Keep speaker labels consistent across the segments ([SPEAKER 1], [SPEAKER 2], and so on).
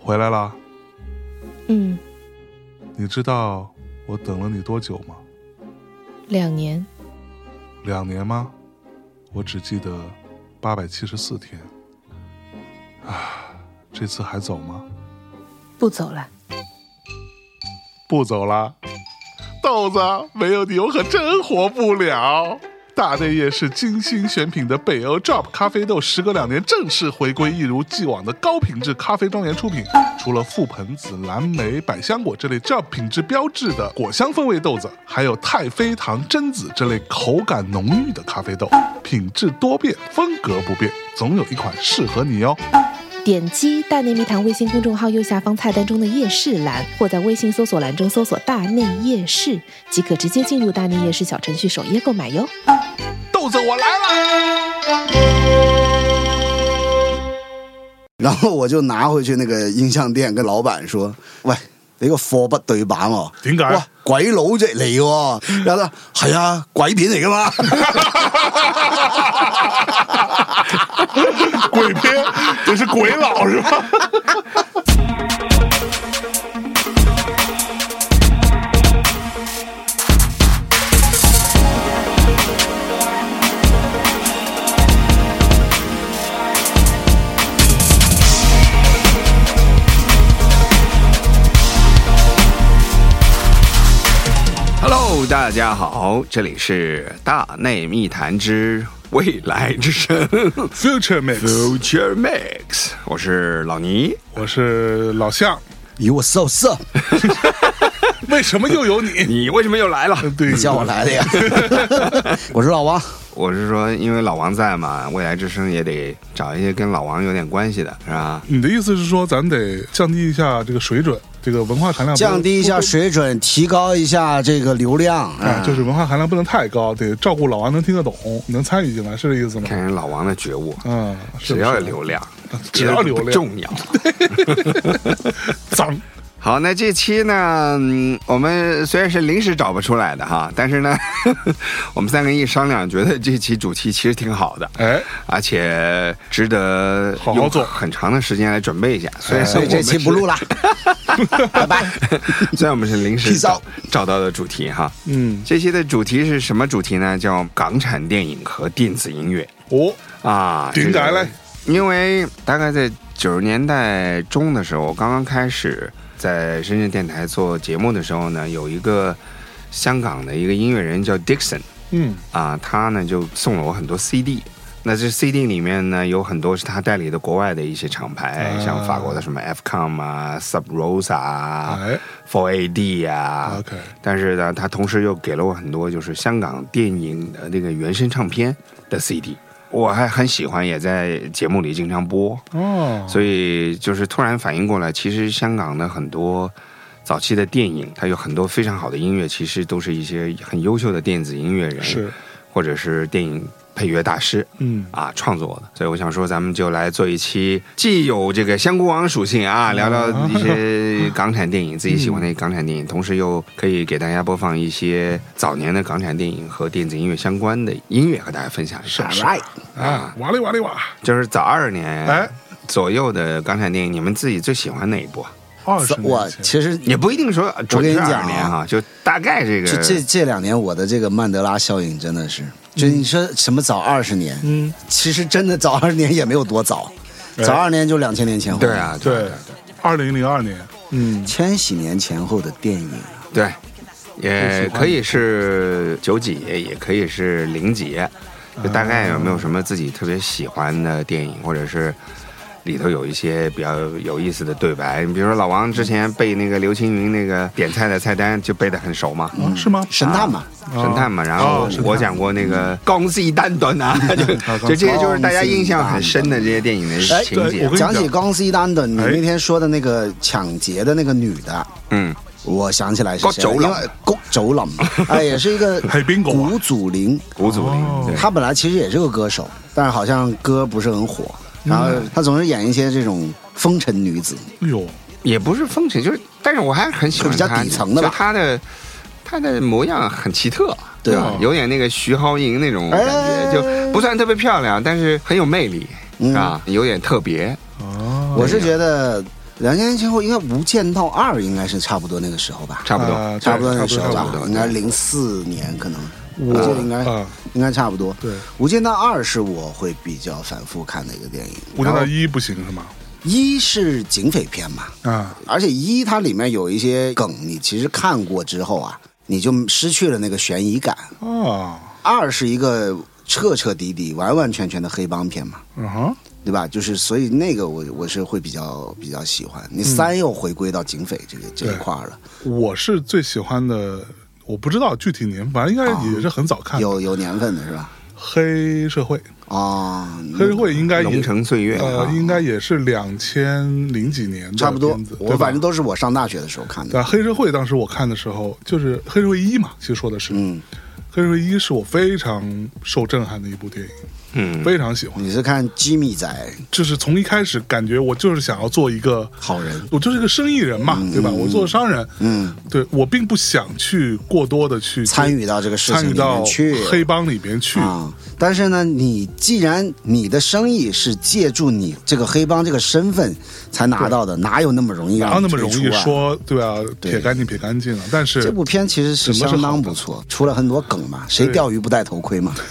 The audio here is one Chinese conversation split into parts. [SPEAKER 1] 回来了，
[SPEAKER 2] 嗯，
[SPEAKER 1] 你知道我等了你多久吗？
[SPEAKER 2] 两年，
[SPEAKER 1] 两年吗？我只记得八百七十四天。啊，这次还走吗？
[SPEAKER 2] 不走了。
[SPEAKER 1] 不走啦，豆子，没有你我可真活不了。大内夜市精心选品的北欧 Drop 咖啡豆，时隔两年正式回归，一如既往的高品质咖啡庄园出品。除了覆盆子、蓝莓、百香果这类 Drop 品质标志的果香风味豆子，还有太妃糖、榛子这类口感浓郁的咖啡豆，品质多变，风格不变，总有一款适合你哦。
[SPEAKER 2] 点击大内密谈微信公众号右下方菜单中的夜市栏，或在微信搜索栏中搜索“大内夜市”，即可直接进入大内夜市小程序首页购买哟。
[SPEAKER 1] 豆子，我来了。
[SPEAKER 3] 然后我就拿回去那个音像店，跟老板說：喂，你個貨不對版喎、
[SPEAKER 1] 點解
[SPEAKER 3] 哇，鬼佬嚟嚟喎！然後佢話係啊，鬼片嚟噶嘛。
[SPEAKER 1] 鬼片得是鬼佬是吧？
[SPEAKER 4] Hello，大家好，这里是大内密谈之未来之声
[SPEAKER 1] Future Mix，
[SPEAKER 4] Future Mix，我是老倪。
[SPEAKER 1] 我是老向，
[SPEAKER 3] You so so，
[SPEAKER 1] 为什么又有你？
[SPEAKER 4] 你为什么又来了？
[SPEAKER 1] 对，
[SPEAKER 3] 你叫我来的 呀？我是老王，
[SPEAKER 4] 我是说，因为老王在嘛，未来之声也得找一些跟老王有点关系的，是吧？
[SPEAKER 1] 你的意思是说，咱得降低一下这个水准，这个文化含量不
[SPEAKER 3] 降低一下嗯水准，提高一下这个流量。
[SPEAKER 1] 啊，就是文化含量不能太高，得照顾老王能听得懂，能参与进来，是这意思吗
[SPEAKER 4] 看？人老王的觉悟，
[SPEAKER 1] 嗯，是
[SPEAKER 4] 只
[SPEAKER 1] 不
[SPEAKER 4] 要有
[SPEAKER 1] 是
[SPEAKER 4] 流量，
[SPEAKER 1] 只要流量
[SPEAKER 4] 不重要。
[SPEAKER 1] 脏，
[SPEAKER 4] 好，那这期呢，嗯我们虽然是临时找不出来的哈，但是呢， 我们三个人一商量，觉得这期主题其实挺好的，
[SPEAKER 1] 哎，
[SPEAKER 4] 而且值得
[SPEAKER 1] 好好
[SPEAKER 4] 用
[SPEAKER 1] 做
[SPEAKER 4] 很长的时间来准备一下。
[SPEAKER 1] 哎
[SPEAKER 4] 虽然
[SPEAKER 3] 所哎以这期不 录了，拜拜。
[SPEAKER 4] 虽然我们是 临时
[SPEAKER 3] Peace
[SPEAKER 4] 找
[SPEAKER 3] out
[SPEAKER 4] 找到的主题哈，
[SPEAKER 1] 嗯，
[SPEAKER 4] 这期的主题是什么主题呢？叫港产电影和电子音乐
[SPEAKER 1] 哦，
[SPEAKER 4] 啊。
[SPEAKER 1] 点解
[SPEAKER 4] 这个
[SPEAKER 1] 嘞？
[SPEAKER 4] 因为大概在九十年代中的时候，我刚刚开始在深圳电台做节目的时候呢，有一个香港的一个音乐人叫 Dixon
[SPEAKER 1] 嗯，
[SPEAKER 4] 啊，他呢就送了我很多 CD。那这 CD 里面呢，有很多是他代理的国外的一些厂牌，
[SPEAKER 1] 啊
[SPEAKER 4] 像法国的什么 FCOM 啊、Sub Rosa 啊、
[SPEAKER 1] 哎
[SPEAKER 4] Four AD 啊。
[SPEAKER 1] ，OK，
[SPEAKER 4] 但是呢，他同时又给了我很多就是香港电影的那个原声唱片的 CD，我还很喜欢，也在节目里经常播。
[SPEAKER 1] 哦，
[SPEAKER 4] 所以就是突然反应过来，其实香港的很多早期的电影，它有很多非常好的音乐，其实都是一些很优秀的电子音乐人，
[SPEAKER 1] 是，
[SPEAKER 4] 或者是电影配乐大师。
[SPEAKER 1] 嗯，
[SPEAKER 4] 啊，创作的，所以我想说，咱们就来做一期，既有这个香菇王属性啊，聊聊一些港产电影，自己喜欢的港产电影，同时又可以给大家播放一些早年的港产电影和电子音乐相关的音乐，和大家分享一下。
[SPEAKER 3] Right，
[SPEAKER 1] 啊，哇哩哇哩哇，
[SPEAKER 4] 就是早二
[SPEAKER 1] 哎
[SPEAKER 3] 嗯
[SPEAKER 4] 年左右的港产电影，你们自己最喜欢哪一部啊？
[SPEAKER 1] 二十
[SPEAKER 3] 我
[SPEAKER 1] 年前，
[SPEAKER 3] 其实
[SPEAKER 4] 也不一定说准
[SPEAKER 3] 跟你
[SPEAKER 4] 是
[SPEAKER 3] 讲
[SPEAKER 4] 二
[SPEAKER 3] 啊
[SPEAKER 4] 年哈、就大概这个
[SPEAKER 3] 这这这两年我的这个曼德拉效应真的是，就你说什么早二十年，
[SPEAKER 1] 嗯，
[SPEAKER 3] 其实真的早二十年也没有多早，
[SPEAKER 1] 哎
[SPEAKER 3] 早二年就两千年前后，
[SPEAKER 4] 对，啊，对
[SPEAKER 1] 对，二零零二年，嗯，啊
[SPEAKER 3] 千禧年前后的电影，
[SPEAKER 4] 对，也
[SPEAKER 1] 喜欢
[SPEAKER 4] 可以是九几，也可以是零几，就大概有没有什么自己特别喜欢的电影，或者是里头有一些比较有意思的对白？你比如说老王之前背那个刘青云那个点菜的菜单就背得很熟嘛。
[SPEAKER 1] 啊是吗？
[SPEAKER 3] 神探嘛，
[SPEAKER 4] 神探嘛，然后
[SPEAKER 1] 哦神探
[SPEAKER 4] 我讲过那个《钢丝蛋断》啊，就就这些就是大家印象很深的这些电影的
[SPEAKER 3] 哎
[SPEAKER 4] 情
[SPEAKER 1] 对
[SPEAKER 4] 节
[SPEAKER 1] 我跟。你
[SPEAKER 3] 讲起
[SPEAKER 1] 讲
[SPEAKER 3] 钢丝丹的，你
[SPEAKER 1] 哎
[SPEAKER 3] 那天说的那个抢劫的那个女的，
[SPEAKER 4] 嗯，
[SPEAKER 3] 我想起来是谁了，
[SPEAKER 4] 谷祖林
[SPEAKER 3] 因为谷祖林， 哎，也是一个
[SPEAKER 1] 海滨狗啊
[SPEAKER 3] 谷祖林，
[SPEAKER 4] 古祖
[SPEAKER 1] 哦
[SPEAKER 4] 林，对
[SPEAKER 3] 他本来其实也是个歌手，但是好像歌不是很火，然后
[SPEAKER 1] 嗯
[SPEAKER 3] 他总是演一些这种风尘女子，
[SPEAKER 1] 哎呦，
[SPEAKER 4] 也不是风情，就是，但是我还是很喜欢
[SPEAKER 3] 比较
[SPEAKER 4] 他
[SPEAKER 3] 底层的吧
[SPEAKER 4] 就他的他的模样很奇特，
[SPEAKER 3] 对
[SPEAKER 4] 吧
[SPEAKER 1] 哦？
[SPEAKER 4] 有点那个徐浩莹那种感
[SPEAKER 3] 哎
[SPEAKER 4] 觉，就不算特别漂亮，但是很有魅力
[SPEAKER 3] 嗯
[SPEAKER 4] 啊，有点特别。
[SPEAKER 3] 哦
[SPEAKER 1] 啊，
[SPEAKER 3] 我是觉得两千年前后应该《无间道二》应该是差不多那个时候吧，
[SPEAKER 4] 差不多，
[SPEAKER 1] 啊
[SPEAKER 3] 差不多那
[SPEAKER 1] 对
[SPEAKER 3] 个时候
[SPEAKER 1] 差
[SPEAKER 3] 吧
[SPEAKER 1] 不
[SPEAKER 4] 多，
[SPEAKER 3] 应该
[SPEAKER 4] 对
[SPEAKER 3] 零四年可能，
[SPEAKER 1] 我
[SPEAKER 3] 我记得应该
[SPEAKER 1] 啊
[SPEAKER 3] 应该差不多。
[SPEAKER 1] 对
[SPEAKER 3] 《无间道二》是我会比较反复看的一个电影，
[SPEAKER 1] 无间
[SPEAKER 3] 然
[SPEAKER 1] 道
[SPEAKER 3] 后
[SPEAKER 1] 一不行是吗？
[SPEAKER 3] 一是警匪片嘛，
[SPEAKER 1] 啊，
[SPEAKER 3] 而且一它里面有一些梗，你其实看过之后啊，你就失去了那个悬疑感。
[SPEAKER 1] 哦，
[SPEAKER 3] 二是一个彻彻底底、完完全全的黑帮片嘛，
[SPEAKER 1] 嗯哼，
[SPEAKER 3] 对吧？就是所以那个我我是会比较比较喜欢。你
[SPEAKER 1] 嗯
[SPEAKER 3] 三又回归到警匪这个、这一块儿了，
[SPEAKER 1] 我是最喜欢的，我不知道具体年，反正应该也是很早看的。
[SPEAKER 3] 哦有有年份的是吧？
[SPEAKER 1] 黑社会，
[SPEAKER 3] 哦，
[SPEAKER 1] 黑社会应该也
[SPEAKER 4] 龙城岁月
[SPEAKER 1] 呃
[SPEAKER 4] 啊，
[SPEAKER 1] 应该也是两千零几年的
[SPEAKER 3] 差不多
[SPEAKER 1] 片子。
[SPEAKER 3] 我
[SPEAKER 1] 对吧
[SPEAKER 3] 反正都是我上大学的时候看的
[SPEAKER 1] 对。啊黑社会当时我看的时候，就是黑社会一嘛，其实说的是、
[SPEAKER 3] 嗯，
[SPEAKER 1] 黑社会一是我非常受震撼的一部电影，
[SPEAKER 4] 嗯，
[SPEAKER 1] 非常喜欢。
[SPEAKER 3] 你是看吉米仔
[SPEAKER 1] 就是从一开始感觉我就是想要做一个
[SPEAKER 3] 好人，
[SPEAKER 1] 我就是个生意人嘛，对吧？我做商人，
[SPEAKER 3] 嗯，
[SPEAKER 1] 对我并不想去过多的去
[SPEAKER 3] 参与到这个事
[SPEAKER 1] 参
[SPEAKER 3] 情
[SPEAKER 1] 与
[SPEAKER 3] 里
[SPEAKER 1] 到
[SPEAKER 3] 面去
[SPEAKER 1] 黑帮里边去，
[SPEAKER 3] 啊、但是呢，你既然你的生意是借助你这个黑帮这个身份才拿到的，哪有那么容易让
[SPEAKER 1] 哪有那
[SPEAKER 3] 你
[SPEAKER 1] 么容易
[SPEAKER 3] 退出啊？
[SPEAKER 1] 说对啊？
[SPEAKER 3] 对
[SPEAKER 1] 撇干净撇干净了，但
[SPEAKER 3] 这
[SPEAKER 1] 是
[SPEAKER 3] 部片其实是
[SPEAKER 1] 什么是
[SPEAKER 3] 相
[SPEAKER 1] 好
[SPEAKER 3] 当
[SPEAKER 1] 的
[SPEAKER 3] 不错，出了很多梗嘛，谁
[SPEAKER 1] 对
[SPEAKER 3] 钓鱼不戴头 盔嘛？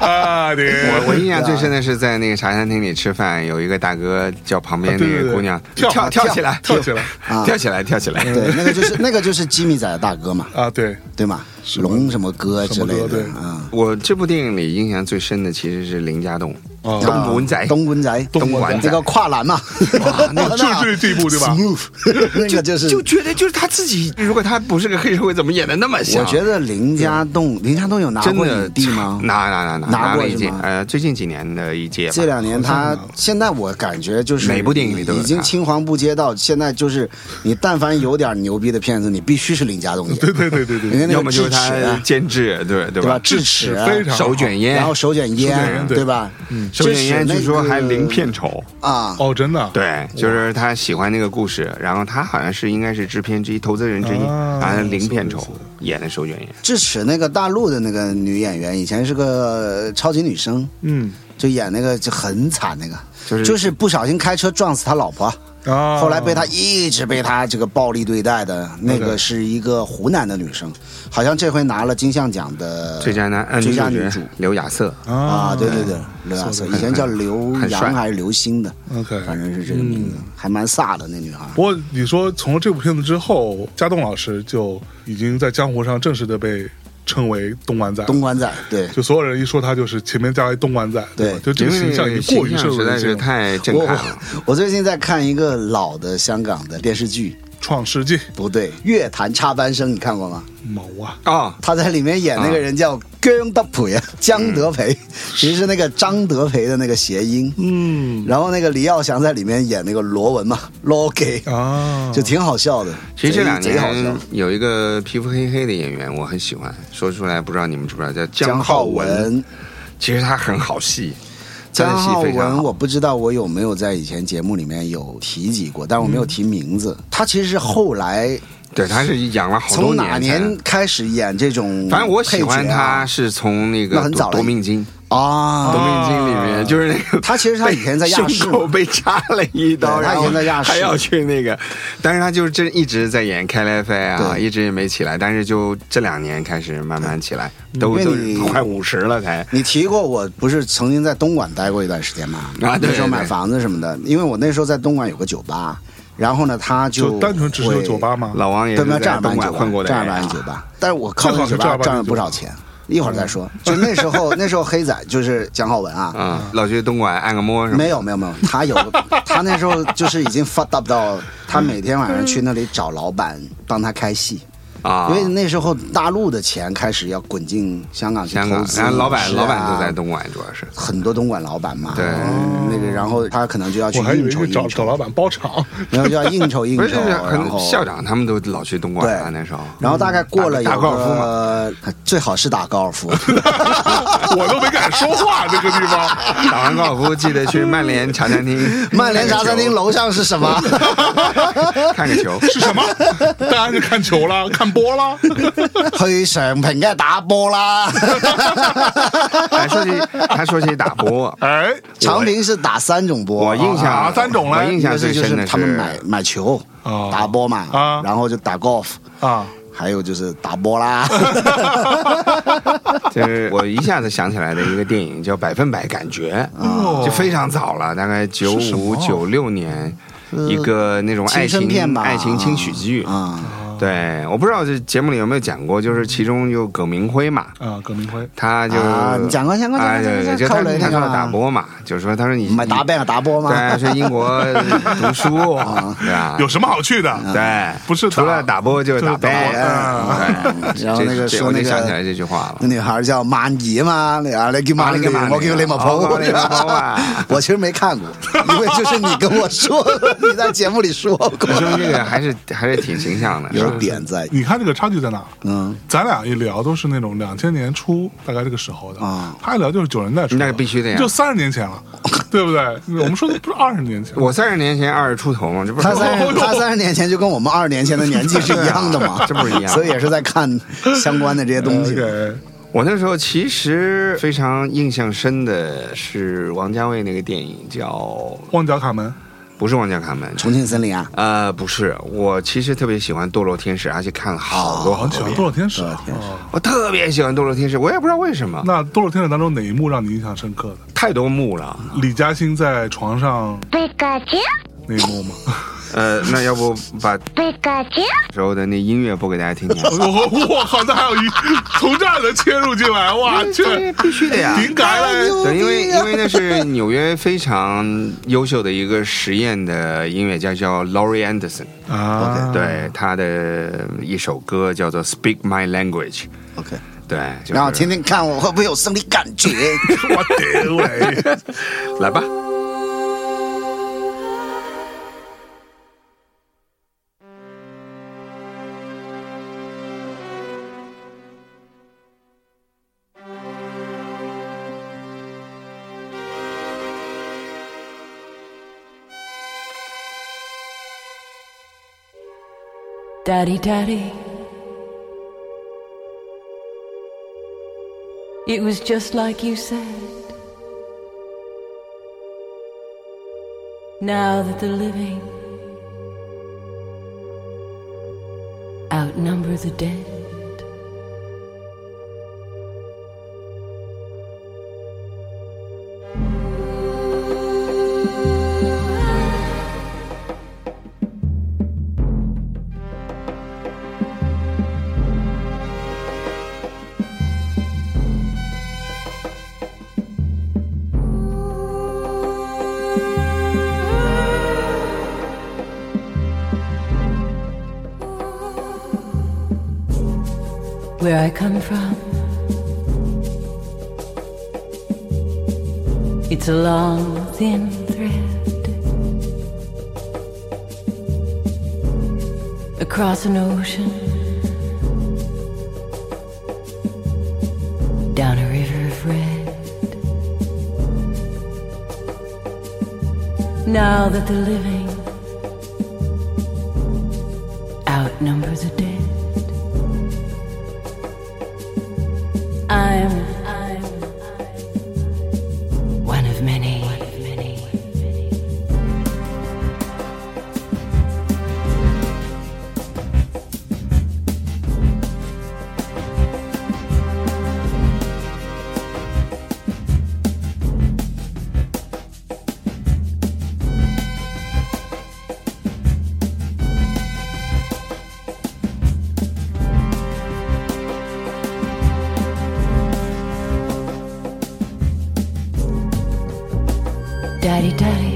[SPEAKER 1] 啊，你
[SPEAKER 4] 我我印象最深的是在那个茶餐厅里吃饭，有一个大哥叫旁边那个姑娘
[SPEAKER 1] 啊对对对跳
[SPEAKER 4] 跳
[SPEAKER 1] 跳
[SPEAKER 4] 起来，
[SPEAKER 1] 跳起来
[SPEAKER 3] 啊
[SPEAKER 4] 跳起来，跳起来。
[SPEAKER 3] 对，那个就是那个就是吉米仔的大哥嘛，
[SPEAKER 1] 啊，对，
[SPEAKER 3] 对吗？
[SPEAKER 1] 是吧
[SPEAKER 3] 龙什么哥之
[SPEAKER 1] 什么
[SPEAKER 3] 类
[SPEAKER 1] 哥
[SPEAKER 3] 的
[SPEAKER 1] 对
[SPEAKER 3] 啊，
[SPEAKER 4] 我这部电影里印象最深的其实是林家栋，
[SPEAKER 1] 哦
[SPEAKER 4] 东莞仔，
[SPEAKER 3] 东莞仔，
[SPEAKER 1] 东莞
[SPEAKER 4] 仔
[SPEAKER 3] 那个跨 栏嘛，那
[SPEAKER 1] 就就是这一部对吧？
[SPEAKER 3] ？Smooth，那 个就是
[SPEAKER 4] 就觉得就是他自己，如果他不是个黑社会，怎么演的那么像？
[SPEAKER 3] 我觉得林家栋，林家栋有拿
[SPEAKER 4] 真
[SPEAKER 3] 过
[SPEAKER 4] 的
[SPEAKER 3] 影帝吗？
[SPEAKER 4] 拿拿拿拿
[SPEAKER 3] 拿过
[SPEAKER 4] 了一
[SPEAKER 3] 是
[SPEAKER 4] 届
[SPEAKER 3] 吗，
[SPEAKER 4] 呃，最近几年的一届吧。
[SPEAKER 3] 这两年他现在我感觉就是
[SPEAKER 4] 每部电影里都有
[SPEAKER 3] 已经
[SPEAKER 4] 他
[SPEAKER 3] 青黄不接到现在就是你但凡有点牛逼的片子，你必须是林家栋演，
[SPEAKER 1] 对对对对对，
[SPEAKER 3] 因为那
[SPEAKER 4] 要
[SPEAKER 3] 个
[SPEAKER 4] 么就
[SPEAKER 3] 智
[SPEAKER 4] 是
[SPEAKER 3] 齿
[SPEAKER 4] 他
[SPEAKER 3] 啊，
[SPEAKER 4] 监制，对对
[SPEAKER 3] 对吧？
[SPEAKER 4] 吧？
[SPEAKER 3] 智齿啊，
[SPEAKER 1] 非常好
[SPEAKER 4] 手卷烟
[SPEAKER 3] 然，后手卷烟，
[SPEAKER 1] 对
[SPEAKER 3] 对吧？
[SPEAKER 4] 嗯手
[SPEAKER 3] 智
[SPEAKER 4] 卷
[SPEAKER 3] 齿
[SPEAKER 4] 烟
[SPEAKER 3] 那
[SPEAKER 4] 据说还
[SPEAKER 3] 个
[SPEAKER 4] 零片酬。
[SPEAKER 3] 啊，
[SPEAKER 1] 哦，真的啊，
[SPEAKER 4] 对，就是他喜欢那个故事，然后他好像是应该是制片之一、投资人之一，
[SPEAKER 1] 啊
[SPEAKER 4] 然后零片酬
[SPEAKER 1] 是的是
[SPEAKER 4] 演的手卷烟。
[SPEAKER 3] 智齿那个大陆的那个女演员，以前是个超级女生，
[SPEAKER 1] 嗯
[SPEAKER 3] 就演那个就很惨那个，
[SPEAKER 4] 就是
[SPEAKER 3] 就是不小心开车撞死他老婆。
[SPEAKER 1] 啊，
[SPEAKER 3] 后来被他一直被他这个暴力对待的那个是一个湖南的女生，好像这回拿了金像奖的
[SPEAKER 4] 最佳男呃
[SPEAKER 3] 最佳
[SPEAKER 4] 女
[SPEAKER 3] 女
[SPEAKER 4] 主
[SPEAKER 3] 主
[SPEAKER 4] 角刘亚瑟，
[SPEAKER 1] 啊
[SPEAKER 3] 啊，对对对，刘亚瑟，以前叫刘
[SPEAKER 4] 很帅嗯
[SPEAKER 3] 洋还是刘星的，
[SPEAKER 1] ，OK，
[SPEAKER 3] 反正是这个名字，还蛮飒的那女孩。
[SPEAKER 1] 不过你说从了这部片子之后，家栋老师就已经在江湖上正式的被称为东莞仔了，
[SPEAKER 3] 东莞仔，对，
[SPEAKER 1] 就所有人一说他就是前面加了一东莞仔，
[SPEAKER 3] 对
[SPEAKER 1] 吧就这
[SPEAKER 4] 因
[SPEAKER 1] 个
[SPEAKER 4] 为
[SPEAKER 1] 形象已经过于
[SPEAKER 4] 形象
[SPEAKER 1] 深入
[SPEAKER 4] 实在
[SPEAKER 1] 人心
[SPEAKER 4] 是
[SPEAKER 1] 了。
[SPEAKER 4] 太震
[SPEAKER 3] 我
[SPEAKER 4] 撼啊
[SPEAKER 3] 我
[SPEAKER 4] 了。
[SPEAKER 3] 我 最近在看一个老的香港的电视剧，
[SPEAKER 1] 创世纪
[SPEAKER 3] 不对，《乐坛插班生》，你看过吗？
[SPEAKER 1] 某啊，
[SPEAKER 4] 哦，
[SPEAKER 3] 他在里面演那
[SPEAKER 4] 啊
[SPEAKER 3] 个人叫姜德培啊，姜
[SPEAKER 4] 嗯
[SPEAKER 3] 德培，其实是那个张德培的那个谐音。
[SPEAKER 1] 嗯
[SPEAKER 3] 然后那个李耀祥在里面演那个罗文嘛，罗给
[SPEAKER 1] 啊，
[SPEAKER 3] 就挺好笑的。
[SPEAKER 4] 哦其实这两
[SPEAKER 3] 贼贼好
[SPEAKER 4] 年
[SPEAKER 3] 笑。
[SPEAKER 4] 有一个皮肤黑黑的演员，我很喜欢，说出来不知道你们知不知道，叫
[SPEAKER 3] 江
[SPEAKER 4] 浩
[SPEAKER 3] 浩文，
[SPEAKER 4] 其实他很好戏，他
[SPEAKER 3] 江
[SPEAKER 4] 的戏
[SPEAKER 3] 浩
[SPEAKER 4] 非常
[SPEAKER 3] 文，
[SPEAKER 4] 好。
[SPEAKER 3] 我不知道我有没有在以前节目里面有提及过，但我
[SPEAKER 4] 嗯
[SPEAKER 3] 没有提名字。他其实是后来
[SPEAKER 4] 对，他是养了好多
[SPEAKER 3] 从哪
[SPEAKER 4] 年才
[SPEAKER 3] 年开始演这种、
[SPEAKER 4] 反正我喜欢他是从那个
[SPEAKER 3] 那很早
[SPEAKER 4] 夺
[SPEAKER 3] 了
[SPEAKER 4] 夺命金，
[SPEAKER 3] 啊
[SPEAKER 4] 夺，命金里
[SPEAKER 1] 啊
[SPEAKER 4] 面就是那个
[SPEAKER 3] 他其实他以前在亚视
[SPEAKER 4] 胸口被插了一刀，
[SPEAKER 3] 对他
[SPEAKER 4] 然后
[SPEAKER 3] 以前在亚视
[SPEAKER 4] 还要去那个，但是他就是真一直在演开来飞啊，
[SPEAKER 3] 对
[SPEAKER 4] 一直也没起来，但是就这两年开始慢慢起来，
[SPEAKER 3] 因
[SPEAKER 4] 都
[SPEAKER 3] 为
[SPEAKER 4] 都
[SPEAKER 3] 你
[SPEAKER 4] 快五十了才。
[SPEAKER 3] 你提过我不是曾经在东莞待过一段时间吗？
[SPEAKER 4] 啊对
[SPEAKER 3] 那时候
[SPEAKER 4] 对
[SPEAKER 3] 买
[SPEAKER 4] 对
[SPEAKER 3] 房子什么的，因为我那时候在东莞有个酒吧，然后呢，他
[SPEAKER 1] 就单纯只是个酒吧吗？
[SPEAKER 4] 老王也
[SPEAKER 3] 对
[SPEAKER 4] 是
[SPEAKER 3] 吧？正
[SPEAKER 4] 在
[SPEAKER 3] 儿八
[SPEAKER 4] 东
[SPEAKER 3] 经酒
[SPEAKER 4] 莞
[SPEAKER 3] 吧，
[SPEAKER 4] 混过的
[SPEAKER 3] 正
[SPEAKER 4] 人啊，
[SPEAKER 3] 儿八经酒吧。但是我靠
[SPEAKER 1] 最好
[SPEAKER 3] 那
[SPEAKER 1] 是
[SPEAKER 3] 酒
[SPEAKER 1] 正
[SPEAKER 3] 吧
[SPEAKER 1] 儿八经
[SPEAKER 3] 赚了
[SPEAKER 1] 酒吧
[SPEAKER 3] 不少钱，一会儿再
[SPEAKER 4] 嗯
[SPEAKER 3] 说。就那时候， 那时候黑仔就是蒋浩文啊，
[SPEAKER 4] 啊，老去东莞按个摩什么的
[SPEAKER 3] 没有没有没有，他有 他那时候就是已经 fucked up 到他每天晚上去那里找老板帮他开戏。
[SPEAKER 4] 啊，
[SPEAKER 3] 因为那时候大陆的钱开始要滚进香港去
[SPEAKER 4] 香
[SPEAKER 3] 投
[SPEAKER 4] 港，
[SPEAKER 3] 资，
[SPEAKER 4] 然后老板
[SPEAKER 3] 是啊
[SPEAKER 4] 老板都在东莞，主要是
[SPEAKER 3] 很多东莞老板嘛，
[SPEAKER 4] 对
[SPEAKER 3] 嗯那个然后他可能就要去
[SPEAKER 1] 我还以
[SPEAKER 3] 应
[SPEAKER 1] 为
[SPEAKER 3] 酬
[SPEAKER 1] 去找
[SPEAKER 3] 应
[SPEAKER 1] 找
[SPEAKER 3] 酬，
[SPEAKER 1] 老板包场，
[SPEAKER 3] 然后就要应酬应
[SPEAKER 4] 不是
[SPEAKER 3] 酬，
[SPEAKER 4] 就是
[SPEAKER 3] 然后
[SPEAKER 4] 很校长他们都老去东莞啊，
[SPEAKER 3] 对
[SPEAKER 4] 那时候
[SPEAKER 3] 然后大概过了有
[SPEAKER 4] 打打高尔夫
[SPEAKER 3] 个，最好是打高尔 夫，，
[SPEAKER 1] 我都没敢说话这个地 方。
[SPEAKER 4] 打完高尔夫记得去曼联茶餐厅
[SPEAKER 3] 曼联茶 餐厅楼上是什么？
[SPEAKER 4] 看个球。
[SPEAKER 1] 是什么？当然是看球了，看 波啦，
[SPEAKER 3] 去常平梗系打波啦，
[SPEAKER 4] 还说起还说起打波，
[SPEAKER 1] 哎，
[SPEAKER 3] 常平是打三种波，
[SPEAKER 4] 我印象、
[SPEAKER 1] 啊三种嘞
[SPEAKER 4] 我印
[SPEAKER 3] 一
[SPEAKER 4] 象
[SPEAKER 3] 个
[SPEAKER 4] 最
[SPEAKER 3] 是就
[SPEAKER 4] 深
[SPEAKER 3] 是
[SPEAKER 4] 的
[SPEAKER 3] 他们买买球
[SPEAKER 1] 哦
[SPEAKER 3] 打波嘛
[SPEAKER 1] 啊，
[SPEAKER 3] 然后就打 golf，
[SPEAKER 1] 啊，
[SPEAKER 3] 还有就是打波啦，
[SPEAKER 4] 就是我一下子想起来的一个电影叫《百分百感觉》，啊
[SPEAKER 1] 哦
[SPEAKER 4] 就非常早了，大概九
[SPEAKER 1] 是什么
[SPEAKER 4] 五九六年，一个那种爱
[SPEAKER 3] 啊青春片
[SPEAKER 4] 情
[SPEAKER 3] 吧，
[SPEAKER 4] 爱情轻喜剧。
[SPEAKER 3] 啊，
[SPEAKER 4] 对，我不知道这节目里有没有讲过，就是其中有葛明辉嘛，
[SPEAKER 1] 啊，葛明辉，
[SPEAKER 4] 他就
[SPEAKER 3] 啊你讲过讲过讲过
[SPEAKER 4] 哎对对，就
[SPEAKER 3] 讲过
[SPEAKER 4] 他
[SPEAKER 3] 扣雷
[SPEAKER 4] 他
[SPEAKER 3] 那个
[SPEAKER 4] 说
[SPEAKER 3] 嘛
[SPEAKER 4] 打波嘛，就是说他说你
[SPEAKER 3] 买打遍了打波吗？
[SPEAKER 4] 对，去 英国读书，
[SPEAKER 3] 啊
[SPEAKER 4] 对吧？
[SPEAKER 1] 有什么好去的？
[SPEAKER 4] 对，
[SPEAKER 1] 不是打
[SPEAKER 4] 哎除了打波就是打
[SPEAKER 1] 就是打波嗯
[SPEAKER 4] 呗对
[SPEAKER 3] 哎然后那个
[SPEAKER 4] 哎这这
[SPEAKER 3] 说
[SPEAKER 4] 我就
[SPEAKER 3] 那个
[SPEAKER 4] 想起来这句话了
[SPEAKER 3] 那。女孩叫曼怡嘛，那啊，你叫曼怡，我叫李茂
[SPEAKER 4] 哦我叫李茂波啊
[SPEAKER 3] 我其实没看过，因为就是你跟我说，你在节目里说过
[SPEAKER 4] 你，说这个还是还是挺形象的，是吧
[SPEAKER 3] 有点在，
[SPEAKER 1] 你看这个差距在哪？
[SPEAKER 3] 嗯，
[SPEAKER 1] 咱俩一聊都是那种两千年初大概这个时候的
[SPEAKER 3] 啊
[SPEAKER 1] 他一聊就是九十年代初的，
[SPEAKER 4] 那必须的呀
[SPEAKER 1] 就三十年 前了，对不对？我们说的不是二十年前，
[SPEAKER 4] 我三十年前二十出头嘛，这不是
[SPEAKER 3] 他三十他三十年前就跟我们二十年前的年纪是一样的嘛，
[SPEAKER 4] 这不是一样
[SPEAKER 3] 所以也是在看相关的这些东西。
[SPEAKER 1] OK，
[SPEAKER 4] 我那时候其实非常印象深的是王家卫那个电影叫
[SPEAKER 1] 旺角卡门
[SPEAKER 4] 不是《王家卡门》，
[SPEAKER 3] 重庆森林啊，
[SPEAKER 4] 呃，不是，我其实特别喜欢《堕落天使》，而且看了好多好
[SPEAKER 1] 很喜
[SPEAKER 4] 多
[SPEAKER 1] 欢《
[SPEAKER 4] 遍
[SPEAKER 1] 多。少天使》啊，
[SPEAKER 3] 天使
[SPEAKER 1] 哦
[SPEAKER 4] 我特别喜欢《堕落天使》，我也不知道为什么，
[SPEAKER 1] 那《多少天使》当中哪一幕让你印象深刻的？
[SPEAKER 4] 太多幕了。
[SPEAKER 1] 李嘉欣在床上
[SPEAKER 5] Pikachu,
[SPEAKER 1] 那一 幕吗？
[SPEAKER 4] 呃，那要不把
[SPEAKER 5] Pikachu,
[SPEAKER 4] 时候的那音乐播给大家听听？
[SPEAKER 1] 我我靠，那还有一从这儿能切入进来，哇去，
[SPEAKER 4] 哎这必须的呀！
[SPEAKER 1] 顶改了，
[SPEAKER 4] 对，因为因为那是纽约非常优秀的一个实验的音乐家，叫 Laurie Anderson，、
[SPEAKER 1] 啊，
[SPEAKER 4] 对他的一首歌叫做《Speak My Language》，
[SPEAKER 3] ，OK，
[SPEAKER 4] 对，就是、
[SPEAKER 3] 让我听听看我会不会有生理感觉。
[SPEAKER 1] 我顶嘞。
[SPEAKER 4] 来吧。
[SPEAKER 6] Daddy, Daddy. It was just like you said. Now that the living outnumber the dead, where I come from, it's a long, thin thread across an ocean. Down a river of red. Now that the living outnumber the dead. I'm, I'm one of many. One of many. Daddy, daddy.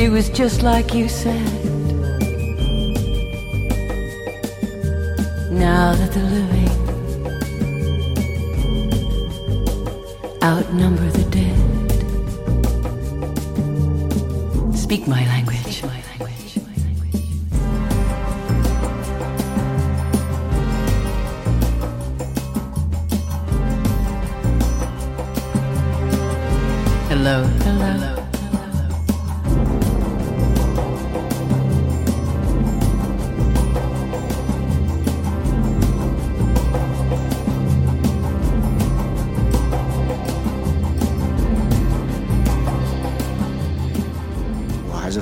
[SPEAKER 6] It was just like you said. Now that the living outnumber the dead. Speak my language. My language. My language. Hello. Hello.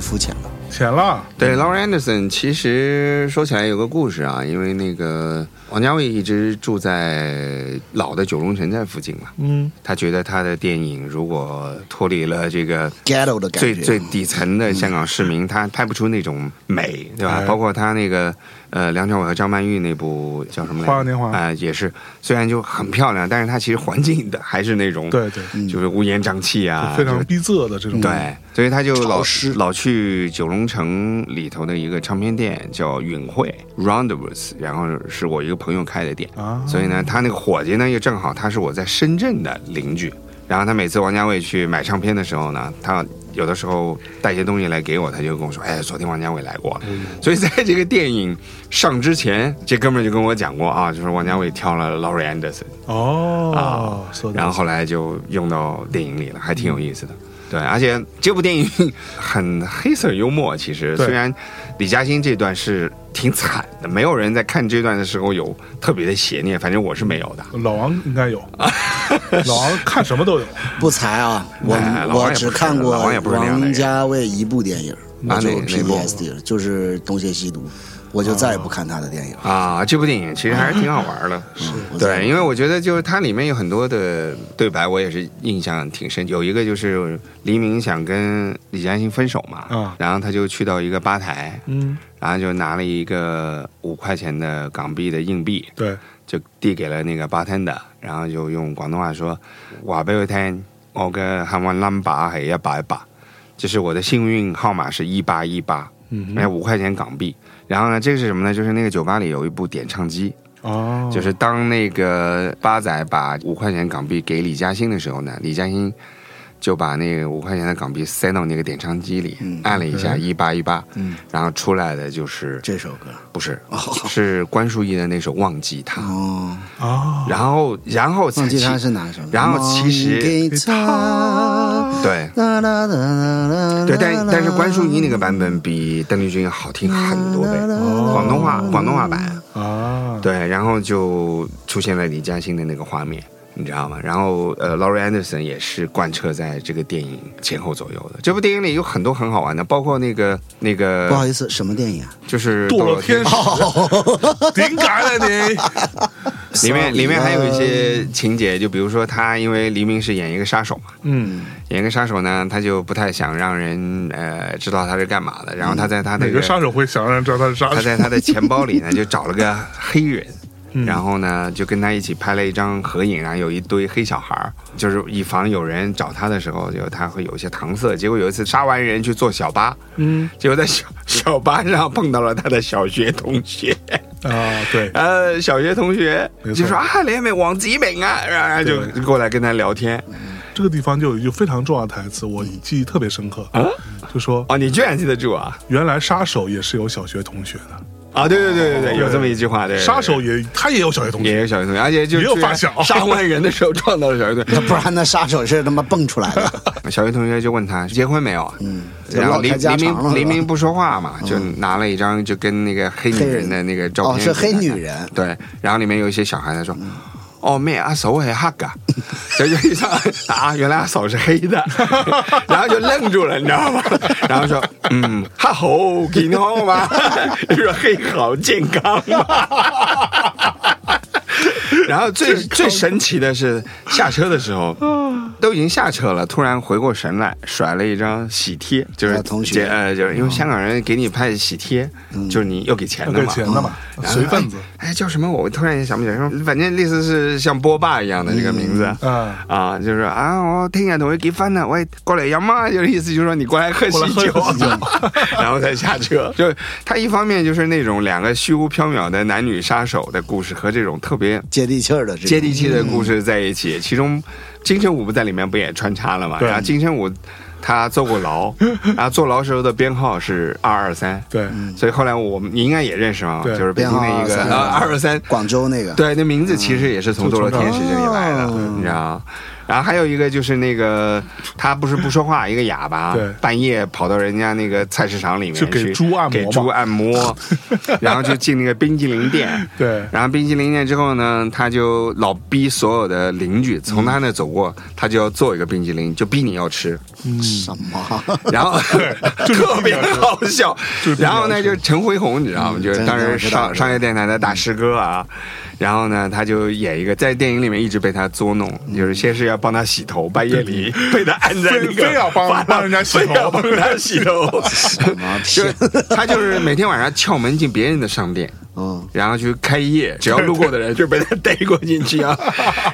[SPEAKER 3] 肤浅了。
[SPEAKER 1] 钱了，
[SPEAKER 4] 对，Lauren Anderson 其实说起来有个故事啊，因为那个王家卫一直住在老的九龙城站附近嘛，
[SPEAKER 1] 嗯，
[SPEAKER 4] 他觉得他的电影如果脱离了这个
[SPEAKER 3] ghetto 的感
[SPEAKER 4] 最
[SPEAKER 3] 觉，嗯
[SPEAKER 4] 最底层的香港市民，他拍不出那种美，对吧？
[SPEAKER 1] 哎
[SPEAKER 4] 包括他那个呃，梁朝伟和张曼玉那部叫什么来着？
[SPEAKER 1] 花样年华
[SPEAKER 4] 啊、也是，虽然就很漂亮，但是它其实环境的还是那种，
[SPEAKER 1] 对对，
[SPEAKER 3] 嗯
[SPEAKER 4] 就是乌烟瘴气啊，
[SPEAKER 1] 非
[SPEAKER 4] 就
[SPEAKER 1] 常逼仄的这种，
[SPEAKER 4] 对，所以他就老
[SPEAKER 3] 潮湿
[SPEAKER 4] 老去九龙城里头的一个唱片店叫允汇 （Roundwoods），然后是我一个朋友开的店，
[SPEAKER 1] 啊，
[SPEAKER 4] 所以呢，他那个伙计呢又正好他是我在深圳的邻居。然后他每次王家卫去买唱片的时候呢，他有的时候带些东西来给我，他就跟我说：“哎，昨天王家卫来过了。”
[SPEAKER 1] 嗯
[SPEAKER 4] 所以在这个电影上之前，这哥们儿就跟我讲过啊，就是王家卫挑了 Laurie Anderson，
[SPEAKER 1] 哦，说得
[SPEAKER 4] 啊然后后来就用到电影里了，还挺有意思的。对，而且这部电影很黑色幽默，其实
[SPEAKER 1] 对
[SPEAKER 4] 虽然李嘉欣这段是挺惨的，没有人在看这段的时候有特别的邪念，反正我是没有的。
[SPEAKER 1] 老王应 该有，老王看什么都有，
[SPEAKER 3] 不才啊，我、
[SPEAKER 4] 哎老王
[SPEAKER 3] 我
[SPEAKER 4] 也
[SPEAKER 3] 只
[SPEAKER 4] 不是
[SPEAKER 3] 看过
[SPEAKER 4] 老王也不是那样的人
[SPEAKER 3] 王家卫一部电影，
[SPEAKER 4] 啊
[SPEAKER 3] 我就
[SPEAKER 4] 哪哪部
[SPEAKER 3] PTSD 了，就是《东邪西毒》，我就再也不看他的电影。
[SPEAKER 4] 啊，这部电影其实还是挺好玩的。嗯
[SPEAKER 3] 我再
[SPEAKER 4] 对，因为我觉得就是它里面有很多的对白，我也是印象挺深。有一个就是黎明想跟李嘉欣分手嘛，
[SPEAKER 1] 嗯
[SPEAKER 4] 然后他就去到一个吧台，
[SPEAKER 1] 嗯，
[SPEAKER 4] 然后就拿了一个五块钱的港币的硬币，
[SPEAKER 1] 对，
[SPEAKER 4] 就递给了那个 bartender，然后就用广东话说：“话俾佢聽，我嘅幸運 number 係一百一百，就是我的幸运号码是一八一八，
[SPEAKER 1] 嗯
[SPEAKER 4] 那五块钱港币。然后呢，这个是什么呢？就是那个酒吧里有一部点唱机，
[SPEAKER 1] 哦，
[SPEAKER 4] 就是当那个八仔把五块钱港币给李嘉欣的时候呢，李嘉欣就把那个五块钱的港币塞到那个点唱机里，
[SPEAKER 1] 嗯
[SPEAKER 4] 按了一下一八一八，然后出来的就是
[SPEAKER 3] 这首歌
[SPEAKER 4] 不是、
[SPEAKER 1] 哦
[SPEAKER 4] 是关淑怡的那首《忘记他》。
[SPEAKER 3] 哦，
[SPEAKER 1] 啊，
[SPEAKER 4] 然后，然后才
[SPEAKER 3] 忘记
[SPEAKER 4] 其
[SPEAKER 3] 他是哪一首了。
[SPEAKER 4] 然后其实
[SPEAKER 3] 忘记他
[SPEAKER 4] 对
[SPEAKER 3] 哒哒哒哒哒
[SPEAKER 4] 对，但但是关淑怡那个版本比邓丽君好听很多倍，广东话广东话版。
[SPEAKER 1] 啊，
[SPEAKER 4] 对，然后就出现了李嘉欣的那个画面，你知道吗？然后呃，Laurie Anderson 也是贯彻在这个电影前后左右的。这部电影里有很多很好玩的，包括那个那个
[SPEAKER 3] 不好意思，什么电影 啊？
[SPEAKER 4] 就是
[SPEAKER 1] 堕落
[SPEAKER 4] 天
[SPEAKER 1] 天使，顶改了你，
[SPEAKER 4] 里面里面还有一
[SPEAKER 3] Sorry 啦
[SPEAKER 4] 些情节，就比如说他因为黎明是演一个杀手嘛，
[SPEAKER 1] 嗯，
[SPEAKER 4] 演一个杀手呢，他就不太想让人呃知道他是干嘛的，然后他在他的
[SPEAKER 1] 哪个杀手会想让人知道他是杀
[SPEAKER 4] 他
[SPEAKER 1] 手？
[SPEAKER 4] 在他的钱包里呢就找了个黑人。
[SPEAKER 1] 嗯
[SPEAKER 4] 然后呢，就跟他一起拍了一张合影，然后有一堆黑小孩儿，就是以防有人找他的时候，就他会有一些搪塞。结果有一次杀完人去坐小巴，
[SPEAKER 1] 嗯
[SPEAKER 4] 结果在小小巴上碰到了他的小学同学，
[SPEAKER 1] 啊，对，
[SPEAKER 4] 呃，小学同学
[SPEAKER 1] 没错
[SPEAKER 4] 就说啊，你系咪王子明啊？然后就过来跟他聊天。
[SPEAKER 1] 这个地方就有一句非常重要的台词，我记忆特别深刻，
[SPEAKER 4] 啊
[SPEAKER 1] 就说
[SPEAKER 4] 哦，你居然记得住啊？
[SPEAKER 1] 原来杀手也是有小学同学的，
[SPEAKER 4] 啊，对对对对对，有这么一句话，对，对对
[SPEAKER 1] 杀手也他也有小学同
[SPEAKER 4] 也
[SPEAKER 1] 学，
[SPEAKER 4] 有小学同学，而且就
[SPEAKER 1] 也有
[SPEAKER 4] 居
[SPEAKER 1] 发
[SPEAKER 4] 然
[SPEAKER 1] 小
[SPEAKER 4] 杀完人的时候撞到了小学同
[SPEAKER 3] 那。
[SPEAKER 4] 学
[SPEAKER 3] 不然那杀手是他妈蹦出来的。
[SPEAKER 4] 小学同学就问他结婚没有，嗯，然后
[SPEAKER 3] 就
[SPEAKER 4] 黎
[SPEAKER 3] 唠开家
[SPEAKER 4] 黎
[SPEAKER 3] 常了是
[SPEAKER 4] 明
[SPEAKER 3] 吧嗯
[SPEAKER 4] 黎明不说话嘛，就拿了一张就跟那个黑女人的那个照
[SPEAKER 3] 哦
[SPEAKER 4] 片给
[SPEAKER 3] 是
[SPEAKER 4] 他看，
[SPEAKER 3] 黑女人
[SPEAKER 4] 对，然后里面有一些小孩他说。哦，妹，阿嫂很黑噶， 就就一想啊，原来阿嫂是黑的， 然后就愣住了，你知道吗？然后说，嗯，哈好健康嘛， 就说黑好健康嘛。 然后最最神奇的是，下车的时候，都已经下车了，突然回过神来，甩了一张喜帖，就是
[SPEAKER 3] 啊同学
[SPEAKER 4] 呃，就是因为香港人给你拍喜帖，就是你又给钱的
[SPEAKER 1] 给
[SPEAKER 4] 嘛，
[SPEAKER 1] 钱的嘛，
[SPEAKER 4] 然后
[SPEAKER 1] 随份子，
[SPEAKER 4] 哎，哎叫什么？我突然也想不起来，反正类似是像波霸一样的这个名字。
[SPEAKER 1] 啊，
[SPEAKER 4] 啊，就是啊，我听见同学结婚了，喂，过来饮嘛，就是意思就是说你过来喝喜
[SPEAKER 1] 过来喝
[SPEAKER 4] 酒
[SPEAKER 1] 喜酒，
[SPEAKER 4] 然后才下车。就是他一方面就是那种两个虚无缥缈的男女杀手的故事和这种特别
[SPEAKER 3] 接地气儿的这种，
[SPEAKER 4] 接地气的故事在一起，其中金城武不在里面不也穿插了嘛？
[SPEAKER 1] 对
[SPEAKER 4] 然后金城武他坐过牢，然后坐牢时候的编号是二二三，
[SPEAKER 1] 对，
[SPEAKER 4] 所以后来我们你应该也认识啊，
[SPEAKER 1] 对
[SPEAKER 4] 就是北京的一个啊
[SPEAKER 3] 编号
[SPEAKER 4] 二二三，
[SPEAKER 3] 广州那个，
[SPEAKER 1] 哦
[SPEAKER 4] 对，那名字其实也是从《堕落天使》这里来的，
[SPEAKER 3] 嗯
[SPEAKER 4] 你知道吗。然后还有一个就是那个他不是不说话，一个哑巴
[SPEAKER 1] 对，
[SPEAKER 4] 半夜跑到人家那个菜市场里面
[SPEAKER 1] 去给猪按摩
[SPEAKER 4] 给
[SPEAKER 1] 嘛
[SPEAKER 4] 猪 按摩，然后就进那个冰激凌店，
[SPEAKER 1] 对
[SPEAKER 4] 然后冰激凌店之后呢，他就老逼所有的邻居从他那走过，他就要做一个冰激凌，就逼你要吃，
[SPEAKER 3] 什 么？
[SPEAKER 4] 然 后特别好笑
[SPEAKER 1] 就是。
[SPEAKER 4] 然后呢，
[SPEAKER 1] 这
[SPEAKER 4] 就陈辉宏，你知
[SPEAKER 1] 嗯
[SPEAKER 4] 道吗？就是当时
[SPEAKER 3] 真的我知道
[SPEAKER 4] 商商业电台的大师哥啊。然后呢，他就演一个在电影里面一直被他捉弄，就是先是要帮他洗头，半夜里被他按在那个
[SPEAKER 1] 嗯非非要帮
[SPEAKER 4] 发廊
[SPEAKER 1] 帮人家洗头
[SPEAKER 4] 非要帮他洗头，
[SPEAKER 3] 么
[SPEAKER 4] 就 他就是每天晚上撬门进别人的商店。
[SPEAKER 3] 嗯，
[SPEAKER 4] 然后去开业，只要路过的 人就被他逮过进去啊。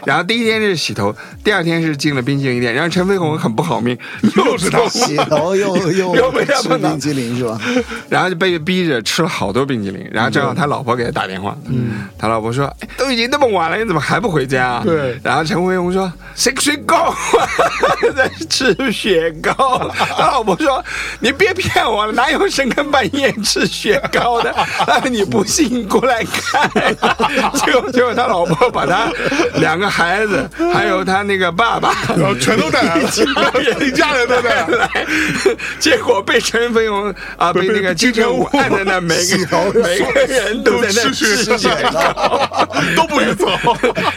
[SPEAKER 4] 然后第一天是洗头，第二天是进了冰淇淋店，然后陈飞鸿很不好命，又是他
[SPEAKER 3] 洗 头哦又又
[SPEAKER 4] 又被他
[SPEAKER 3] 吃
[SPEAKER 4] 碰到
[SPEAKER 3] 冰激凌是吧？
[SPEAKER 4] 然后就被逼着吃了好多冰淇淋，然后正好他老婆给他打电话，他老婆说、哎都已经那么晚了，你怎么还不回家、啊？
[SPEAKER 1] 对
[SPEAKER 4] 然后陈辉宏说谁谁糕， 在吃雪糕。他老婆说你别骗我了，哪有深更半夜吃雪糕的？ 啊你不信过来看。 结果结果他老婆把他两个孩子还有他那个爸爸。
[SPEAKER 1] 然后全都带来 了，一家人都带来了。
[SPEAKER 4] 来， 结果被陈飞鸿啊，被那个金城武按在 那，每个每个人都在那
[SPEAKER 1] 吃
[SPEAKER 4] 吃
[SPEAKER 1] 雪
[SPEAKER 4] 雪糕。
[SPEAKER 1] 都不 许走，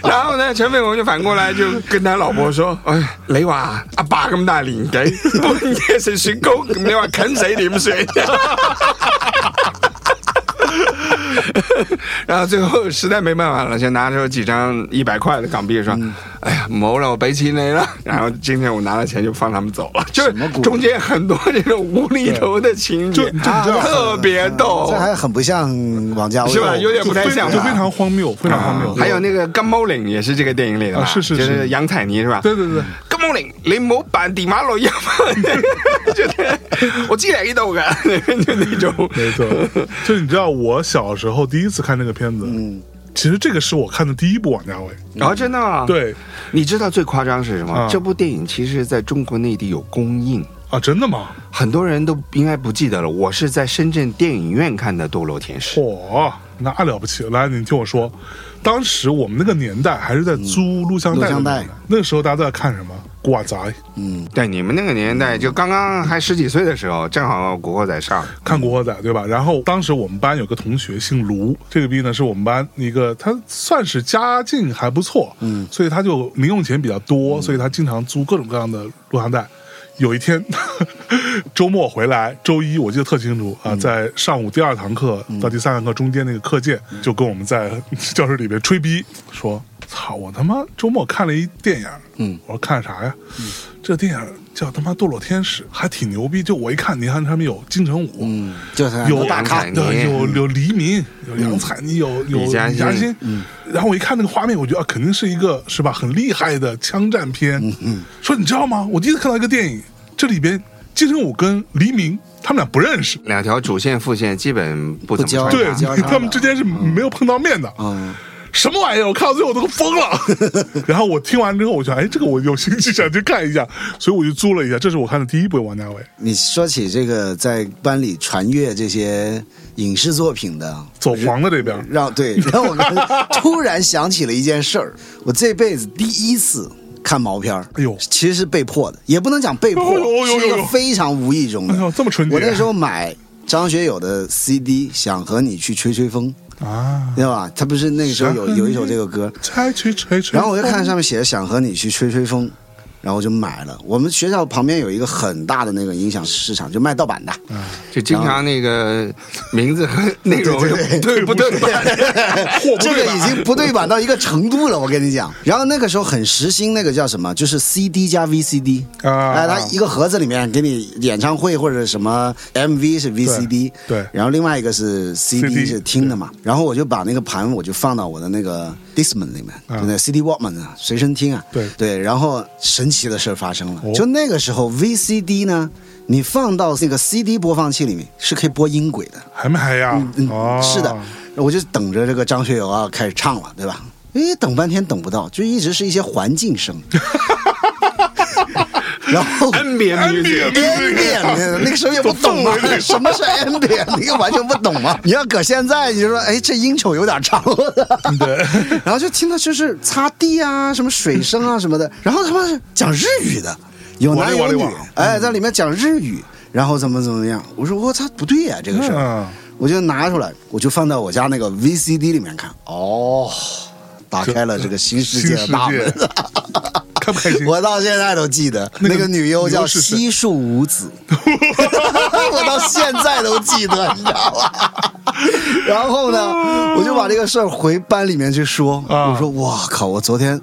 [SPEAKER 4] 然后呢，陈飞鸿就反过来就跟他老婆说：“哎，雷娃，阿爸咁大年纪，半夜食雪糕，你話啃死點算？” 然後最後實在沒辦法了，就拿出幾張一百塊的港幣說：“哎呀，唔好啦，我俾錢你啦。” 然後今天我拿了錢就放他們走了，就是
[SPEAKER 3] 么故事
[SPEAKER 4] 中間很多這種無厘頭的情
[SPEAKER 1] 就
[SPEAKER 4] 節
[SPEAKER 1] 就，你知道
[SPEAKER 4] 特別逗
[SPEAKER 3] 嗯这。还很不像王家卫，
[SPEAKER 4] 是吧有点不太
[SPEAKER 1] 非
[SPEAKER 4] 像
[SPEAKER 1] 就非常荒谬，非常荒谬。
[SPEAKER 4] 还有那个金毛岭也是这个电影里的吧，
[SPEAKER 1] 啊是是
[SPEAKER 4] 就是是杨采妮是吧？
[SPEAKER 1] 对对对，
[SPEAKER 4] 金毛岭你唔好扮电话录音，啊 就是我知嚟呢度嘅，就那种。
[SPEAKER 1] 没错，就你知道我小时候第一次看这个片子，嗯，其实这个是我看的第一部王家卫，
[SPEAKER 4] 然后真的啊，，
[SPEAKER 1] 对
[SPEAKER 4] 你知道最夸张是什么
[SPEAKER 1] 啊？
[SPEAKER 4] 这部电影其实在中国内地有公映。
[SPEAKER 1] 啊，真的吗？
[SPEAKER 4] 很多人都应该不记得了，我是在深圳电影院看的《堕落天使》。
[SPEAKER 1] 哦嚯，那了不起！来，你听我说，当时我们那个年代还是在租录像带的
[SPEAKER 3] 录像带
[SPEAKER 1] 年代，那个时候大家都在看什么？古惑仔，
[SPEAKER 4] 对，你们那个年代就刚刚还十几岁的时候，正好《古惑仔》上，
[SPEAKER 1] 看古惑仔，对吧？然后当时我们班有个同学姓卢，这个逼呢是我们班一个，他算是家境还不错，嗯，所以他就零用钱比较多，所以他经常租各种各样的录像带。 有一天，周末回来，周一我记得特清楚啊，在上午第二堂课到第三堂课中间那个课间，就跟我们在教室里面吹逼，说：“操，我他妈周末看了一电影，嗯，我说看啥呀？这电影叫他妈《堕落天使》，还挺牛逼。就我一看，你看上面有金城武，
[SPEAKER 3] 嗯，就是很
[SPEAKER 1] 有
[SPEAKER 3] 多大
[SPEAKER 4] 杨
[SPEAKER 3] 咖
[SPEAKER 4] 采妮
[SPEAKER 1] 对，有
[SPEAKER 3] 嗯
[SPEAKER 1] 有黎明，有杨采妮，有有
[SPEAKER 4] 李嘉欣
[SPEAKER 1] 欣。
[SPEAKER 3] 嗯
[SPEAKER 1] 然后我一看那个画面，我觉得啊肯定是一个是吧，很厉害的枪战片。
[SPEAKER 3] 嗯
[SPEAKER 1] 说你知道吗？我第一次看到一个电影，这里边金城武跟黎明他们俩不认识，
[SPEAKER 4] 两条主线、副线基本不怎
[SPEAKER 3] 不
[SPEAKER 4] 么
[SPEAKER 3] 交
[SPEAKER 4] 穿
[SPEAKER 1] 对
[SPEAKER 4] 插
[SPEAKER 3] 啊哦交叉的
[SPEAKER 1] 他们之间是没有碰到面的。
[SPEAKER 3] 嗯，
[SPEAKER 1] 什么玩意儿？我看到最后我都疯 了。然后我听完之后，我就哎，这个我有兴趣想去看一下，所以我就租了一下。这是我看的第一部王家卫，
[SPEAKER 3] 你说起这个在班里传阅这些影视作品的，
[SPEAKER 1] 走黄的这边。
[SPEAKER 3] 让 对让我们突然想起了一件事儿，我这辈子第一次。看毛片儿，
[SPEAKER 1] 哎呦
[SPEAKER 3] 其实是被迫的，也不能讲被迫，
[SPEAKER 1] 哎呦哎呦
[SPEAKER 3] 是一
[SPEAKER 1] 哎
[SPEAKER 3] 个
[SPEAKER 1] 呦
[SPEAKER 3] 非常无意中的。
[SPEAKER 1] 哎呦这么纯洁
[SPEAKER 3] 我那时候买张学友的 CD，想和你去吹吹风，
[SPEAKER 1] 啊，
[SPEAKER 3] 对吧？他不是那个时候有有一首这个歌，
[SPEAKER 1] 拆去吹吹。
[SPEAKER 3] 然后我就看上面写着想和你去吹吹风，然后我就买了。我们学校旁边有一个很大的那个音响市场，就卖盗版的。
[SPEAKER 4] 就经常那个名字和内容
[SPEAKER 3] 对对对
[SPEAKER 4] 对不对版？
[SPEAKER 1] 货不
[SPEAKER 3] 这
[SPEAKER 1] 对
[SPEAKER 3] 个
[SPEAKER 1] 版
[SPEAKER 3] 已经不对版到一个程度了，我跟你讲。然后那个时候很时兴那个叫什么，就是 CD 加 VCD
[SPEAKER 1] 啊
[SPEAKER 3] 哎，它一个盒子里面给你演唱会或者什么 MV 是 VCD，
[SPEAKER 1] 对
[SPEAKER 3] 然后另外一个是
[SPEAKER 1] CD
[SPEAKER 3] CD 是听的嘛。然后我就把那个盘我就放到我的那个 Discman 里面，
[SPEAKER 1] 啊
[SPEAKER 3] 就那 CD Walkman 啊，随身听啊。
[SPEAKER 1] 对
[SPEAKER 3] 对，然后神奇的事儿发生了
[SPEAKER 1] 哦，
[SPEAKER 3] 就那个时候 VCD 呢，你放到那个 CD 播放器里面是可以播音轨的。
[SPEAKER 1] 还买呀？哦
[SPEAKER 3] 嗯，是的，我就等着这个张学友啊开始唱了，对吧？诶，等半天等不到，就一直是一些环境声，然后
[SPEAKER 1] 哎
[SPEAKER 4] N B N music，
[SPEAKER 3] N 点的，那个时候也不懂啊
[SPEAKER 1] 氛围那，个
[SPEAKER 3] 什么是 N 点，那个完全不懂啊。你要搁现在，你就说，哎，这音丑有点长了，对。 然后就听到就是擦地啊，什么水声啊什么的，然后他们是讲日语的，有男有
[SPEAKER 1] 我来
[SPEAKER 3] 女
[SPEAKER 1] 我来我，
[SPEAKER 3] 哎，在里面讲日语，然后怎么怎么样，我说我操，不对呀、这个事儿
[SPEAKER 1] 嗯，
[SPEAKER 3] 我就拿出来，我就放到我家那个 VCD 里面看，哦。打开了这个新世界的大
[SPEAKER 1] 新 世
[SPEAKER 3] 门
[SPEAKER 1] 界，开不开心？
[SPEAKER 3] 我到现在都记得
[SPEAKER 1] 那
[SPEAKER 3] 那
[SPEAKER 1] 个
[SPEAKER 3] 个女优叫
[SPEAKER 1] 女优是谁
[SPEAKER 3] 西树无 子， 我到现在都记得，你知道 吧？然后呢，我就把这个事儿回班里面去说，
[SPEAKER 1] 啊
[SPEAKER 3] 我说我靠，我昨天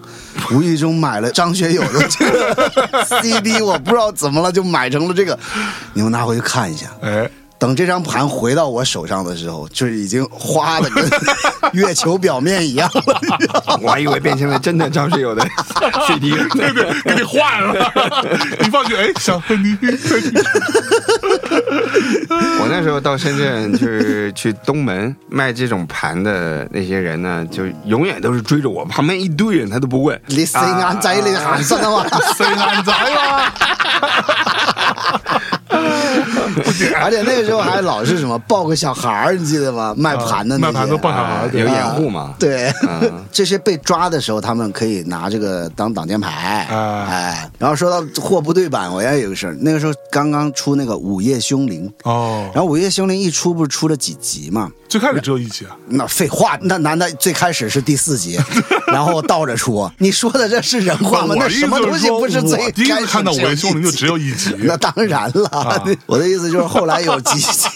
[SPEAKER 3] 无意中买了张学友的 这个 CD，我不知道怎么了就买成了这个，你们拿回去看一下。
[SPEAKER 1] 哎，
[SPEAKER 3] 等这张盘回到我手上的时候，就是已经花的跟 月球表面一样了。你知道吗
[SPEAKER 4] 我还以为变成了真的张学友的 CD，
[SPEAKER 1] 对对，给你换了， 你放去，哎，想和你再听
[SPEAKER 4] 我那时候到深圳，就是去东门卖这种盘的那些人呢，就永远都是追着我，旁边一堆人他都不问。啊
[SPEAKER 3] 你谁
[SPEAKER 1] 啊
[SPEAKER 3] 安在里喊什么？
[SPEAKER 1] 谁烂仔
[SPEAKER 3] 哎
[SPEAKER 1] 啦？
[SPEAKER 3] 而且那个时候还老是什么抱个小孩儿，你记得吗？卖盘的那
[SPEAKER 1] 啊卖
[SPEAKER 3] 些哎
[SPEAKER 1] 盘都抱小啊孩
[SPEAKER 4] 啊
[SPEAKER 1] 儿，
[SPEAKER 4] 有
[SPEAKER 1] 对
[SPEAKER 4] 掩护嘛？
[SPEAKER 3] 对
[SPEAKER 4] 嗯，
[SPEAKER 3] 这些被抓的时候，他们可以拿这个当挡箭牌。
[SPEAKER 1] 啊
[SPEAKER 3] 哎，然后说到货不对版，我也有个事儿。那个时候刚刚出那个《午夜凶铃》，
[SPEAKER 1] 哦，
[SPEAKER 3] 然后《午夜凶铃》一出不是出了几集嘛？
[SPEAKER 1] 最开始只有一集啊，
[SPEAKER 3] 那废话，那男的最开始是第四集，然后倒着出。你说的这是人话吗？
[SPEAKER 1] 我
[SPEAKER 3] 那
[SPEAKER 1] 的意思
[SPEAKER 3] 什么
[SPEAKER 1] 就
[SPEAKER 3] 东
[SPEAKER 1] 是
[SPEAKER 3] 西
[SPEAKER 1] 说，
[SPEAKER 3] 不是最
[SPEAKER 1] 我第一
[SPEAKER 3] 开
[SPEAKER 1] 次
[SPEAKER 3] 始
[SPEAKER 1] 看到《午夜凶铃》就只有
[SPEAKER 3] 一集。
[SPEAKER 1] 一集，
[SPEAKER 3] 那当然了，
[SPEAKER 1] 啊？
[SPEAKER 3] 我的意思就是后来有几集，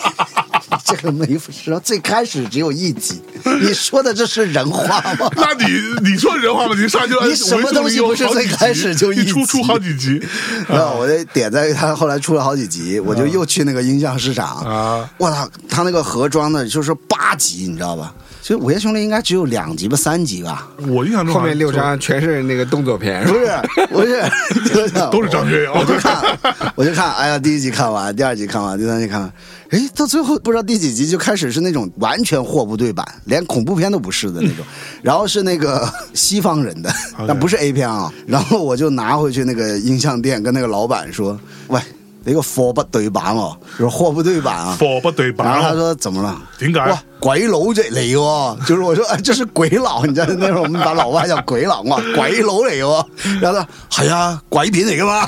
[SPEAKER 3] 这个没说，最开始只有一集。你说的这是人话吗
[SPEAKER 1] 那你你说人话吧，你上来就按
[SPEAKER 3] 你什么
[SPEAKER 1] 我一说
[SPEAKER 3] 东西
[SPEAKER 1] 有
[SPEAKER 3] 不是
[SPEAKER 1] 好几
[SPEAKER 3] 最开始
[SPEAKER 1] 集
[SPEAKER 3] 就
[SPEAKER 1] 一
[SPEAKER 3] 一
[SPEAKER 1] 出出
[SPEAKER 3] 集
[SPEAKER 1] 好几集？
[SPEAKER 3] 那我的点在于他后来出了好几集，我就又去那个音像市场
[SPEAKER 1] 啊，
[SPEAKER 3] 我操，他那个盒装的就是八集，你知道吧？所以《午夜凶铃》应该只有两集吧，三集吧？
[SPEAKER 1] 我印象中
[SPEAKER 4] 后
[SPEAKER 1] 好像
[SPEAKER 4] 面六
[SPEAKER 1] 就
[SPEAKER 4] 张全是那个动作 片，
[SPEAKER 3] 不是，不 是，就是
[SPEAKER 1] 都是张学友
[SPEAKER 3] 我就看，我就看，哎呀，第一集看完，第二集看完，第三集看完，哎，到最后不知道第几集就开始是那种完全货不对版，连恐怖片都不是的那种，然后是那个 西方人的，但不是 A 片啊。然后我就拿回去那个音像店，跟那个老板说，喂，那个货不对版哦，说货不对版啊。
[SPEAKER 1] 货不对
[SPEAKER 3] 然后他
[SPEAKER 1] 版，哦
[SPEAKER 3] 说怎么了？
[SPEAKER 1] 點解
[SPEAKER 3] 哇，鬼佬啫嚟喎，就是我说，哎，这是鬼佬，你知道那时候我们把老外叫鬼佬嘛，鬼佬嚟喎。然後他係啊，鬼片嚟噶嘛。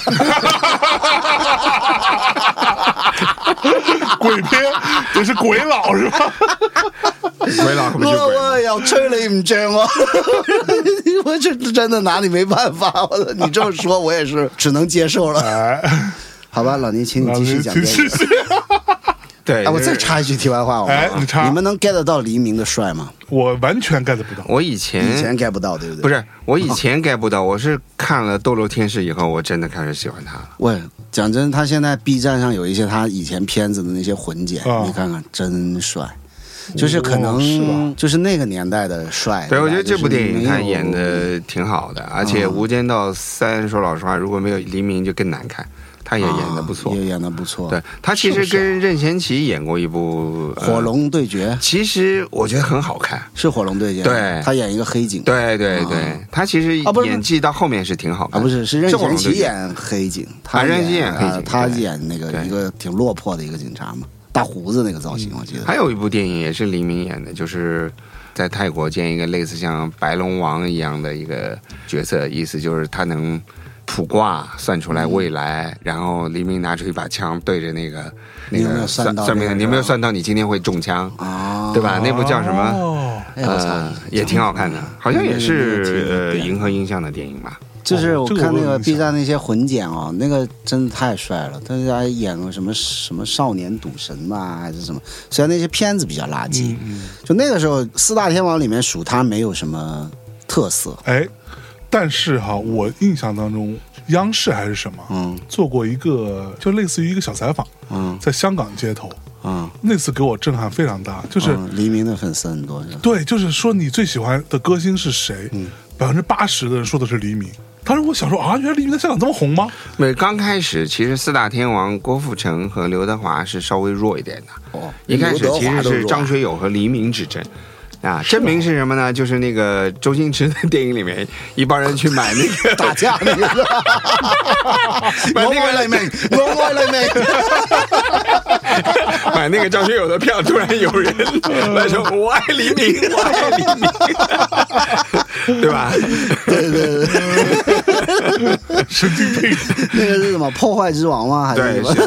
[SPEAKER 1] 鬼片也是鬼佬是吧？
[SPEAKER 4] 鬼佬可不是
[SPEAKER 3] 我
[SPEAKER 4] 鬼。
[SPEAKER 3] 我又吹你唔涨喎， 我这真的拿你没办法。我说你这么说，我也是只能接 受了。
[SPEAKER 1] 哎，
[SPEAKER 3] 好吧，老倪， 请你继续讲
[SPEAKER 1] 其
[SPEAKER 3] 电影
[SPEAKER 1] 实。是
[SPEAKER 4] 对，
[SPEAKER 3] 哎，我
[SPEAKER 4] 就是
[SPEAKER 3] 再插一句题外话好
[SPEAKER 1] 哎
[SPEAKER 3] 吗
[SPEAKER 1] 你？插
[SPEAKER 3] 们能 get 得到黎明的帅吗？
[SPEAKER 1] 我完全 get 不到。
[SPEAKER 4] 我以前
[SPEAKER 3] 以前 get 不到，对不对？
[SPEAKER 4] 不，是我以前 get 不到，我是看了《斗罗天使》以后，我真的开始喜欢他了。
[SPEAKER 3] 喂，讲真，他现在 B 站上有一些他以前片子的那些混剪，
[SPEAKER 1] 啊
[SPEAKER 3] 你看看，真帅。就是可能、
[SPEAKER 1] 哦是吧
[SPEAKER 3] 就是那个年代的帅。
[SPEAKER 4] 对，我觉得
[SPEAKER 3] 哎就
[SPEAKER 4] 这
[SPEAKER 3] 是啊
[SPEAKER 4] 部电影他
[SPEAKER 3] 没有
[SPEAKER 4] 演的挺好的，而且《无间道三》说老实话，如果没有黎明就更难看，他也演的不错
[SPEAKER 3] 啊。也演的不错。
[SPEAKER 4] 对，他其
[SPEAKER 3] 是不
[SPEAKER 4] 实
[SPEAKER 3] 是
[SPEAKER 4] 跟任贤齐演过一部《呃
[SPEAKER 3] 火龙对决
[SPEAKER 4] 其实我觉得很好看。
[SPEAKER 3] 是火龙对决，
[SPEAKER 4] 对
[SPEAKER 3] 他演一个黑警，
[SPEAKER 4] 对对
[SPEAKER 3] 啊
[SPEAKER 4] 对，他其实
[SPEAKER 3] 啊不是
[SPEAKER 4] 演技到后面是挺好
[SPEAKER 3] 啊
[SPEAKER 4] 看，
[SPEAKER 3] 不是是任
[SPEAKER 4] 我
[SPEAKER 3] 贤
[SPEAKER 4] 能
[SPEAKER 3] 齐
[SPEAKER 4] 理解。
[SPEAKER 3] 演黑警，他
[SPEAKER 4] 啊任贤齐演黑
[SPEAKER 3] 啊
[SPEAKER 4] 警
[SPEAKER 3] 他
[SPEAKER 4] 对
[SPEAKER 3] 演那个
[SPEAKER 4] 对嗯
[SPEAKER 3] 一个挺落魄的一个警察嘛，大胡子那个造型，我记得。
[SPEAKER 4] 还有一部电影也是黎明演的，就是在泰国建一个类似像白龙王一样的一个角色，意思就是他能卜卦算出来未来，然后黎明拿出一把枪对着那个那
[SPEAKER 3] 你有没有
[SPEAKER 4] 个
[SPEAKER 3] 算到
[SPEAKER 4] 算
[SPEAKER 3] 那
[SPEAKER 4] 命
[SPEAKER 3] 个
[SPEAKER 4] 的，你有没有算到你今天会中枪？
[SPEAKER 3] 啊，
[SPEAKER 4] 对吧？那部叫什么？
[SPEAKER 1] 哦，
[SPEAKER 3] 哎我操
[SPEAKER 4] 呃，也挺好看的，好像也
[SPEAKER 3] 嗯
[SPEAKER 4] 是呃
[SPEAKER 3] 对
[SPEAKER 4] 银河映像的电影吧。
[SPEAKER 3] 就是我
[SPEAKER 1] 这个
[SPEAKER 3] 看
[SPEAKER 1] 我
[SPEAKER 3] 那
[SPEAKER 1] 有
[SPEAKER 3] 个
[SPEAKER 1] 印
[SPEAKER 3] B
[SPEAKER 1] 象
[SPEAKER 3] 站那些混剪哦，那个真的太帅了。但是还演过什么什么少年赌神吧，还是什么？虽然那些片子比较垃圾，就那个时候四大天王里面数他没有什么特色。
[SPEAKER 1] 哎，但是哈，我印象当中，央视还是什么，
[SPEAKER 3] 嗯
[SPEAKER 1] 做过一个就类似于一个小采访，
[SPEAKER 3] 嗯
[SPEAKER 1] 在香港街头，
[SPEAKER 3] 嗯，
[SPEAKER 1] 那次给我震撼非常大，就是、
[SPEAKER 3] 嗯黎明的粉丝很多是吧？
[SPEAKER 1] 对，就是说你最喜欢的歌星是谁？
[SPEAKER 3] 嗯
[SPEAKER 1] 百分之八十的人说的是黎明。当时我想说啊，原来黎明在香港这么红 吗？
[SPEAKER 4] 对，刚开始其实四大天王郭富城和刘德华是稍微弱一点的，
[SPEAKER 3] 哦
[SPEAKER 4] 一开始
[SPEAKER 3] 刘德
[SPEAKER 4] 其
[SPEAKER 3] 华
[SPEAKER 4] 实
[SPEAKER 3] 都
[SPEAKER 4] 是
[SPEAKER 3] 弱
[SPEAKER 4] 张学友和黎明之争，啊，真名是什么呢？就是那个周星驰的电影里面，一帮人去买那 个
[SPEAKER 3] 打架那个，
[SPEAKER 4] 买
[SPEAKER 3] 我
[SPEAKER 4] 那个
[SPEAKER 3] 爱了没？我爱了没？
[SPEAKER 4] 买那个张学友的票，突然有人 来说：“我爱黎明，我爱黎明。” 对吧？
[SPEAKER 1] 神经病，
[SPEAKER 3] 那个是什么？破坏之王吗？还是什
[SPEAKER 4] 对，
[SPEAKER 3] 么？
[SPEAKER 4] 是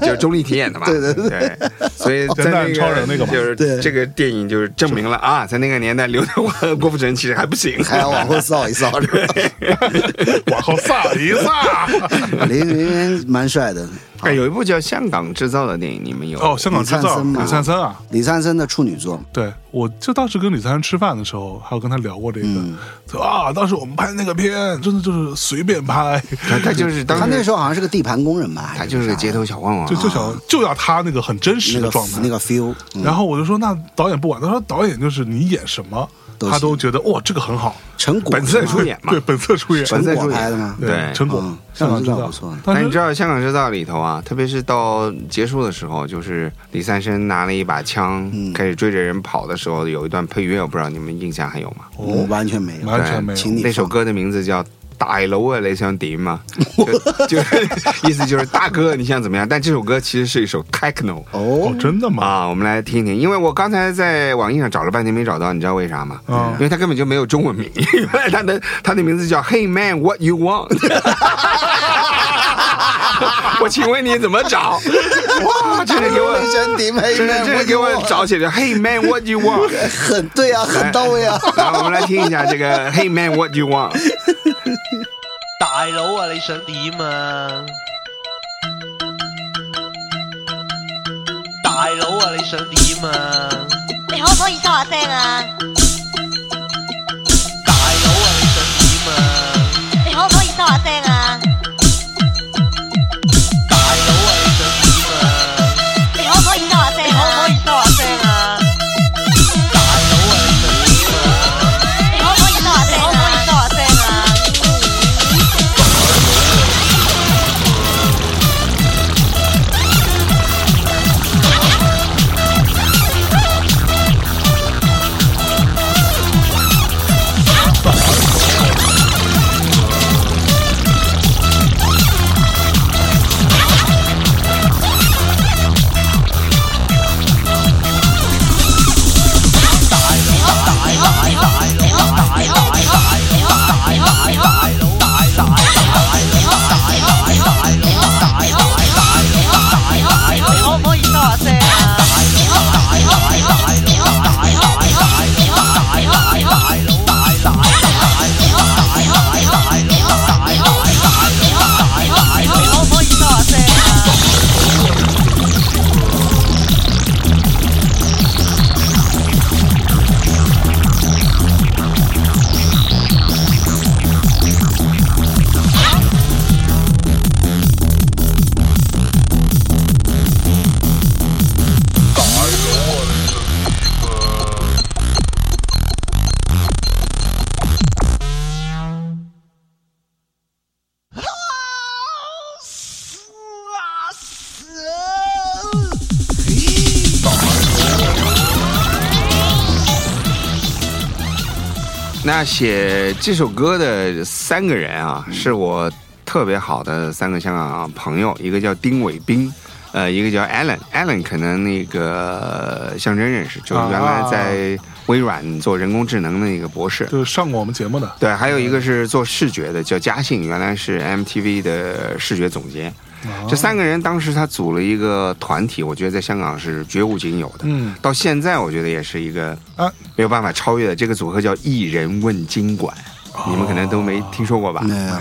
[SPEAKER 4] 就是钟丽缇演的 嘛。对对对。所以在那
[SPEAKER 1] 人
[SPEAKER 4] 个
[SPEAKER 1] 哦超人那个嘛
[SPEAKER 4] 就是
[SPEAKER 3] 对
[SPEAKER 4] 这个电影就是证明了啊，在那个年代，刘德华和郭富城其实还不 行。
[SPEAKER 3] 还要往后扫一扫是 吧？
[SPEAKER 1] 往后撒一啊撒。
[SPEAKER 3] 林林林蛮帅的，
[SPEAKER 4] 哎， 有一部叫《香港制造》的电影，你们有？
[SPEAKER 1] 哦，香港制造
[SPEAKER 3] 李灿森嘛
[SPEAKER 1] 李灿森啊，
[SPEAKER 3] 李灿森的处女作，
[SPEAKER 1] 对，我就当时跟李灿森吃饭的时候，还有跟他聊过这个，
[SPEAKER 3] 嗯
[SPEAKER 1] 说啊，当时我们拍那个片，真的就是随便拍，
[SPEAKER 4] 他他就是当
[SPEAKER 3] 他那
[SPEAKER 4] 时
[SPEAKER 3] 时候好像是个地盘工人吧？
[SPEAKER 4] 他就是个街头小混混啊，
[SPEAKER 1] 就就想就要他那个很真实
[SPEAKER 3] 那
[SPEAKER 1] 的
[SPEAKER 3] 个
[SPEAKER 1] 状态。
[SPEAKER 3] 那个 feel，嗯
[SPEAKER 1] 然后我就说，那导演不管，他说导演就是你演什么，
[SPEAKER 3] 都
[SPEAKER 1] 他
[SPEAKER 3] 行
[SPEAKER 1] 都觉得哇，这个很好，
[SPEAKER 3] 陈果
[SPEAKER 4] 本色出演嘛
[SPEAKER 1] 对，本色出演，
[SPEAKER 3] 陈
[SPEAKER 4] 本色
[SPEAKER 3] 果
[SPEAKER 4] 出演
[SPEAKER 3] 拍的吗？
[SPEAKER 4] 对
[SPEAKER 1] 成果
[SPEAKER 3] 嗯，
[SPEAKER 1] 香港制
[SPEAKER 3] 香港制造
[SPEAKER 1] 造
[SPEAKER 3] 不错
[SPEAKER 1] 但
[SPEAKER 4] 那
[SPEAKER 1] 是
[SPEAKER 4] 你知道《香港制造》里头啊，特别是到结束的时候，就是李三生拿了一把枪、开始追着人跑的时候，有一段配乐，我不知道你们印象还有吗？
[SPEAKER 1] 哦
[SPEAKER 3] 嗯完全没有，
[SPEAKER 1] 完全没有
[SPEAKER 3] 对请你
[SPEAKER 4] 那首歌的名字叫《大楼啊，你想点嘛》，就 就是意思就是大哥你想怎么样？但这首歌其实是一首 techno
[SPEAKER 1] 哦
[SPEAKER 3] 哦，，
[SPEAKER 1] 真的吗？
[SPEAKER 4] 啊，我们来听听，因为我刚才在网易上找了半天没找到，你知道为啥吗？
[SPEAKER 1] 嗯
[SPEAKER 4] 因为他根本就没有中文名，原来他的他的名字叫 Hey Man What You Want。我请问你怎么找？哇，真是给我，
[SPEAKER 3] 真的没
[SPEAKER 4] 真是真是给我找起来，Hey Man What You Want。
[SPEAKER 3] 很对啊，很到位 啊。
[SPEAKER 4] 来，我们来听一下这个 Hey Man What You Want。
[SPEAKER 5] 大佬啊，你想点啊？大佬啊，你想点啊？
[SPEAKER 7] 你可唔可以收下聲啊？
[SPEAKER 5] 大佬啊，你想點啊？
[SPEAKER 7] 你可唔可以收下聲啊？
[SPEAKER 5] 大佬啊，你想點啊？
[SPEAKER 7] 你可唔可以
[SPEAKER 5] 可唔
[SPEAKER 7] 收下聲啊
[SPEAKER 5] 可以？收下聲啊？大佬啊，你想點啊？可唔可以
[SPEAKER 7] 你可唔可以收下聲啊？
[SPEAKER 5] 收下聲啊？你可唔可以收下聲啊？你可唔可以收下聲啊？
[SPEAKER 4] 那写这首歌的三个人啊，是我特别好的三个香港朋友，一个叫丁伟斌，呃，一个叫 Allen，Allen 可能那个呃象征认识，就是原来在微软做人工智能的那个博士。
[SPEAKER 1] 就是上过我们节目的，
[SPEAKER 4] 对，还有一个是做视觉的，叫嘉信，原来是 MTV 的视觉总监。
[SPEAKER 3] 哦
[SPEAKER 1] 啊
[SPEAKER 4] 这三个人当时他组了一个团体，我觉得在香港是绝无仅有的。
[SPEAKER 1] 嗯
[SPEAKER 4] 到现在我觉得也是一个
[SPEAKER 1] 啊
[SPEAKER 4] 没有办法超越的。这个组合叫“一人问津馆”，你们可能都没听说过吧？
[SPEAKER 3] 没有，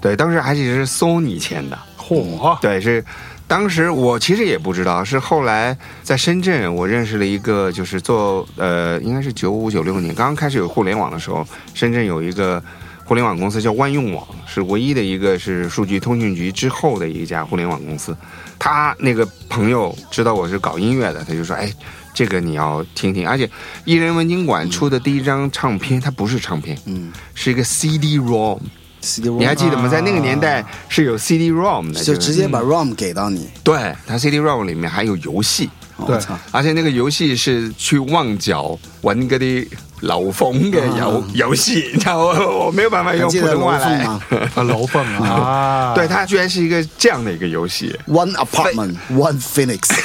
[SPEAKER 4] 对，当时还只是 Sony 签的，
[SPEAKER 3] 嗯
[SPEAKER 1] 嚯，啊
[SPEAKER 4] 对，是当时我其实也不知道，是后来在深圳我认识了一个，就是做呃，应该是九五九六年刚刚开始有互联网的时候，深圳有一个。互联网公司叫万用网，是唯一的一个是数据通讯局之后的一家互联网公司。他那个朋友知道我是搞音乐的，他就说：“哎，这个你要听听。”而且，艺人文经馆出的第一张唱片，它不是唱片，
[SPEAKER 3] 嗯
[SPEAKER 4] 是一个 CD-ROM。你
[SPEAKER 3] ，CD-ROM
[SPEAKER 4] 还记得吗？在那个年代是有嗯 CD-ROM 的，
[SPEAKER 3] 啊就是直接把 ROM 给到你，
[SPEAKER 4] 对，它 CD-ROM 里面还有游戏，
[SPEAKER 1] 对
[SPEAKER 3] 我操，
[SPEAKER 4] 而且那个游戏是去旺角揾嗰啲楼鳳嘅游、游戏，然后我没有办法
[SPEAKER 3] 还
[SPEAKER 4] 用
[SPEAKER 3] 记
[SPEAKER 4] 普
[SPEAKER 3] 得
[SPEAKER 4] 通
[SPEAKER 3] 楼
[SPEAKER 4] 话
[SPEAKER 3] 凤
[SPEAKER 4] 来。
[SPEAKER 3] 吗
[SPEAKER 1] 啊，楼凤
[SPEAKER 3] 嗯
[SPEAKER 1] 啊，
[SPEAKER 4] 对，它居然是一个这样的一个游戏，
[SPEAKER 3] ？One apartment, one phoenix。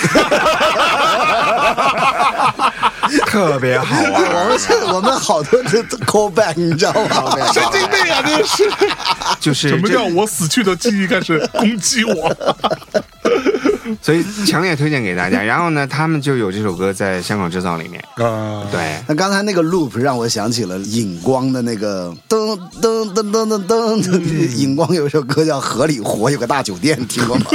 [SPEAKER 4] 特别好
[SPEAKER 3] 对，我
[SPEAKER 4] 玩。
[SPEAKER 3] 们是我们好多的 call back，你知道吗？
[SPEAKER 4] 神经病啊，这是！ 就 是
[SPEAKER 1] 什么
[SPEAKER 4] 这
[SPEAKER 1] 叫我死去的记忆开始攻击 我？
[SPEAKER 4] 所以强烈推荐给大家。然后呢，他们就有这首歌在香港制造里面，
[SPEAKER 1] 啊，
[SPEAKER 4] 对，
[SPEAKER 3] 那刚才那个 loop 让我想起了影光的那个噔噔噔噔噔
[SPEAKER 4] 嗯
[SPEAKER 3] 噔，影光有一首歌叫《合理活》，有个大酒店，听 过吗？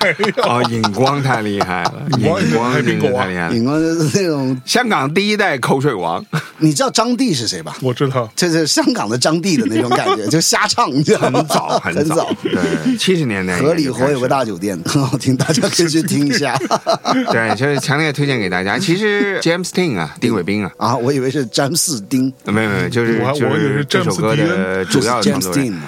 [SPEAKER 1] 没有，
[SPEAKER 4] 哦，荧光太厉害了，
[SPEAKER 1] 荧
[SPEAKER 4] 荧
[SPEAKER 1] 光
[SPEAKER 4] 光
[SPEAKER 1] 还
[SPEAKER 4] 真
[SPEAKER 1] 苹果
[SPEAKER 4] 的
[SPEAKER 1] 啊
[SPEAKER 4] 太厉害了。
[SPEAKER 3] 影光就是那种，
[SPEAKER 4] 香港第一代口水王，
[SPEAKER 3] 你知道张帝是谁吧？
[SPEAKER 1] 我知道，
[SPEAKER 3] 就是香港的张帝的那种感 觉，就瞎唱，你知道吗？
[SPEAKER 4] 很早
[SPEAKER 3] 很
[SPEAKER 4] 早，对，七十年代
[SPEAKER 3] 合理
[SPEAKER 4] 应该就
[SPEAKER 3] 活
[SPEAKER 4] 开始
[SPEAKER 3] 有个大酒 店，很好听，大家可以去听一下。
[SPEAKER 4] 对，就是强烈推荐给大家。其实 James Dean 啊，丁伟斌啊，
[SPEAKER 3] 啊，我以为是詹姆斯丁，
[SPEAKER 4] 没有没有，就是
[SPEAKER 1] 我还
[SPEAKER 4] 就
[SPEAKER 1] 我以为是
[SPEAKER 4] 这首
[SPEAKER 1] James
[SPEAKER 4] 歌的主要的
[SPEAKER 3] James
[SPEAKER 4] 创作
[SPEAKER 3] Dean
[SPEAKER 4] 人。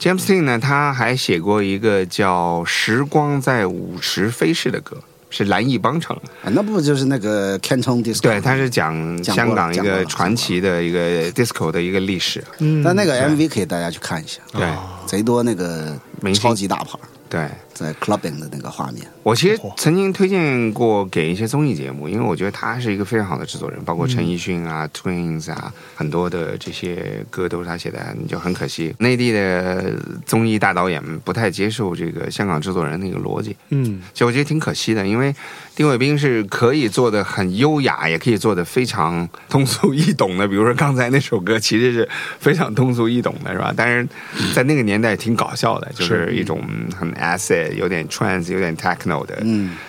[SPEAKER 4] James Dean 呢，他还写过一个叫《时光在舞池飞逝》的歌，是蓝奕邦唱的。
[SPEAKER 3] 啊那不就是那个 Canton Disco？
[SPEAKER 4] 对，他是讲
[SPEAKER 3] 讲过了
[SPEAKER 4] 香港一
[SPEAKER 3] 讲过
[SPEAKER 4] 个
[SPEAKER 3] 了
[SPEAKER 4] 传奇的一个 disco 的一个历史。
[SPEAKER 1] 嗯
[SPEAKER 3] 但
[SPEAKER 4] 嗯
[SPEAKER 3] 那个 MV 可以大家去看一下，
[SPEAKER 4] 对
[SPEAKER 1] 啊
[SPEAKER 3] 贼多那个
[SPEAKER 4] 哦明星
[SPEAKER 3] 超级大牌
[SPEAKER 4] 对，
[SPEAKER 3] 在 clubbing 的那个画面。
[SPEAKER 4] 我其实曾经推荐过给一些综艺节目，因为我觉得他是一个非常好的制作人，包括陈奕迅啊、Twins 啊，很多的这些歌都是他写的。你就很可惜，内地的综艺大导演们不太接受这个香港制作人的一个逻辑，
[SPEAKER 1] 嗯，
[SPEAKER 4] 其实我觉得挺可惜的，因为丁伟斌是可以做的很优雅，也可以做的非常通俗易懂的。比如说刚才那首歌，其实是非常通俗易懂的，是吧？但是在那个年代挺搞笑的，就是一种很 acid、有点 trance、有点 techno 的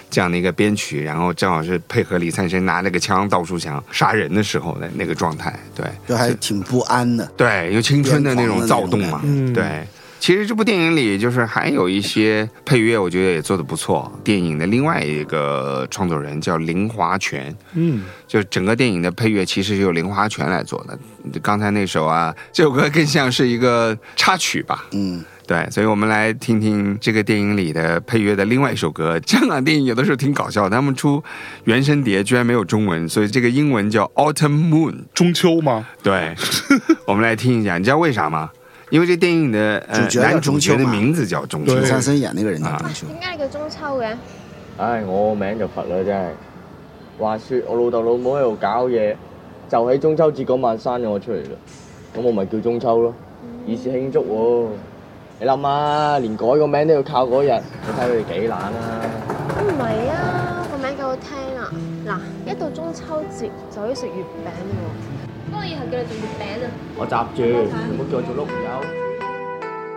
[SPEAKER 4] 这样的一个编曲，然后正好是配合李灿生拿那个枪到处想杀人的时候的那个状态，对。
[SPEAKER 3] 就还挺不安的。
[SPEAKER 4] 对，有青春的那种躁动嘛。
[SPEAKER 1] 嗯
[SPEAKER 4] 对，其实这部电影里就是还有一些配乐，我觉得也做的不错。电影的另外一个创作人叫林华泉，
[SPEAKER 1] 嗯，
[SPEAKER 4] 就是整个电影的配乐其实是由林华泉来做的。刚才那首啊，这首歌更像是一个插曲吧。
[SPEAKER 3] 嗯，
[SPEAKER 4] 对，所以我们来听听这个电影里的配乐的另外一首歌。香港电影有的时候挺搞笑，他们出原声碟居然没有中文，所以这个英文叫《Autumn Moon》。
[SPEAKER 1] 中秋吗？
[SPEAKER 4] 对， 我们来听一下，你知道为啥吗？因为这电影的呃
[SPEAKER 3] 主角叫
[SPEAKER 4] 男主角
[SPEAKER 3] 中
[SPEAKER 4] 的
[SPEAKER 3] 秋嘛
[SPEAKER 4] 名字叫中秋，
[SPEAKER 1] 对
[SPEAKER 3] 李灿森演那个人叫中秋，
[SPEAKER 8] 點解你叫中秋嘅？
[SPEAKER 9] 唉，我名就佛啦，真係。話説我老豆老母喺度搞嘢，就喺中秋節嗰晚生咗我出嚟啦。咁我咪叫中秋咯，以示慶祝喎、你諗下，連改個名都要靠嗰日，你睇佢哋幾懶啊！
[SPEAKER 8] 唔係啊，個名夠好聽啊！嗱，一到中秋節就可以食月餅喎。不過以後叫你做月餅啊！
[SPEAKER 9] 我閘住，唔好叫我做碌友。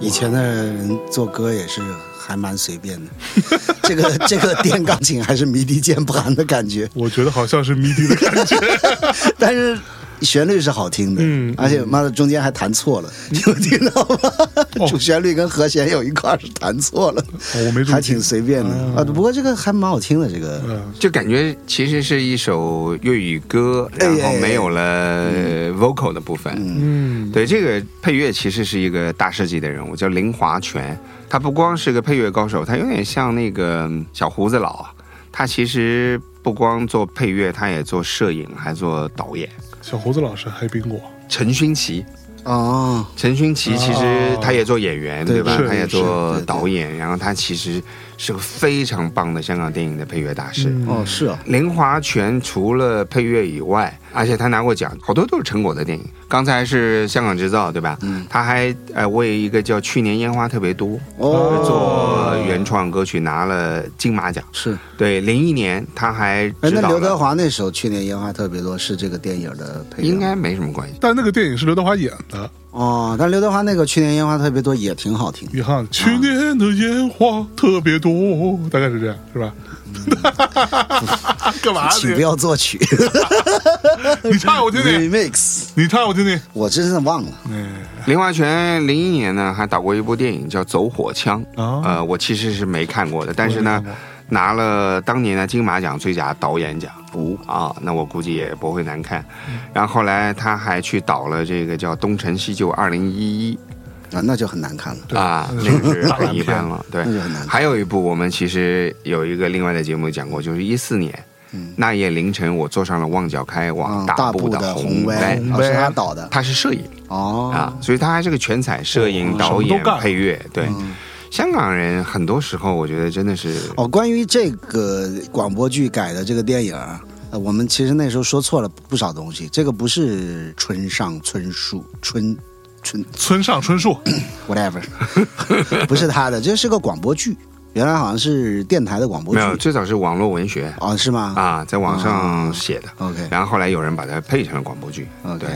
[SPEAKER 3] 以前的人做歌也是还蛮随便 的。这个这个电钢琴还是迷笛键盘的感觉，
[SPEAKER 1] 我觉得好像是谜底的 感觉。
[SPEAKER 3] 但是。旋律是好听的，
[SPEAKER 1] 嗯
[SPEAKER 3] 而且妈的中间还弹错了，你有听到吗？主旋律跟和弦有一块儿是弹错了，
[SPEAKER 1] 哦我没注意嗯
[SPEAKER 3] 还挺随便的啊。不过这个还蛮好听的，这个
[SPEAKER 4] 就感觉其实是一首粤语歌，
[SPEAKER 3] 哎
[SPEAKER 4] 然后没有了 vocal 的部分。
[SPEAKER 1] 嗯，
[SPEAKER 4] 对，这个配乐其实是一个大师级的人物，叫林华泉。他不光是个配乐高手，他有点像那个嗯小胡子佬啊。他其实不光做配乐，他也做摄影，还做导演。
[SPEAKER 1] 小胡子老师黑苹果，
[SPEAKER 4] 陈勋奇，
[SPEAKER 3] 哦，
[SPEAKER 4] 陈勋奇其实
[SPEAKER 1] 哦
[SPEAKER 4] 他也做演员，
[SPEAKER 3] 对
[SPEAKER 4] 吧
[SPEAKER 1] 是？
[SPEAKER 4] 他也做
[SPEAKER 3] 是
[SPEAKER 4] 导演，然后他其实是个非常棒的香港电影的配乐大师。
[SPEAKER 1] 嗯
[SPEAKER 3] 哦，是啊，
[SPEAKER 4] 林华全除了配乐以外，而且他拿过奖，好多都是成果的电影。刚才是香港制造，对吧？嗯，他还呃为一个叫《去年烟花特别多》
[SPEAKER 1] 啊
[SPEAKER 3] 哦，
[SPEAKER 4] 做原创歌曲拿了金马奖。
[SPEAKER 3] 是。
[SPEAKER 4] 对，零一年他还
[SPEAKER 3] 哎，
[SPEAKER 4] 指
[SPEAKER 3] 那
[SPEAKER 4] 导
[SPEAKER 3] 刘德
[SPEAKER 4] 了，
[SPEAKER 3] 华那首《去年烟花特别多》是这个电影的配乐吗，
[SPEAKER 4] 应该没什么关系。
[SPEAKER 1] 但那个电影是刘德华演的，
[SPEAKER 3] 哦。但刘德华那个《去年烟花特别多》也挺好听的。
[SPEAKER 1] 遗憾，去年的烟花特别多，大概是这样，是吧？ 干
[SPEAKER 4] 啊
[SPEAKER 1] 嘛啊
[SPEAKER 3] 请不要作 曲
[SPEAKER 1] 你？你唱我听听，
[SPEAKER 3] remix，
[SPEAKER 1] 你唱我听哎听。
[SPEAKER 3] 我真的忘了。
[SPEAKER 4] 林华全零一年呢还导过一部电影叫《走火枪》，
[SPEAKER 3] 啊
[SPEAKER 1] 哦
[SPEAKER 4] 呃，我其实是没看过的，但是
[SPEAKER 1] 我也
[SPEAKER 4] 呢
[SPEAKER 1] 没看。
[SPEAKER 4] 拿了当年的金马奖最佳导演奖，啊，那我估计也不会难看。然后后来他还去导了这个叫《东成西就二零一一
[SPEAKER 3] 啊，那就很难看了。》
[SPEAKER 4] 啊，
[SPEAKER 1] 那
[SPEAKER 4] 那
[SPEAKER 1] 是
[SPEAKER 4] 个是
[SPEAKER 1] 嗯大烂
[SPEAKER 4] 很一
[SPEAKER 1] 片
[SPEAKER 4] 般了。对
[SPEAKER 3] 那就很难，看
[SPEAKER 4] 还有一部我们其实有一个另外的节目讲过，就是一四年、那夜凌晨，我坐上了旺角开往
[SPEAKER 3] 啊，
[SPEAKER 4] 大
[SPEAKER 3] 大
[SPEAKER 4] 埔
[SPEAKER 3] 步
[SPEAKER 4] 的
[SPEAKER 3] 的
[SPEAKER 4] 红
[SPEAKER 3] 歪
[SPEAKER 4] 歪，
[SPEAKER 3] 啊是他导的
[SPEAKER 4] 他是摄影。啊
[SPEAKER 3] 哦，，
[SPEAKER 4] 所以他还是个全才，摄影、
[SPEAKER 1] 什
[SPEAKER 4] 导
[SPEAKER 1] 么都
[SPEAKER 4] 演
[SPEAKER 1] 干、
[SPEAKER 4] 配乐。对，香港人很多时候我觉得真的是，
[SPEAKER 3] 哦，关于这个广播剧改的这个电影儿，呃，我们其实那时候说错了不少东西。这个不是村上春树，春春
[SPEAKER 1] 村上春树
[SPEAKER 3] whatever，不是他的，这是个广播剧，原来好像是电台的广播
[SPEAKER 4] 没有
[SPEAKER 3] 剧。
[SPEAKER 4] 最早是网络文学
[SPEAKER 3] 哦，是吗？
[SPEAKER 4] 啊，在网上写的，
[SPEAKER 3] ，OK。
[SPEAKER 4] 然后后来有人把它配成了广播剧。
[SPEAKER 3] OK
[SPEAKER 4] 对，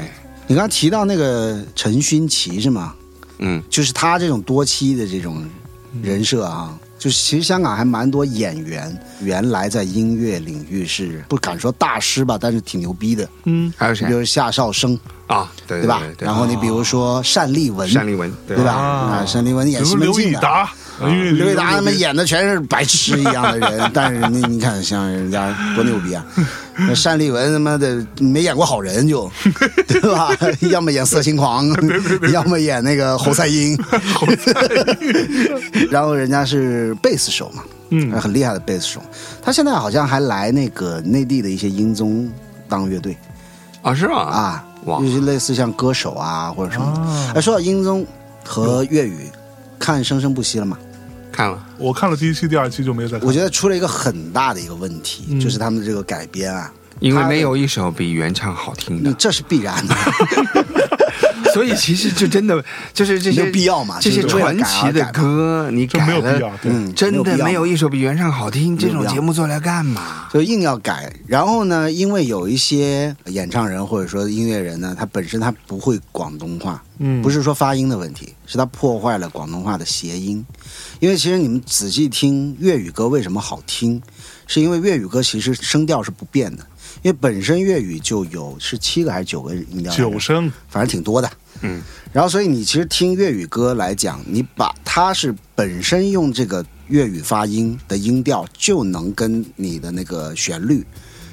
[SPEAKER 3] 你刚刚提到那个陈勋奇是吗？
[SPEAKER 4] 嗯，
[SPEAKER 3] 就是他这种多妻的这种人设啊，就是其实香港还蛮多演员原来在音乐领域是不敢说大师吧，但是挺牛逼的，
[SPEAKER 4] 还有
[SPEAKER 3] 比
[SPEAKER 4] 谁
[SPEAKER 3] 如夏绍生，
[SPEAKER 4] 啊？对
[SPEAKER 3] 对吧？
[SPEAKER 4] 对，啊哦
[SPEAKER 3] 然后你比如说单立文，
[SPEAKER 4] 单立文，对
[SPEAKER 3] 对吧？
[SPEAKER 4] 吧？
[SPEAKER 3] 啊，单立文
[SPEAKER 1] 比
[SPEAKER 3] 演西
[SPEAKER 1] 如
[SPEAKER 3] 门
[SPEAKER 1] 刘
[SPEAKER 3] 庆
[SPEAKER 1] 以
[SPEAKER 3] 的。
[SPEAKER 1] 达，因为
[SPEAKER 3] 刘伟达他们演的全是白痴一样的人， 但是人家你看像人家多牛逼啊！那单立文他妈的没演过好人就，对吧？ 要么演色情狂，要么演那个 侯赛因， 然后人家是贝斯手嘛，嗯，很厉害的贝斯手。他现在好像还来那个内地的一些音综当乐队
[SPEAKER 4] 啊，是吗？
[SPEAKER 3] 啊，
[SPEAKER 4] 哇
[SPEAKER 3] 就是类似像歌手啊或者什么的。哎，说到音综和粤语，看《生生不息》了吗？
[SPEAKER 4] 看了，
[SPEAKER 1] 我看了第一期、第二期就没再看。
[SPEAKER 3] 我觉得出了一个很大的一个问题，就是他们的这嗯个改编啊，
[SPEAKER 4] 因为没有一首比原唱好听
[SPEAKER 3] 你
[SPEAKER 4] 的，
[SPEAKER 3] 这是必然的，
[SPEAKER 4] 所以其实就真的 就是这些
[SPEAKER 3] 没有必要嘛
[SPEAKER 4] 这些
[SPEAKER 3] 就是为了
[SPEAKER 4] 传
[SPEAKER 3] 改
[SPEAKER 4] 奇
[SPEAKER 3] 而
[SPEAKER 4] 的
[SPEAKER 3] 改嘛
[SPEAKER 4] 歌你
[SPEAKER 1] 这
[SPEAKER 4] 改
[SPEAKER 1] 没有必要
[SPEAKER 4] 了，
[SPEAKER 1] 对
[SPEAKER 3] 嗯
[SPEAKER 4] 真的没有
[SPEAKER 3] 必
[SPEAKER 4] 一首比原唱好听，这
[SPEAKER 3] 没有
[SPEAKER 4] 种
[SPEAKER 3] 必要
[SPEAKER 4] 节目做来干嘛？
[SPEAKER 3] 要，就硬要改。然后呢，因为有一些演唱人或者说音乐人呢，他本身他不会广东话，
[SPEAKER 1] 嗯
[SPEAKER 3] 不是说发音的问题，是他破坏了广东话的谐音。因为其实你们仔细听粤语歌为什么好听，是因为粤语歌其实声调是不变的。因为本身粤语就有是七个还是九个音调来着？
[SPEAKER 1] 九声，
[SPEAKER 3] 反正挺多的。
[SPEAKER 4] 嗯，
[SPEAKER 3] 然后所以你其实听粤语歌来讲，你把它是本身用这个粤语发音的音调，就能跟你的那个旋律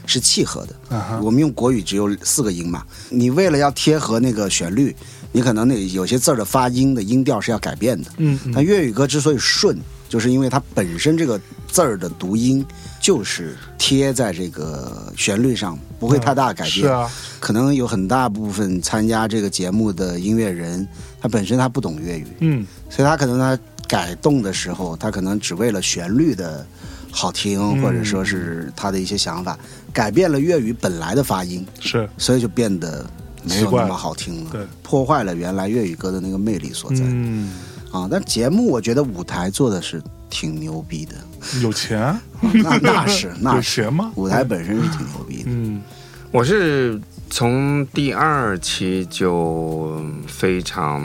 [SPEAKER 3] 是契合的。
[SPEAKER 1] 啊
[SPEAKER 3] 我们用国语只有四个音嘛，你为了要贴合那个旋律，你可能那有些字儿的发音的音调是要改变的。
[SPEAKER 1] 嗯嗯
[SPEAKER 3] 但粤语歌之所以顺，就是因为它本身这个字儿的读音就是贴在这个旋律上，不会太大改变。
[SPEAKER 1] 是啊，
[SPEAKER 3] 可能有很大部分参加这个节目的音乐人，他本身他不懂粤语，
[SPEAKER 1] 嗯，
[SPEAKER 3] 所以他可能他改动的时候，他可能只为了旋律的好听，或者说是他的一些想法，
[SPEAKER 1] 嗯
[SPEAKER 3] 改变了粤语本来的发音，
[SPEAKER 1] 是
[SPEAKER 3] 所以就变得没有那么好听了，
[SPEAKER 1] 奇怪了对
[SPEAKER 3] 破坏了原来粤语歌的那个魅力所在、
[SPEAKER 1] 嗯，
[SPEAKER 3] 啊。但节目我觉得舞台做的是挺牛逼 的，啊
[SPEAKER 1] 有钱，
[SPEAKER 3] 那那是那
[SPEAKER 1] 有
[SPEAKER 3] 是
[SPEAKER 1] 钱吗？
[SPEAKER 3] 舞台本身是挺牛逼的，
[SPEAKER 1] 嗯，
[SPEAKER 4] 我是从第二期就非常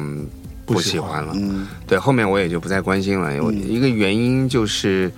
[SPEAKER 4] 不喜欢了，
[SPEAKER 3] 嗯
[SPEAKER 4] 对，后面我也就不再关心了。我一个原因就是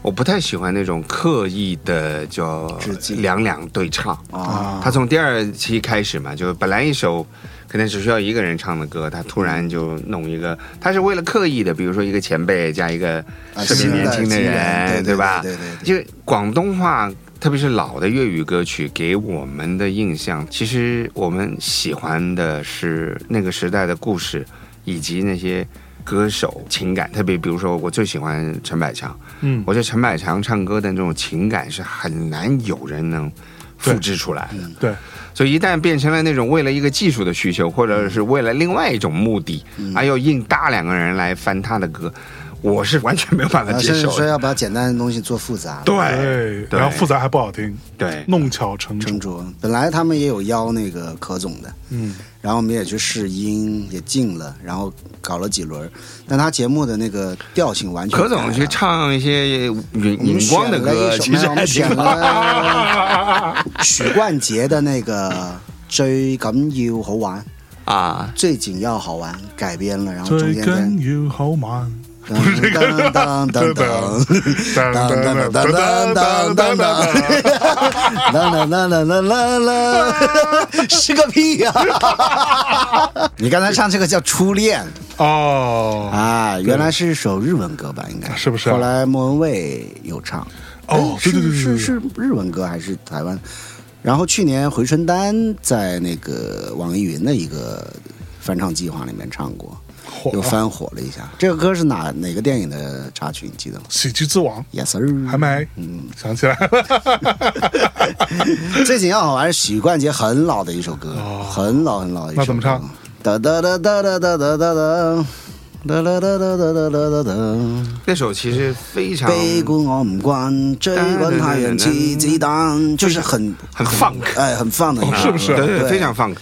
[SPEAKER 4] 我不太喜欢那种刻意的叫
[SPEAKER 3] 致敬
[SPEAKER 4] 两两对唱。
[SPEAKER 1] 嗯
[SPEAKER 3] 啊，
[SPEAKER 4] 他从第二期开始嘛，就本来一首可能只需要一个人唱的歌，他突然就弄一个，他是为了刻意的，比如说一个前辈加一个
[SPEAKER 3] 啊
[SPEAKER 4] 特别
[SPEAKER 3] 新的
[SPEAKER 4] 年轻的
[SPEAKER 3] 新人对
[SPEAKER 4] 人，
[SPEAKER 3] 对
[SPEAKER 4] 对吧？
[SPEAKER 3] 对对对对
[SPEAKER 4] 就是广东话，特别是老的粤语歌曲，给我们的印象，其实我们喜欢的是那个时代的故事，以及那些歌手情感。特别比如说，我最喜欢陈百强，
[SPEAKER 1] 嗯
[SPEAKER 4] 我觉得陈百强唱歌的那种情感是很难有人能复制出来的。
[SPEAKER 1] 对，
[SPEAKER 4] 所以一旦变成了那种为了一个技术的需
[SPEAKER 3] 嗯
[SPEAKER 4] 求，或者是为了另外一种目的，而又硬搭两个人来翻他的歌，我是完全没有办法
[SPEAKER 3] 啊，
[SPEAKER 4] 接
[SPEAKER 3] 甚至
[SPEAKER 4] 受
[SPEAKER 3] 说
[SPEAKER 4] 的。
[SPEAKER 3] 要把简单的东西做复杂，
[SPEAKER 4] 对
[SPEAKER 1] 然后复杂还不好听，
[SPEAKER 4] 对
[SPEAKER 1] 弄巧
[SPEAKER 4] 嗯
[SPEAKER 1] 成
[SPEAKER 3] 成
[SPEAKER 1] 拙，
[SPEAKER 3] 卓。本来他们也有邀那个柯总的，
[SPEAKER 1] 嗯，
[SPEAKER 3] 然后我们也去试音，也进了，然后搞了几轮，但他节目的那个调性完全
[SPEAKER 4] 何
[SPEAKER 3] 改
[SPEAKER 4] 总
[SPEAKER 3] 了
[SPEAKER 4] 去唱一些
[SPEAKER 3] 我
[SPEAKER 4] 荧
[SPEAKER 3] 们
[SPEAKER 4] 荧光的
[SPEAKER 3] 选了一
[SPEAKER 4] 歌，
[SPEAKER 3] 首
[SPEAKER 4] 其实
[SPEAKER 3] 我们
[SPEAKER 4] 还挺
[SPEAKER 3] 选
[SPEAKER 4] 好。
[SPEAKER 3] 了 许冠杰的那个最紧要好玩，
[SPEAKER 4] 啊，
[SPEAKER 3] 最紧要好玩改编了，然后中
[SPEAKER 1] 最
[SPEAKER 3] 间再
[SPEAKER 1] 紧要好慢。
[SPEAKER 3] 不是这个，当当当当
[SPEAKER 1] 当当当当当当当当，
[SPEAKER 3] 啦啦啦啦啦啦啦，是个屁呀、你刚才唱这个叫《初恋
[SPEAKER 1] 哦》
[SPEAKER 3] 啊，原来是一首日文歌吧？应该
[SPEAKER 1] 是不是啊
[SPEAKER 3] 后来莫文蔚有唱。
[SPEAKER 1] 哦
[SPEAKER 3] 哎，
[SPEAKER 1] 对对对
[SPEAKER 3] 是
[SPEAKER 1] 对
[SPEAKER 3] 是是日文歌还是台湾？然后去年回春丹在那个网易云的一个翻唱计划里面唱过，
[SPEAKER 1] 火哦
[SPEAKER 3] 又
[SPEAKER 1] 了，
[SPEAKER 3] 翻火了一下。这个歌是哪哪个电影的插曲？你记得吗
[SPEAKER 1] 喜剧之王
[SPEAKER 3] ？Yes sir，
[SPEAKER 1] 还没
[SPEAKER 3] 嗯，
[SPEAKER 1] 想起来了，
[SPEAKER 3] 最紧要好玩是许冠杰很老的一首歌，
[SPEAKER 1] 哦
[SPEAKER 3] 很老很老的一
[SPEAKER 1] 那
[SPEAKER 3] 首歌。
[SPEAKER 1] 怎么唱？
[SPEAKER 3] 哒哒哒哒哒哒哒哒哒。哒哒哒哒哒哒哒哒哒，
[SPEAKER 4] 这首其实非常
[SPEAKER 3] 悲观我唔惯，追管太阳
[SPEAKER 1] 嗯
[SPEAKER 3] 似子弹，就是很
[SPEAKER 4] 很 funk
[SPEAKER 3] 哎，很放的一首歌，
[SPEAKER 1] 哦是不是
[SPEAKER 4] 对对，
[SPEAKER 3] 对
[SPEAKER 4] 非常 funk。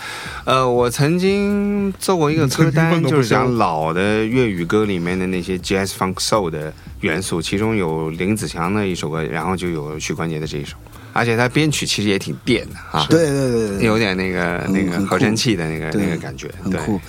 [SPEAKER 4] 呃，我曾经做过一个歌
[SPEAKER 1] 你曾经问
[SPEAKER 4] 单，
[SPEAKER 1] 过
[SPEAKER 4] 就是
[SPEAKER 1] 不
[SPEAKER 4] 讲
[SPEAKER 1] 休
[SPEAKER 4] 老的粤语歌里面的那些 jazz funk soul 的元素，其中有林子祥的一首歌，然后就有许冠杰的这一首，而且他编曲其实也挺电的啊，
[SPEAKER 3] 对对对对对，
[SPEAKER 4] 有点那个那个
[SPEAKER 3] 很酷
[SPEAKER 4] 合成器的那个
[SPEAKER 3] 对
[SPEAKER 4] 哎那个感觉，
[SPEAKER 3] 很
[SPEAKER 4] 对
[SPEAKER 3] 酷。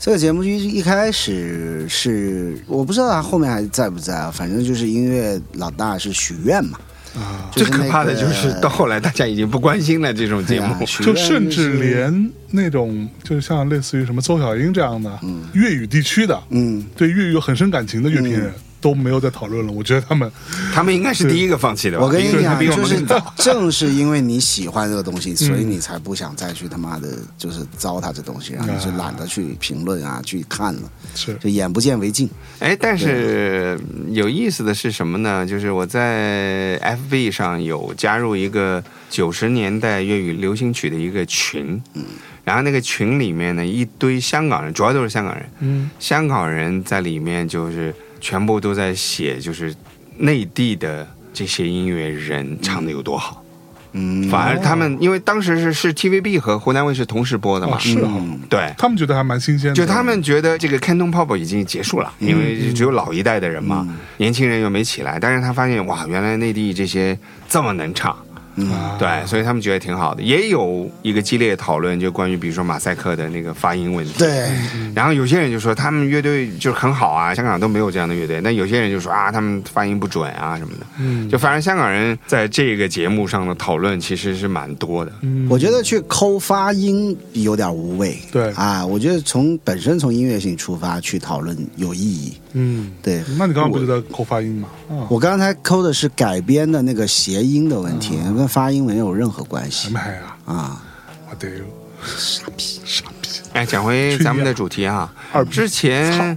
[SPEAKER 3] 这个节目一一开始是我不知道他后面还在不在啊，反正就是音乐老大是许愿嘛，
[SPEAKER 1] 啊
[SPEAKER 3] 就是
[SPEAKER 4] 最可怕的
[SPEAKER 3] 那
[SPEAKER 4] 就
[SPEAKER 3] 个
[SPEAKER 4] 是到后来大家已经不关心了这种
[SPEAKER 3] 对
[SPEAKER 4] 节
[SPEAKER 3] 啊
[SPEAKER 4] 目，
[SPEAKER 3] 许
[SPEAKER 1] 就
[SPEAKER 3] 愿
[SPEAKER 1] 甚至
[SPEAKER 3] 是
[SPEAKER 1] 连那种，就像类似于什么邹小英这样的粤语地区的，
[SPEAKER 3] 嗯，
[SPEAKER 1] 对粤语有很深感情的乐评人都没有在讨论了。我觉得他们
[SPEAKER 4] 他们应该是第一个放弃的吧？
[SPEAKER 3] 我跟你
[SPEAKER 4] 因为他
[SPEAKER 3] 讲，啊
[SPEAKER 4] 比我
[SPEAKER 3] 就
[SPEAKER 4] 们
[SPEAKER 3] 是
[SPEAKER 4] 更 早。
[SPEAKER 3] 正是因为你喜欢这个
[SPEAKER 4] 嗯
[SPEAKER 3] 东西，所以你才不想再去他妈的，就是糟蹋这东西，然后你就懒得去评论啊，去看了，
[SPEAKER 1] 是
[SPEAKER 3] 就眼不见为净。
[SPEAKER 4] 哎，但是嗯有意思的是什么呢？就是我在 FB 上有加入一个九十年代粤语流行曲的一个群，
[SPEAKER 1] 嗯
[SPEAKER 4] 然后那个群里面呢，一堆香港人，主要都是香港人，
[SPEAKER 1] 嗯，
[SPEAKER 4] 香港人在里面就是全部都在写，就是内地的这些音乐人唱的有多好。
[SPEAKER 3] 嗯，
[SPEAKER 4] 反而他们，因为当时是是 TVB 和湖南卫视同时播的嘛，
[SPEAKER 1] 哦是哈，
[SPEAKER 3] 嗯
[SPEAKER 4] 对，
[SPEAKER 1] 他们觉得还蛮新鲜的，
[SPEAKER 4] 就他们觉得这个 Canton Pop 已经结束了，因为只有老一代的人嘛，年轻人又没起来。但是他发现哇，原来内地这些这么能唱，
[SPEAKER 1] 啊
[SPEAKER 4] 对，所以他们觉得挺好的。也有一个激烈的讨论，就关于比如说马赛克的那个发音问题。
[SPEAKER 3] 对，
[SPEAKER 4] 然后有些人就说他们乐队就是很好啊，香港都没有这样的乐队。但有些人就说啊，他们发音不准啊什么的。嗯，就反正香港人在这个节目上的讨论其实是蛮多的。
[SPEAKER 3] 我觉得去抠发音有点无味。
[SPEAKER 1] 对
[SPEAKER 3] 啊，我觉得从本身从音乐性出发去讨论有意义。
[SPEAKER 1] 嗯，
[SPEAKER 3] 对，
[SPEAKER 1] 那你刚刚不就在扣发音吗？啊，
[SPEAKER 3] 我刚才抠的是改编的那个谐音的问题，跟发音没有任何
[SPEAKER 1] 嗯
[SPEAKER 3] 关
[SPEAKER 1] 还
[SPEAKER 3] 系
[SPEAKER 1] 没啊，
[SPEAKER 3] 啊。
[SPEAKER 1] 我丢，傻逼，傻逼，
[SPEAKER 4] 哎，讲回咱们的主题啊
[SPEAKER 1] 二，逼
[SPEAKER 4] 之前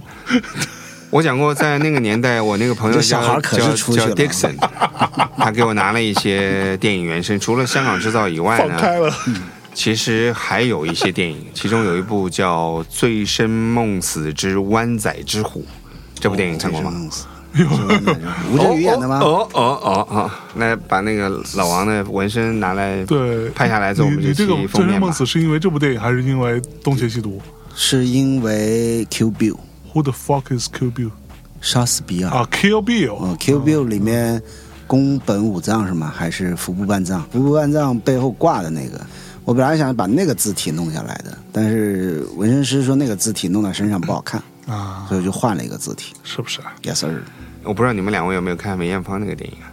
[SPEAKER 4] 我讲过，在那个年代，我那个朋友
[SPEAKER 3] 这小孩
[SPEAKER 4] 叫
[SPEAKER 3] 儿可是
[SPEAKER 4] 叫
[SPEAKER 3] 出去
[SPEAKER 4] 叫
[SPEAKER 3] 了
[SPEAKER 4] Dixon，他给我拿了一些电影原声，除了《香港制造》以外
[SPEAKER 1] 放开
[SPEAKER 4] 呢，
[SPEAKER 1] 了，
[SPEAKER 4] 其实还有一些电影，其中有一部叫《醉生梦死之湾仔之虎》，这部电影 看过
[SPEAKER 1] 哦
[SPEAKER 4] 吗？
[SPEAKER 3] 吴镇宇演的吗？
[SPEAKER 4] 哦哦哦哦哦！那把那个老王的纹身拿来
[SPEAKER 1] 对，
[SPEAKER 4] 拍下来做我
[SPEAKER 1] 你
[SPEAKER 4] 们
[SPEAKER 1] 你这个
[SPEAKER 4] 期
[SPEAKER 1] 《
[SPEAKER 4] 封
[SPEAKER 1] 醉生
[SPEAKER 4] 面
[SPEAKER 1] 梦
[SPEAKER 4] 吧嗯
[SPEAKER 1] 死》。是因为这部电影，还是因为《东邪西毒
[SPEAKER 3] 是因为 Q Bill》
[SPEAKER 1] ？Who the fuck is Q Bill
[SPEAKER 3] 杀死比
[SPEAKER 4] 嗯
[SPEAKER 3] 尔
[SPEAKER 1] 啊？Kill Bill
[SPEAKER 3] 哦，Q Bill 里面宫本武藏是吗？还是服部半藏？服部半藏背后挂的那个，我本来想把那个字体弄下来的，但是纹身师说那个字体弄在身上不好看，
[SPEAKER 4] 嗯
[SPEAKER 1] 啊，
[SPEAKER 3] 所以我就换了一个字体。
[SPEAKER 1] 是不是啊？
[SPEAKER 3] Yes sir，
[SPEAKER 4] 我不知道你们两位有没有看梅艳芳那个电影啊？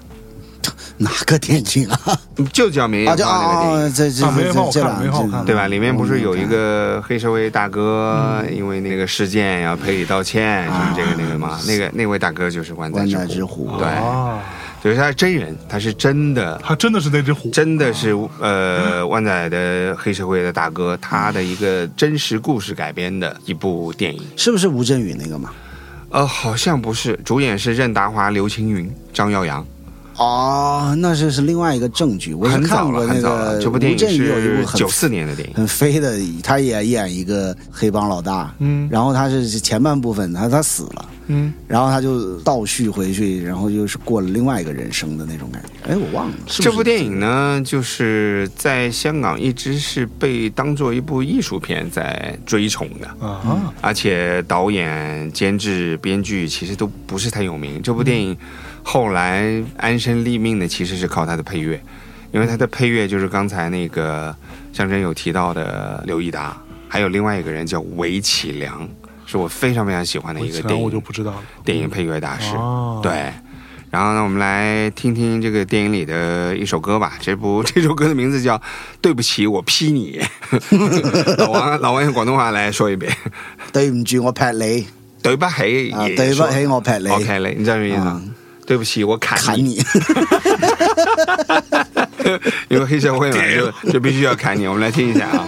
[SPEAKER 3] 哪个电影啊？
[SPEAKER 1] 嗯
[SPEAKER 4] 就叫梅
[SPEAKER 3] 啊，
[SPEAKER 4] 艳
[SPEAKER 3] 就
[SPEAKER 4] 芳那个电影
[SPEAKER 3] 啊，。这这
[SPEAKER 1] 啊没
[SPEAKER 3] 这
[SPEAKER 1] 放我
[SPEAKER 3] 这这嗯
[SPEAKER 1] 看没放我
[SPEAKER 3] 两
[SPEAKER 1] 看
[SPEAKER 4] 对吧？里面不是有一个黑社会大哥，
[SPEAKER 3] 嗯
[SPEAKER 4] 因为那个事件要赔礼道歉，什
[SPEAKER 3] 啊
[SPEAKER 4] 么这个那个吗？那个那位大哥就是万载
[SPEAKER 3] 万载之虎
[SPEAKER 4] 对，
[SPEAKER 1] 啊，
[SPEAKER 4] 就是他是真人，他是真的，
[SPEAKER 1] 他真的是那只虎，
[SPEAKER 4] 真的是
[SPEAKER 3] 哦
[SPEAKER 4] 呃万载的黑社会的大哥，他的一个真实故事改编的一部电影。
[SPEAKER 3] 是不是吴镇宇那个嘛？
[SPEAKER 4] 呃，好像不是，主演是任达华、刘青云、张耀扬。
[SPEAKER 3] 哦，那是是另外一个证据。我是
[SPEAKER 4] 很
[SPEAKER 3] 看
[SPEAKER 4] 早了，
[SPEAKER 3] 过那
[SPEAKER 4] 很早了。
[SPEAKER 3] 个
[SPEAKER 4] 这部
[SPEAKER 3] 吴
[SPEAKER 4] 电影
[SPEAKER 3] 镇宇有一
[SPEAKER 4] 是
[SPEAKER 3] 部很
[SPEAKER 4] 九四年的电影。
[SPEAKER 3] 很飞的，他也演一个黑帮老大，
[SPEAKER 1] 嗯
[SPEAKER 3] 然后他是前半部分他他死了，
[SPEAKER 1] 嗯，
[SPEAKER 3] 然后他就倒叙回去，然后就是过了另外一个人生的那种感觉。哎，我忘了是不是
[SPEAKER 4] 这部电影呢，就是在香港一直是被当做一部艺术片在追崇的，
[SPEAKER 1] 啊，
[SPEAKER 4] 而且导演、监制、编剧其实都不是太有名。这部电影后来安身立命的其实是靠它的配乐，因为它的配乐就是刚才那个象征有提到的刘益达，还有另外一个人叫韦启良，是我非常非常喜欢的
[SPEAKER 1] 我
[SPEAKER 4] 一个
[SPEAKER 1] 以
[SPEAKER 4] 电
[SPEAKER 1] 前
[SPEAKER 4] 影
[SPEAKER 1] 我就不知道了。
[SPEAKER 4] 电
[SPEAKER 3] 嗯
[SPEAKER 4] 影配乐大师。
[SPEAKER 1] 哦
[SPEAKER 4] 对，然后呢，我们来听听这个电影里的一首歌吧。这部 这首歌的名字叫《对不起，我劈你》。 老王，老王用广东话来说一
[SPEAKER 3] 啊
[SPEAKER 4] 遍，
[SPEAKER 3] 对唔住，我劈你，
[SPEAKER 4] 对不起，
[SPEAKER 3] 啊
[SPEAKER 4] 也
[SPEAKER 3] 对不
[SPEAKER 4] 说
[SPEAKER 3] 起我劈你啊
[SPEAKER 4] OK 嘞，你知道什么意思吗？对不起，我砍
[SPEAKER 3] 砍
[SPEAKER 4] 你，
[SPEAKER 3] 你。
[SPEAKER 4] 因为黑社 会嘛，就就必须要砍你。我们来听一下啊。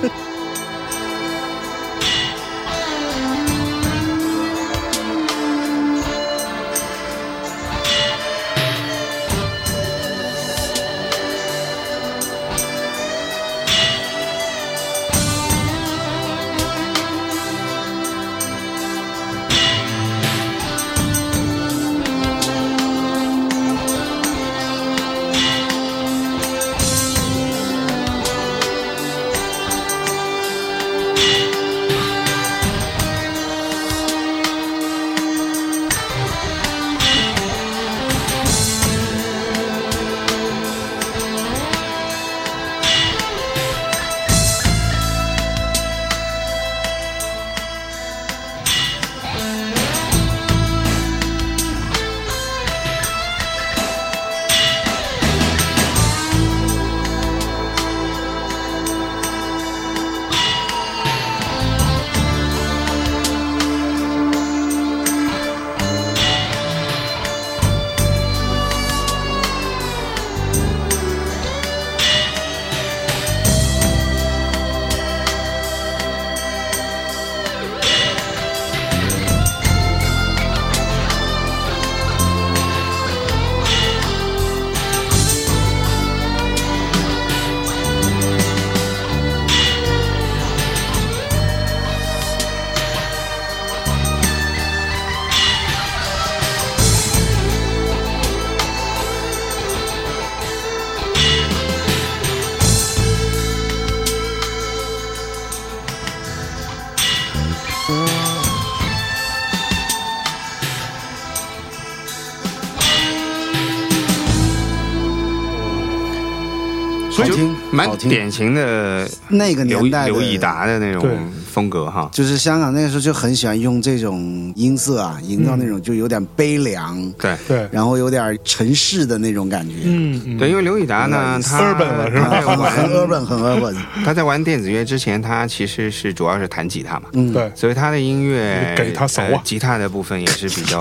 [SPEAKER 3] 好听，
[SPEAKER 4] 蛮
[SPEAKER 3] 好听。
[SPEAKER 4] 典型的
[SPEAKER 3] 那个
[SPEAKER 4] 刘
[SPEAKER 3] 年代的
[SPEAKER 4] 刘以达的那
[SPEAKER 1] 对
[SPEAKER 4] 种风格哈。
[SPEAKER 3] 就是香港那个时候就很喜欢用这种音色啊，营造那种就有点悲凉，
[SPEAKER 4] 对
[SPEAKER 1] 对，
[SPEAKER 3] 然后有点尘世的那种感觉。
[SPEAKER 1] 嗯嗯
[SPEAKER 4] 对，因为刘以达呢，他
[SPEAKER 1] Urban 了是吧
[SPEAKER 4] 他 在
[SPEAKER 3] 很很
[SPEAKER 4] 玩
[SPEAKER 3] 嗯 urban，很 urban。
[SPEAKER 4] 他在玩电子乐之前，他其实是主要是弹吉他嘛，
[SPEAKER 3] 嗯，
[SPEAKER 1] 对，
[SPEAKER 4] 所以他的音乐
[SPEAKER 1] 给他手啊
[SPEAKER 4] 呃吉他的部分也是比较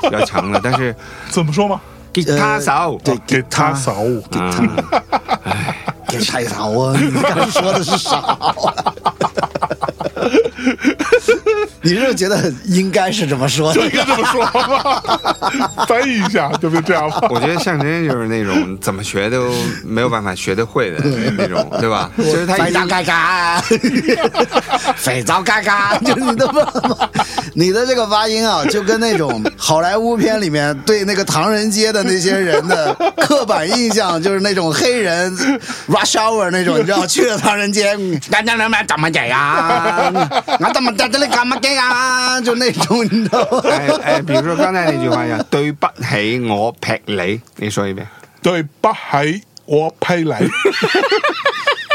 [SPEAKER 4] 比较强的，但 是
[SPEAKER 1] 怎么说嘛？
[SPEAKER 4] 吉他手
[SPEAKER 3] 呃对，
[SPEAKER 1] 给他
[SPEAKER 3] 他
[SPEAKER 1] 扫舞，
[SPEAKER 4] 啊，
[SPEAKER 3] 给太少啊！ 你刚才说的是少。 你是不是觉得很应该是这么说
[SPEAKER 1] 就
[SPEAKER 3] 的
[SPEAKER 1] 应？该这么说吧。翻译一下，对不对？这样吧，
[SPEAKER 4] 我觉得象征就是那种怎么学都没有办法学得会的那种，对吧？就是他
[SPEAKER 3] 肥
[SPEAKER 4] 已
[SPEAKER 3] 皂
[SPEAKER 4] 经
[SPEAKER 3] 嘎嘎，肥皂嘎嘎，就是你的发，你的这个发音啊，就跟那种好莱坞片里面对那个唐人街的那些人的刻板印象，就是那种黑人 rush hour 那种，你知道，去了唐人街，嗯咱家人们怎么这 样？我怎么在这里干嘛这样？就那种，你知道吗？
[SPEAKER 4] 哎哎，比如说刚才那句话叫 “对不起，我劈你”，你说一遍。
[SPEAKER 1] 对吧？还我拍 来，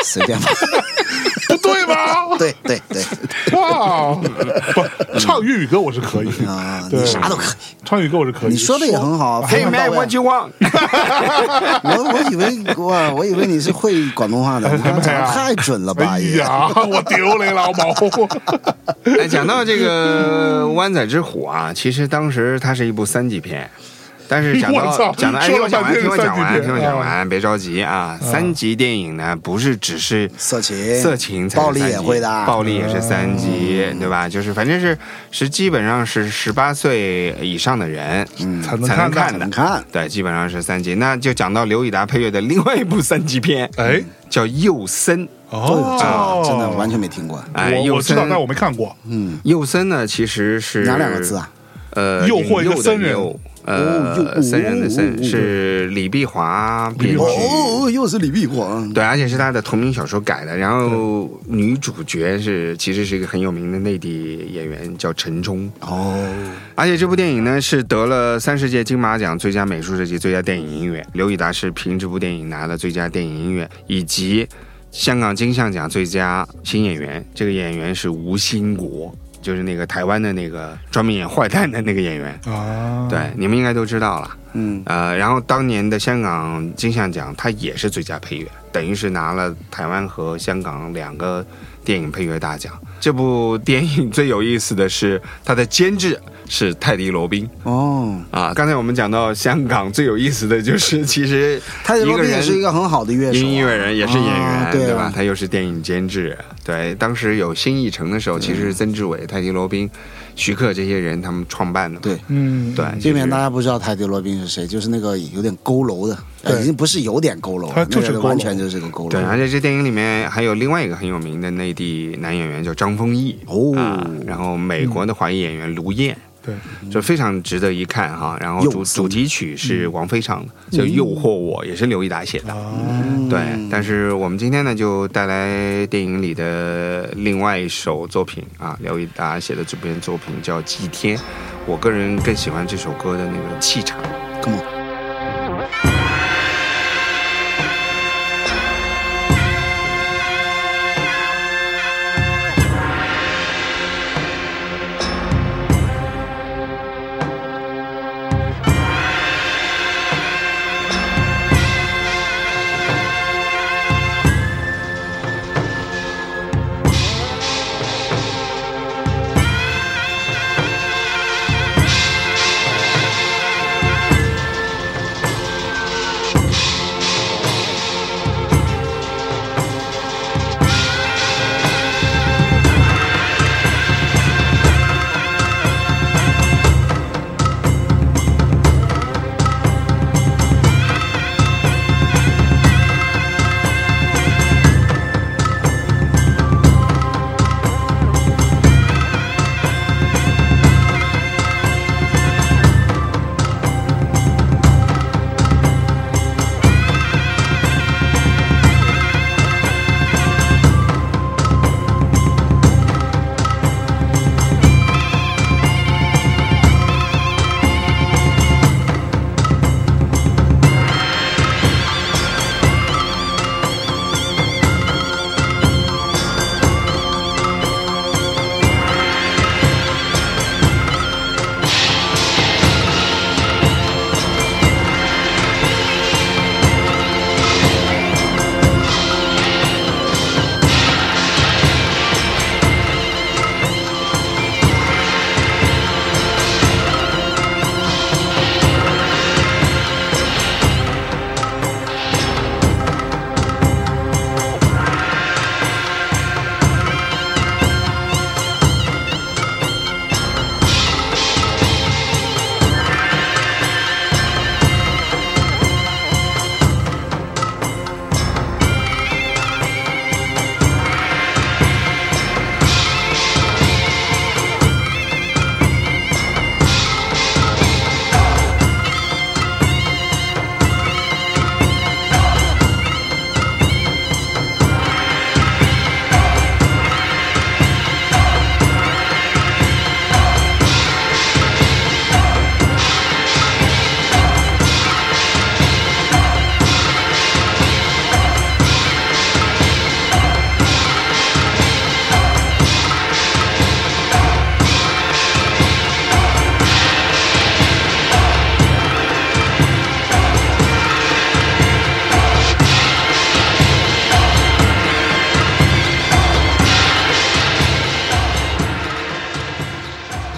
[SPEAKER 3] 随便吧，
[SPEAKER 1] 不对吧？
[SPEAKER 3] 对对对，
[SPEAKER 1] 哇，不，唱粤语歌我是可以
[SPEAKER 3] 啊，
[SPEAKER 4] 嗯
[SPEAKER 1] 对
[SPEAKER 3] 你，啥都可以，
[SPEAKER 1] 唱粤语歌我是可以。
[SPEAKER 3] 你说的也很好，非
[SPEAKER 4] Hey
[SPEAKER 3] 常到
[SPEAKER 4] man,
[SPEAKER 3] 位啊
[SPEAKER 4] what。you want？
[SPEAKER 3] 我我以为哇，我以为你是会广 东话的，你刚才讲得太准了吧
[SPEAKER 1] 啊哎
[SPEAKER 3] 也。
[SPEAKER 1] 呀，我丢你老毛！
[SPEAKER 4] 哎，讲到这个《湾仔之虎》啊，其实当时它是一部三级片，但是讲
[SPEAKER 1] 我操
[SPEAKER 4] 到讲到，哎，
[SPEAKER 1] 说了
[SPEAKER 4] 听我讲完，
[SPEAKER 1] 半天
[SPEAKER 4] 听我讲
[SPEAKER 1] 是三级
[SPEAKER 4] 完，
[SPEAKER 1] 片
[SPEAKER 4] 听我讲完，别着急啊。三级电影呢，不是只是
[SPEAKER 3] 色情
[SPEAKER 4] 色情才是
[SPEAKER 3] 暴力
[SPEAKER 4] 三级
[SPEAKER 3] 也会的啊
[SPEAKER 4] 暴力也是三级，
[SPEAKER 1] 嗯
[SPEAKER 4] 对吧？就是反正是是基本上是十八岁以上的人
[SPEAKER 1] 才能
[SPEAKER 4] 能
[SPEAKER 1] 看的
[SPEAKER 4] 看
[SPEAKER 3] 嗯才
[SPEAKER 4] 的
[SPEAKER 3] 能看，
[SPEAKER 4] 对，基本上是三级。那就讲到刘以达配乐的另外一部三级片，
[SPEAKER 1] 哎，
[SPEAKER 4] 叫《幼森》。
[SPEAKER 1] 哦，
[SPEAKER 3] 真的完全没听过。
[SPEAKER 4] 哎，
[SPEAKER 1] 我
[SPEAKER 4] 幼
[SPEAKER 1] 我知道，
[SPEAKER 4] 森
[SPEAKER 1] 但我没看过。
[SPEAKER 4] 幼森呢，其实是
[SPEAKER 3] 哪两个字啊？
[SPEAKER 4] 呃，
[SPEAKER 1] 诱惑一个
[SPEAKER 4] 引诱的
[SPEAKER 1] 僧人
[SPEAKER 4] 诱
[SPEAKER 3] 哦诱
[SPEAKER 4] 呃，僧人
[SPEAKER 3] 哦
[SPEAKER 4] 的
[SPEAKER 3] 哦哦
[SPEAKER 4] 僧是李碧华
[SPEAKER 1] 李
[SPEAKER 4] 编
[SPEAKER 1] 碧华
[SPEAKER 4] 剧。
[SPEAKER 3] 哦，又是李碧华，
[SPEAKER 4] 对，而且是他的同名小说改的。然后女主角是其实是一个很有名的内地演员，叫陈冲。
[SPEAKER 3] 哦，
[SPEAKER 4] 而且这部电影呢是得了三十届金马奖最佳美术设计、最佳电影音乐。刘以达是凭这部电影拿了最佳电影音乐，以及香港金像奖最佳新演员。这个演员是吴兴国，就是那个台湾的那个专门演坏蛋的那个演员。
[SPEAKER 1] 啊，
[SPEAKER 4] 对，你们应该都知道了。
[SPEAKER 3] 哦嗯，
[SPEAKER 4] 呃，然后当年的香港金像奖，他也是最佳配乐，等于是拿了台湾和香港两个电影配乐大奖。这部电影最有意思的是，它的监制是泰迪·罗宾
[SPEAKER 3] 哦，
[SPEAKER 4] 啊。刚才我们讲到香港最有意思 的就是，其实
[SPEAKER 3] 泰迪罗宾也是一个很好的乐手啊，
[SPEAKER 4] 音乐人也是演员，
[SPEAKER 3] 啊
[SPEAKER 4] 对
[SPEAKER 3] 对啊
[SPEAKER 4] 吧？他又是电影监制，对。当时有新艺城的时候，其实是曾志伟、泰迪·罗宾、徐克这些人他们创办的嘛。
[SPEAKER 3] 对
[SPEAKER 1] 嗯，
[SPEAKER 4] 对，
[SPEAKER 3] 避免
[SPEAKER 4] 就是
[SPEAKER 3] 大家不知道泰迪罗宾是谁，就是那个有点佝偻的，呃
[SPEAKER 1] 对
[SPEAKER 3] 已经不是有点佝偻了，
[SPEAKER 1] 他就是
[SPEAKER 3] 那
[SPEAKER 1] 佝
[SPEAKER 3] 个
[SPEAKER 1] 偻
[SPEAKER 3] 完全就是个佝
[SPEAKER 4] 对，而
[SPEAKER 3] 偻。
[SPEAKER 4] 且这电影里面还有另外一个很有名的内地男演员叫张丰毅
[SPEAKER 3] 哦嗯
[SPEAKER 4] 啊然后美国的华裔演员卢燕，
[SPEAKER 1] 对，
[SPEAKER 4] 就非常值得一看哈。然后
[SPEAKER 3] 又嗯
[SPEAKER 4] 主
[SPEAKER 3] 是
[SPEAKER 4] 主题曲是王菲唱的，叫《诱惑我》，也是刘一达写
[SPEAKER 3] 哦
[SPEAKER 4] 的。
[SPEAKER 1] 啊，
[SPEAKER 4] 对，
[SPEAKER 3] 嗯
[SPEAKER 4] 但是我们今天呢，就带来电影里的另外一首作品啊，刘一达写的这篇作品叫《祭天》，我个人更喜欢这首歌的那个气场。
[SPEAKER 3] Come on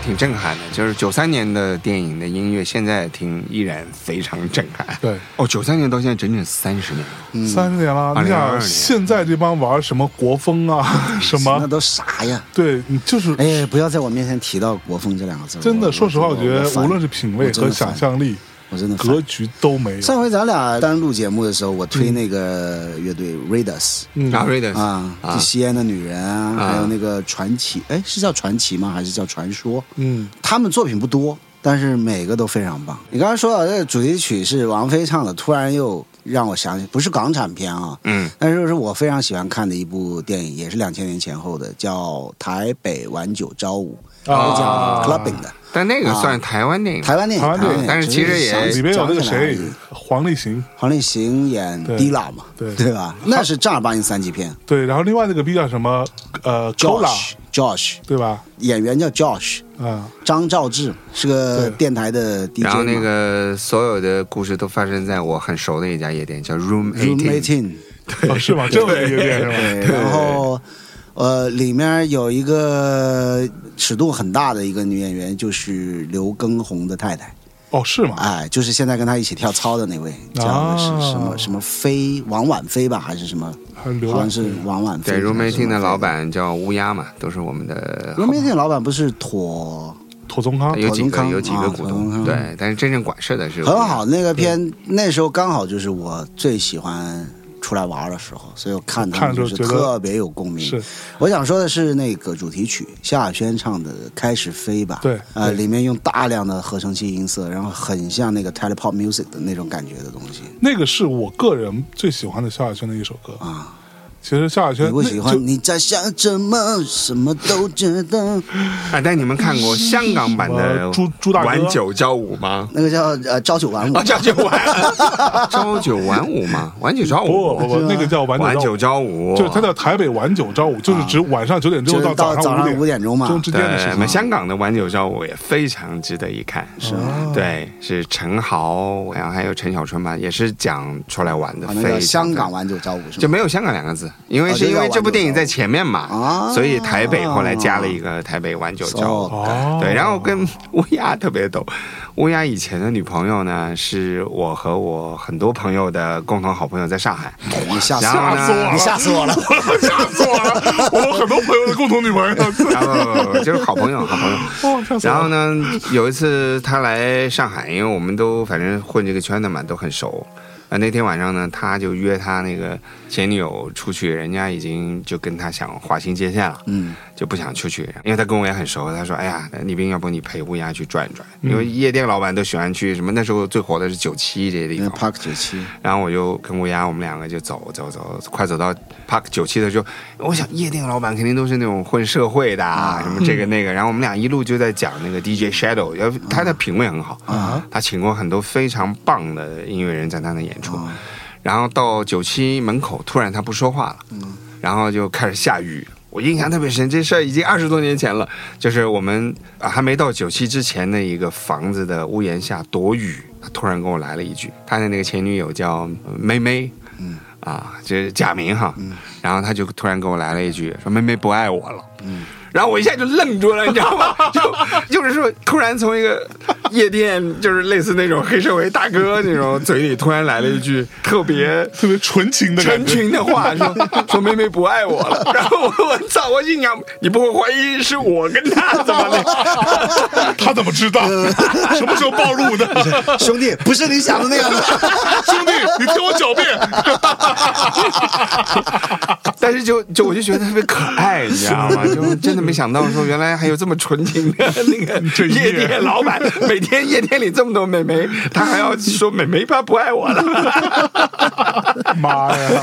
[SPEAKER 4] 挺震撼的，就是九三年的电影的音乐，现在听依然非常震撼。
[SPEAKER 1] 对
[SPEAKER 4] 哦，九三年到现在整整三十年了，
[SPEAKER 1] 三十年了，你
[SPEAKER 4] 2022
[SPEAKER 1] 想
[SPEAKER 4] 年
[SPEAKER 1] 现在这帮玩什么国风啊，什
[SPEAKER 3] 那
[SPEAKER 1] 么，
[SPEAKER 3] 都啥呀？
[SPEAKER 1] 对你就是
[SPEAKER 3] 哎，不要在我面前提到“国风”这两个字。
[SPEAKER 1] 真的，
[SPEAKER 3] 我
[SPEAKER 1] 说实话，我觉得
[SPEAKER 3] 烦
[SPEAKER 1] 无论是品
[SPEAKER 3] 我
[SPEAKER 1] 味
[SPEAKER 3] 真
[SPEAKER 1] 和
[SPEAKER 3] 的
[SPEAKER 1] 想
[SPEAKER 3] 烦
[SPEAKER 1] 象力、
[SPEAKER 3] 我真的烦
[SPEAKER 1] 格局都没有。
[SPEAKER 3] 上回咱俩单录节目的时候，我推那个乐队 Raiders
[SPEAKER 1] 嗯
[SPEAKER 4] 然后 Raiders
[SPEAKER 3] 啊，
[SPEAKER 4] 啊
[SPEAKER 3] 就西安的女人啊，
[SPEAKER 4] 啊
[SPEAKER 3] 还有那个传奇，哎，是叫传奇吗？还是叫传说？
[SPEAKER 1] 嗯，
[SPEAKER 3] 他们作品不多，但是每个都非常棒。你刚才说到这个主题曲是王菲唱的，突然又让我想起，不是港产片啊，
[SPEAKER 4] 嗯，
[SPEAKER 3] 但是是我非常喜欢看的一部电影，也是两千年前后的，叫《台北晚九朝五》，
[SPEAKER 1] 啊
[SPEAKER 3] 讲 clubbing 的
[SPEAKER 4] 但那个
[SPEAKER 3] 啊
[SPEAKER 4] 算嗯台湾电影，
[SPEAKER 3] 台湾电影，
[SPEAKER 1] 台湾电影
[SPEAKER 4] 但是
[SPEAKER 3] 只
[SPEAKER 4] 其实也
[SPEAKER 3] 想起
[SPEAKER 1] 里面有那个谁
[SPEAKER 3] 想起来而已，
[SPEAKER 1] 黄立行，
[SPEAKER 3] 黄立行演
[SPEAKER 1] 对
[SPEAKER 3] 低老嘛，
[SPEAKER 1] 对
[SPEAKER 3] 吧？那是正儿八经三级片
[SPEAKER 1] 对，然后另外那个逼叫什么？呃，Cola，
[SPEAKER 3] ，Josh，Josh
[SPEAKER 1] 对吧？
[SPEAKER 3] 演员叫 Josh，
[SPEAKER 1] 啊，
[SPEAKER 3] 张兆志是个
[SPEAKER 1] 对
[SPEAKER 3] 电台的 DJ
[SPEAKER 4] 然后那
[SPEAKER 3] 嘛
[SPEAKER 4] 个所有的故事都发生在我很熟的一家夜店，叫 Room
[SPEAKER 3] Room
[SPEAKER 4] Eighteen。
[SPEAKER 3] Eighteen，
[SPEAKER 1] 哦是吗？这么一个电影是
[SPEAKER 3] 对， 然后呃，里面有一个尺度很大的一个女演员，就是刘畊宏的太太，
[SPEAKER 1] 吗？哦，是吗？
[SPEAKER 3] 哎，就是现在跟她一起跳操的那位，叫的是什么、
[SPEAKER 1] 啊
[SPEAKER 3] 什么飞王婉菲吧，还是什么？
[SPEAKER 1] 还是刘
[SPEAKER 3] 好
[SPEAKER 1] 浪
[SPEAKER 3] 像是王婉菲。
[SPEAKER 4] 对，Room
[SPEAKER 3] 还是
[SPEAKER 4] Eighteen 的
[SPEAKER 3] 王
[SPEAKER 4] 老
[SPEAKER 3] 婉菲。
[SPEAKER 4] 板叫乌鸦嘛，都是我们的
[SPEAKER 3] Room Eighteen 老板不是妥
[SPEAKER 1] 妥宗康，
[SPEAKER 4] 有几
[SPEAKER 3] 跑
[SPEAKER 4] 个
[SPEAKER 3] 龙
[SPEAKER 4] 有几
[SPEAKER 3] 康
[SPEAKER 4] 个
[SPEAKER 3] 啊
[SPEAKER 4] 股
[SPEAKER 3] 跑龙
[SPEAKER 4] 东，
[SPEAKER 3] 康
[SPEAKER 4] 对，但是真正管事的是乌鸦
[SPEAKER 3] 很好，，那个片那时候刚好就是我最喜欢出来玩的时候，所以我看他
[SPEAKER 1] 看
[SPEAKER 3] 们
[SPEAKER 1] 着
[SPEAKER 3] 就是
[SPEAKER 1] 觉得
[SPEAKER 3] 特别有共鸣。
[SPEAKER 1] 是
[SPEAKER 3] 我想说的是那个主题曲，萧亚轩唱的《开始飞吧》，
[SPEAKER 1] 对
[SPEAKER 3] 呃，
[SPEAKER 1] 对
[SPEAKER 3] 里面用大量的合成器音色，然后很像那个 telepop music 的那种感觉的东西
[SPEAKER 1] 那个是我个人最喜欢的萧亚轩的一首歌。
[SPEAKER 3] 啊。
[SPEAKER 1] 其实萧亚轩
[SPEAKER 3] 你不喜
[SPEAKER 1] 那
[SPEAKER 3] 欢？
[SPEAKER 1] 就
[SPEAKER 3] 你在想什么？什么都觉得
[SPEAKER 4] 哎，但你们看过香港版的
[SPEAKER 1] 呃朱朱大哥
[SPEAKER 4] 玩九交五吗？
[SPEAKER 3] 那个叫呃朝九 晚 五
[SPEAKER 4] 啊，。朝九 晚朝九晚五吗？晚九朝
[SPEAKER 1] 不不
[SPEAKER 4] 五，
[SPEAKER 1] 不，那个叫晚
[SPEAKER 4] 晚
[SPEAKER 1] 九
[SPEAKER 4] 九
[SPEAKER 1] 朝
[SPEAKER 4] 朝五，
[SPEAKER 1] 五，就是他叫台北晚九朝五，就是指晚上九点
[SPEAKER 3] 就
[SPEAKER 1] 钟
[SPEAKER 3] 是
[SPEAKER 1] 到
[SPEAKER 3] 到
[SPEAKER 1] 上
[SPEAKER 3] 上
[SPEAKER 1] 五
[SPEAKER 3] 五点钟嘛，
[SPEAKER 1] 钟之间的事
[SPEAKER 4] 对，
[SPEAKER 1] 情。
[SPEAKER 4] 香港的晚九朝五也非常值得一看，是
[SPEAKER 1] 吗
[SPEAKER 4] 对，是陈豪，然后还有陈小春吧，也是讲出来玩的，
[SPEAKER 3] 啊，
[SPEAKER 4] 非
[SPEAKER 3] 那叫
[SPEAKER 4] 常
[SPEAKER 3] 香港晚九朝五是
[SPEAKER 4] 就
[SPEAKER 3] 吗？
[SPEAKER 4] 没有香港两个字，因为
[SPEAKER 3] 哦
[SPEAKER 4] 是因
[SPEAKER 3] 就叫
[SPEAKER 4] 为这
[SPEAKER 3] 晚
[SPEAKER 4] 部
[SPEAKER 3] 九
[SPEAKER 4] 电影
[SPEAKER 3] 朝
[SPEAKER 4] 在
[SPEAKER 3] 五
[SPEAKER 4] 前面嘛
[SPEAKER 3] 啊，
[SPEAKER 4] 所以台北后来加了一个台北晚九朝五。
[SPEAKER 1] 哦，
[SPEAKER 4] 对，然后跟乌鸦特别逗。乌鸦以前的女朋友呢，是我和我很多朋友的共同好朋友，在上海。
[SPEAKER 3] 你吓死
[SPEAKER 4] 然后
[SPEAKER 3] 我
[SPEAKER 4] 呢
[SPEAKER 3] 了！你吓死 我了！
[SPEAKER 1] 吓死我了！我有很多朋友的共同女朋友，
[SPEAKER 4] 然后就是好朋友，好朋友。
[SPEAKER 1] 哇，吓死我
[SPEAKER 4] 然后
[SPEAKER 1] 了！
[SPEAKER 4] 呢，有一次他来上海，因为我们都反正混这个圈的嘛，都很熟。啊，那天晚上呢，他就约他那个前女友出去，人家已经就跟他想划清界限了，
[SPEAKER 3] 嗯，
[SPEAKER 4] 就不想出去。因为他跟我也很熟，他说：“哎呀，李斌，要不你陪乌鸦去转一转？因为夜店老板都喜欢去什么，那时候最火的是九七这些地
[SPEAKER 3] 因为
[SPEAKER 4] 方。”
[SPEAKER 3] Park 九七，
[SPEAKER 4] 然后我就跟乌鸦，我们两个就走走走，快走到 Park 九七的时候，我想夜店老板肯定都是那种混社会的啊，什么这个那个。然后我们俩一路就在讲那个 DJ Shadow，要他的品味很好，他请过很多非常棒的音乐人在他那演出。然后到九七门口，突然他不说话了，然后就开始下雨。我印象特别深，这事儿已经二十多年前了，就是我们、啊、还没到九七之前的一个房子的屋檐下躲雨，他突然跟我来了一句，他的那个前女友叫呃妹妹，嗯，啊，就是假名哈，然后他就突然跟我来了一句，说妹妹不爱我了，嗯。然后我一下就愣住了，你知道吗？就就是说，突然从一个夜店，就是类似那种黑社会大哥那种嘴里，突然来了一句特别
[SPEAKER 1] 特别纯情的感
[SPEAKER 4] 成
[SPEAKER 1] 觉，
[SPEAKER 4] 群的话说说 妹妹不爱我了，然后我我操，我心想你不会怀疑是我跟她怎么的？
[SPEAKER 1] 他怎么知道？什么时候暴露的？
[SPEAKER 3] 兄弟，不是你想的那样的。
[SPEAKER 1] 兄弟，你听我狡辩。
[SPEAKER 4] 但是就就我就觉得特别可 爱，你知道吗？就真的没想到说原来还有这么纯情的 那个
[SPEAKER 1] 一
[SPEAKER 4] 夜
[SPEAKER 1] 夜
[SPEAKER 4] 店老板，每天夜店里这么多美眉，他还要说美眉她不爱我 了。
[SPEAKER 1] 妈 呀！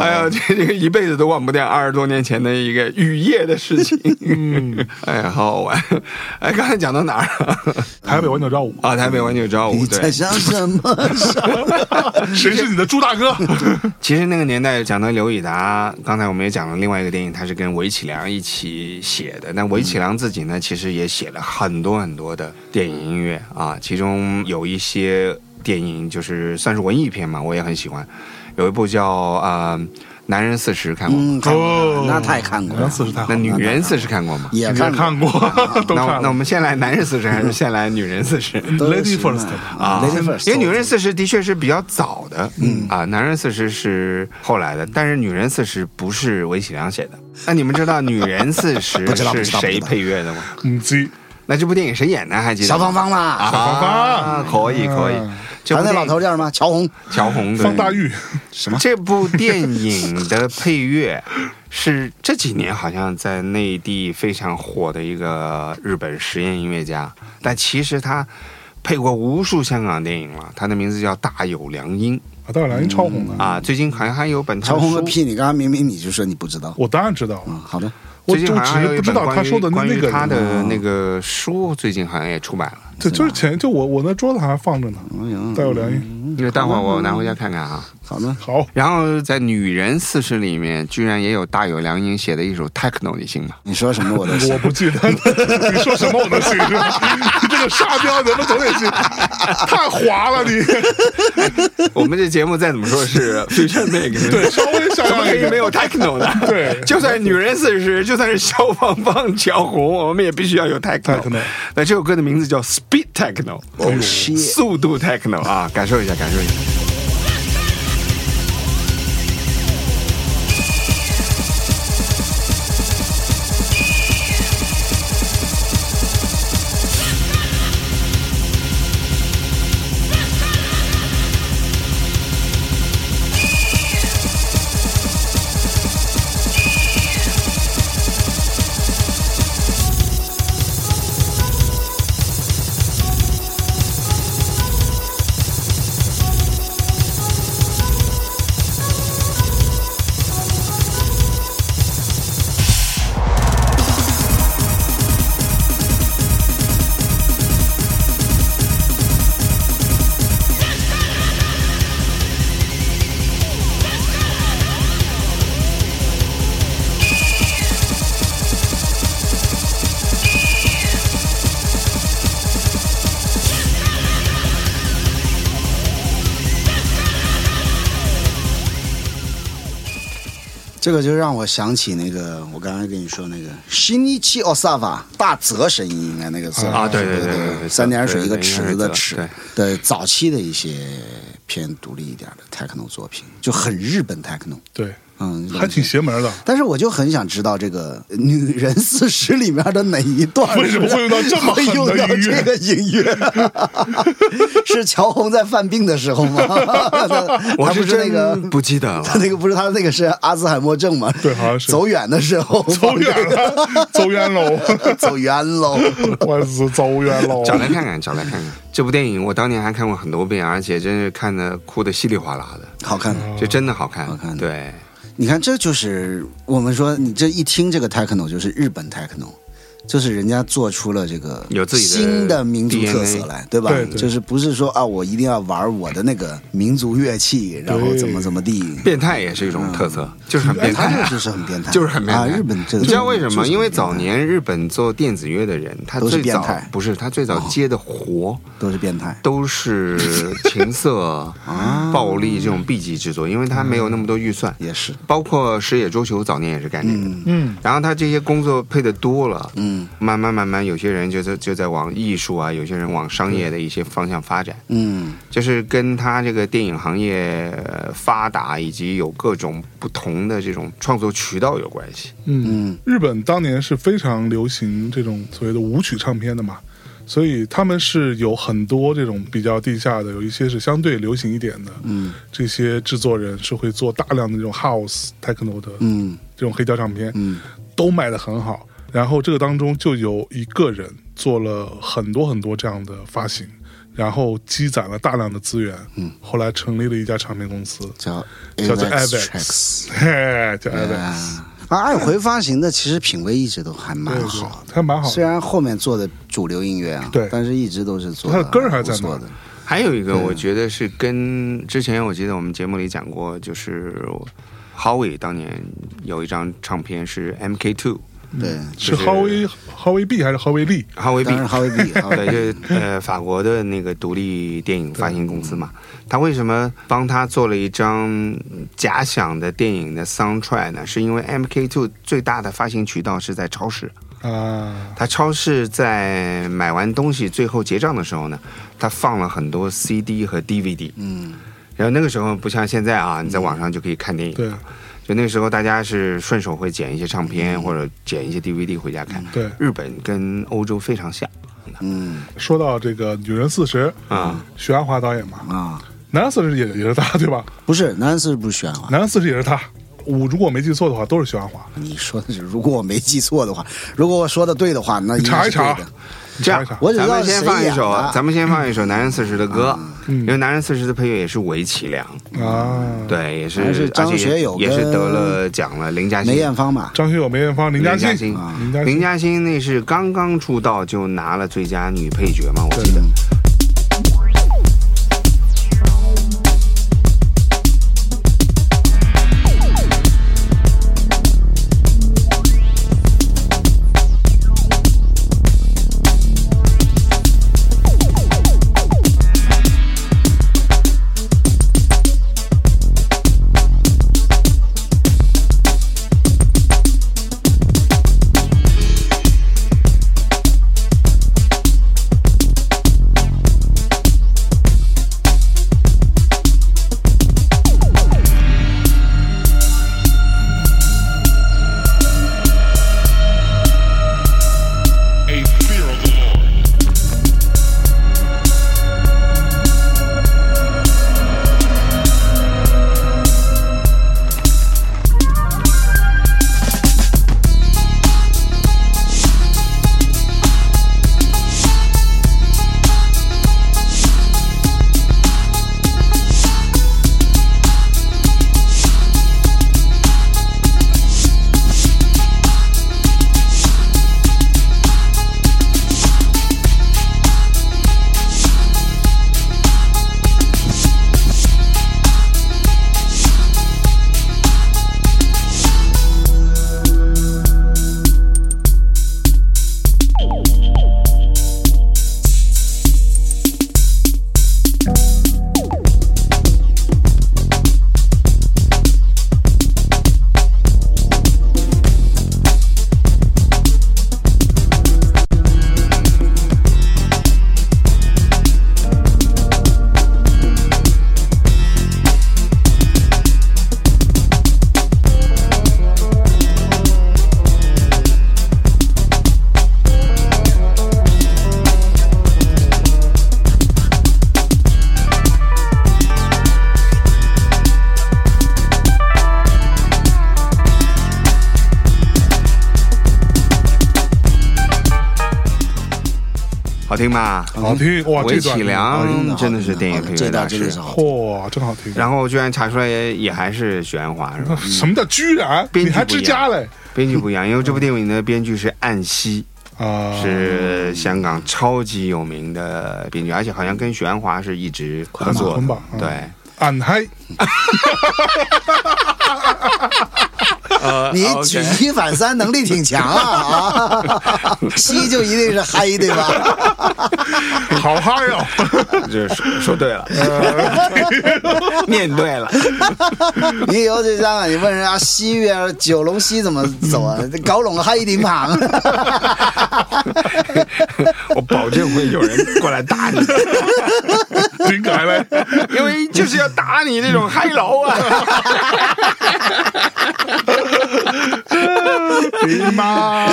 [SPEAKER 4] 哎呀，这这个一辈子都忘不掉二十多年前的一个雨夜的事情。嗯， 哎呀，好好玩。哎，刚才讲到哪儿了？
[SPEAKER 1] 台北晚九朝五，
[SPEAKER 4] 啊，台北晚九朝五，
[SPEAKER 3] 你在
[SPEAKER 4] 对，
[SPEAKER 3] 想什 么？
[SPEAKER 1] 谁是你的猪大哥？
[SPEAKER 4] 其实那个年代讲到刘以达，刚才我们也讲了另外一个电影，他是跟韦启良一起写的。那韦启良自己呢，其实也写了很多很多的电影音乐啊，其中有一些电影就是算是文艺片嘛，我也很喜欢。有一部叫呃《男人四十》，看过吗？
[SPEAKER 3] 嗯，看过
[SPEAKER 1] 哦
[SPEAKER 3] 那太看过了，
[SPEAKER 1] 那四十太好
[SPEAKER 4] 那
[SPEAKER 1] 了
[SPEAKER 4] 女人四十看过吗？
[SPEAKER 3] 也看
[SPEAKER 1] 也看过，嗯 都
[SPEAKER 4] 那
[SPEAKER 1] 看
[SPEAKER 4] 我那我
[SPEAKER 1] 了。
[SPEAKER 4] 们先来男人四十，还是先来女人四十？
[SPEAKER 3] 都是
[SPEAKER 1] Lady
[SPEAKER 3] 什么
[SPEAKER 1] First
[SPEAKER 3] 啊，Lady First，
[SPEAKER 4] 因为女人四十的确是比较早的，嗯啊，男人四十是后来的，但是女人四十不是韦启良写的。那你们知道女人四 十
[SPEAKER 3] 不知道
[SPEAKER 4] 是
[SPEAKER 3] 不知道
[SPEAKER 4] 谁
[SPEAKER 3] 不知道
[SPEAKER 4] 配乐的吗？
[SPEAKER 1] 母鸡
[SPEAKER 4] 那这部电影谁演的？还记得
[SPEAKER 3] 小
[SPEAKER 4] 吗？
[SPEAKER 3] 芳芳嘛，
[SPEAKER 4] 啊，
[SPEAKER 1] 芳芳
[SPEAKER 4] 可以可以
[SPEAKER 1] 嗯。
[SPEAKER 4] 这
[SPEAKER 3] 还
[SPEAKER 4] 部
[SPEAKER 3] 有那
[SPEAKER 4] 电影
[SPEAKER 3] 老头叫什么？乔红，
[SPEAKER 4] 乔红对
[SPEAKER 1] 方大玉，啊
[SPEAKER 3] 什么？
[SPEAKER 4] 这部电影的配乐是这几年好像在内地非常火的一个日本实验音乐家，但其实他配过无数香港电影了。他的名字叫大有良音
[SPEAKER 1] 啊，大有良音超红的！
[SPEAKER 4] 啊，最近好像还有本他
[SPEAKER 3] 乔
[SPEAKER 4] 的
[SPEAKER 3] 红个
[SPEAKER 4] 书
[SPEAKER 3] 屁！你刚刚明明你就说你不知道。
[SPEAKER 1] 我当然知道了，
[SPEAKER 3] 嗯，好的，
[SPEAKER 1] 我
[SPEAKER 4] 啊最
[SPEAKER 1] 就
[SPEAKER 4] 近好
[SPEAKER 1] 只
[SPEAKER 4] 像还
[SPEAKER 1] 是
[SPEAKER 4] 有一
[SPEAKER 1] 不知
[SPEAKER 4] 本
[SPEAKER 1] 道
[SPEAKER 4] 关
[SPEAKER 1] 他
[SPEAKER 4] 于
[SPEAKER 1] 说的
[SPEAKER 4] 关
[SPEAKER 1] 那
[SPEAKER 4] 于
[SPEAKER 1] 个
[SPEAKER 4] 他
[SPEAKER 1] 人，
[SPEAKER 4] 的那个书，最近好像也出版了。
[SPEAKER 1] 对，就是前就我我那桌子上还放着呢，
[SPEAKER 3] 哎
[SPEAKER 4] 嗯
[SPEAKER 3] 呀，
[SPEAKER 1] 大有良音。
[SPEAKER 4] 因为待会儿我拿回家看看啊。
[SPEAKER 3] 嗯好的，
[SPEAKER 1] 好，
[SPEAKER 4] 然后在《女人四十》里面，居然也有大有良音写的一首 techno，你信吗？
[SPEAKER 3] 你说什么我都信
[SPEAKER 1] 我。不记得 你说什么我都信，是吧？ 你这个沙雕咱们总得信，太滑了你。
[SPEAKER 4] 我们这节目再怎么说是 future make，
[SPEAKER 1] 对，稍微想
[SPEAKER 4] 怎
[SPEAKER 1] 想
[SPEAKER 4] 么可
[SPEAKER 1] 也
[SPEAKER 4] 以没有 techno 呢？
[SPEAKER 1] 对
[SPEAKER 4] 就算女人四十，就算是消防棒乔红，我们也必须要有 techno。
[SPEAKER 1] techno
[SPEAKER 4] 那这首歌的名字叫 Speed Techno，
[SPEAKER 3] Oh shit
[SPEAKER 4] 速度 techno 啊，感受一下，感受一下。
[SPEAKER 3] 这个就让我想起那个我刚才跟你说那个 Shinichi Osawa 大泽神医应该那个字
[SPEAKER 4] 啊对对
[SPEAKER 3] 对
[SPEAKER 4] 对对对
[SPEAKER 3] 三点水一个
[SPEAKER 4] 对对
[SPEAKER 3] 池子的
[SPEAKER 4] 应该
[SPEAKER 3] 池
[SPEAKER 4] 是
[SPEAKER 3] 对，早期的一些偏独立一点的 techno 作品，就很日本 techno，
[SPEAKER 1] 对，
[SPEAKER 3] 嗯，
[SPEAKER 1] 还挺邪门的。
[SPEAKER 3] 但是我就很想知道这个《女人四十》里面的哪一段
[SPEAKER 1] 为什么会用到这么
[SPEAKER 3] 会
[SPEAKER 1] 狠的
[SPEAKER 3] 用到这个音乐？ 是乔红在犯病的时候吗？
[SPEAKER 4] 我
[SPEAKER 3] 他不
[SPEAKER 4] 是
[SPEAKER 3] 是那个
[SPEAKER 4] 真不记 得了。
[SPEAKER 3] 他那个不是他那个是阿兹海默症吗？
[SPEAKER 1] 对好像是
[SPEAKER 3] 走远的时候
[SPEAKER 1] 走远了，走远喽！
[SPEAKER 3] 走远 喽。
[SPEAKER 1] 我是走远喽！
[SPEAKER 4] 找来看看，找来看看。这部电影我当年还看过很多遍，而且真是看的哭的稀里哗啦的，
[SPEAKER 3] 好看，
[SPEAKER 4] 就真的好看。
[SPEAKER 3] 好看
[SPEAKER 4] 对，
[SPEAKER 3] 你看这就是我们说你这一听这个 techno 就是日本 techno。就是人家做出了这个
[SPEAKER 4] 有自己的
[SPEAKER 3] 新的民族特色
[SPEAKER 4] DNA
[SPEAKER 3] 来，对吧？
[SPEAKER 1] 对对
[SPEAKER 3] 就是不是说啊，我一定要玩我的那个民族乐器，然后怎么怎么地，
[SPEAKER 4] 变态也是一种特色，就是很
[SPEAKER 3] 哎
[SPEAKER 4] 变
[SPEAKER 3] 他
[SPEAKER 4] 态啊、
[SPEAKER 3] 们就是很变态，
[SPEAKER 4] 就是很变态。
[SPEAKER 3] 啊！日本这个，
[SPEAKER 4] 你知道为什么？因为早
[SPEAKER 3] 就是很变态
[SPEAKER 4] 年日本做电子乐的人，他
[SPEAKER 3] 都是
[SPEAKER 4] 最
[SPEAKER 3] 变
[SPEAKER 4] 早
[SPEAKER 3] 态哦
[SPEAKER 4] 不是他最早接的活
[SPEAKER 3] 都是变态，
[SPEAKER 4] 都是情 色、
[SPEAKER 3] 啊
[SPEAKER 4] 暴力这种 B 级制作，因为他没有那么多预算。
[SPEAKER 3] 也是，
[SPEAKER 4] 包括石野周球早年也是干这个的，
[SPEAKER 1] 嗯，
[SPEAKER 4] 然后他这些工作配的多了，
[SPEAKER 3] 嗯
[SPEAKER 4] 慢慢慢慢，有些人就在就在往艺术啊，有些人往商业的一些方向发展，
[SPEAKER 3] 嗯，
[SPEAKER 4] 就是跟他这个电影行业呃发达以及有各种不同的这种创作渠道有关系。
[SPEAKER 1] 嗯，日本当年是非常流行这种所谓的舞曲唱片的嘛，所以他们是有很多这种比较地下的，有一些是相对流行一点的。嗯，这些制作人是会做大量的这种 house techno 的，
[SPEAKER 3] 嗯，
[SPEAKER 1] 这种黑胶唱片，嗯，都卖的很好。然后这个当中就有一个人做了很多很多这样的发行，然后积攒了大量的资源，嗯，后来成立了一家唱片公 司，
[SPEAKER 3] 叫
[SPEAKER 1] 叫做
[SPEAKER 3] Avex Trax
[SPEAKER 1] Avex，嘿，叫 Avex，
[SPEAKER 3] 啊，二回发行的其实品味一直都还蛮
[SPEAKER 1] 对
[SPEAKER 3] 好
[SPEAKER 1] 对还哎蛮好的
[SPEAKER 3] 虽然后面做的主流音乐啊，
[SPEAKER 1] 对
[SPEAKER 3] 但是一直都是做
[SPEAKER 1] 它的根儿还
[SPEAKER 3] 不
[SPEAKER 1] 在那
[SPEAKER 3] 错
[SPEAKER 1] 儿
[SPEAKER 3] 的，
[SPEAKER 4] 还有一个，我觉得是跟之前我记得我们节目里讲过，就是 Howie 当年有一张唱片是 MK Two
[SPEAKER 1] 嗯
[SPEAKER 3] 对，
[SPEAKER 1] 是
[SPEAKER 4] 就是
[SPEAKER 1] 豪威豪威 B 还是豪威利？
[SPEAKER 4] Howie
[SPEAKER 3] 当然
[SPEAKER 4] B，
[SPEAKER 3] 哈维 比，哈
[SPEAKER 4] 对，
[SPEAKER 3] 维比
[SPEAKER 4] 就是呃法国的那个独立电影发行公司嘛。他为什么帮他做了一张假想的电影的 soundtrack 呢？是因为 MK Two 最大的发行渠道是在超市。
[SPEAKER 1] 啊，
[SPEAKER 4] 他超市在买完东西最后结账的时候呢，他放了很多 CD 和 DVD。嗯，然后那个时候不像现在啊，你
[SPEAKER 3] 嗯
[SPEAKER 4] 在网上就可以看电影。
[SPEAKER 1] 对
[SPEAKER 4] 就那个时候大家是
[SPEAKER 3] 嗯
[SPEAKER 4] 顺手会捡一些唱片或者捡一些 DVD 回家看。
[SPEAKER 1] 对
[SPEAKER 4] 日本跟欧洲非常像，的
[SPEAKER 3] 嗯
[SPEAKER 1] 说到这个《女人四十》，
[SPEAKER 4] 啊。
[SPEAKER 1] 许鞍华导演嘛，
[SPEAKER 3] 啊，
[SPEAKER 1] 男人四十也也是他对吧？
[SPEAKER 3] 不是，男四不是玄华。
[SPEAKER 1] 男人四十也是他，我如果我没记错的话，都是许鞍华。
[SPEAKER 3] 你说的是，如果我没记错的话，如果我说的对的话，那应
[SPEAKER 1] 查
[SPEAKER 3] 该
[SPEAKER 1] 一
[SPEAKER 3] 是
[SPEAKER 1] 查
[SPEAKER 3] 对的。
[SPEAKER 1] 你
[SPEAKER 4] 这
[SPEAKER 1] 查
[SPEAKER 4] 样
[SPEAKER 1] 一查，
[SPEAKER 3] 我只
[SPEAKER 4] 咱
[SPEAKER 3] 知道
[SPEAKER 4] 们
[SPEAKER 3] 是
[SPEAKER 4] 先
[SPEAKER 3] 谁
[SPEAKER 4] 放一
[SPEAKER 3] 演
[SPEAKER 4] 首，
[SPEAKER 3] 的啊
[SPEAKER 4] 咱们先放一首《男人四十》的歌，
[SPEAKER 1] 嗯
[SPEAKER 4] 因为《男人四十》的配乐也是韦启良，
[SPEAKER 1] 啊，，
[SPEAKER 4] 对，也
[SPEAKER 3] 还
[SPEAKER 4] 是，
[SPEAKER 3] 是张
[SPEAKER 4] 而且也
[SPEAKER 3] 学友
[SPEAKER 4] 也是
[SPEAKER 3] 跟
[SPEAKER 4] 得了奖了，林嘉欣
[SPEAKER 3] 梅艳芳吧？
[SPEAKER 1] 张学友、梅艳芳、林嘉
[SPEAKER 4] 林嘉
[SPEAKER 1] 欣
[SPEAKER 4] 欣、
[SPEAKER 1] 啊林嘉
[SPEAKER 4] 林
[SPEAKER 1] 欣，
[SPEAKER 4] 嘉欣那是刚刚出道就拿了最佳女配角嘛，我记得。好听吧？
[SPEAKER 1] 好听哇，这段啊
[SPEAKER 4] 韦启
[SPEAKER 3] 好听的
[SPEAKER 4] 良真的是
[SPEAKER 3] 好听的
[SPEAKER 4] 电影
[SPEAKER 3] 好听
[SPEAKER 4] 配
[SPEAKER 3] 的这
[SPEAKER 4] 乐大
[SPEAKER 3] 段真的
[SPEAKER 4] 师
[SPEAKER 3] 是。好听。
[SPEAKER 1] 嚯，真好听。
[SPEAKER 4] 然后居然查出来也也还是许鞍华 是吧？
[SPEAKER 1] 什么叫居然？
[SPEAKER 4] 编
[SPEAKER 1] 你
[SPEAKER 4] 剧
[SPEAKER 1] 还
[SPEAKER 4] 不一
[SPEAKER 1] 之家
[SPEAKER 4] 样
[SPEAKER 1] 嘞？
[SPEAKER 4] 编剧不一样，因为这部电影的编剧是岸西，
[SPEAKER 1] 啊，
[SPEAKER 4] 是香港超级有名的编剧，而且好像跟许鞍华是一直合作
[SPEAKER 1] 捆
[SPEAKER 4] 的
[SPEAKER 1] 绑捆绑。
[SPEAKER 4] 对，
[SPEAKER 1] 俺嗨，
[SPEAKER 4] 呃
[SPEAKER 3] 你
[SPEAKER 4] ，OK
[SPEAKER 3] 举一反三，能力挺强啊！啊， 西就一定是嗨，对吧？
[SPEAKER 1] 好嗨哦哟！
[SPEAKER 4] 就是说 说对了，
[SPEAKER 1] 呃
[SPEAKER 4] 面对了。
[SPEAKER 3] 你以后去香啊港，你问人家西边九龙西怎么 走啊？搞拢嗨顶旁，
[SPEAKER 4] 我保证会有人过来打你，
[SPEAKER 1] 顶改嘞，
[SPEAKER 4] 因为就是要打你这种嗨佬 啊！
[SPEAKER 1] 顶妈！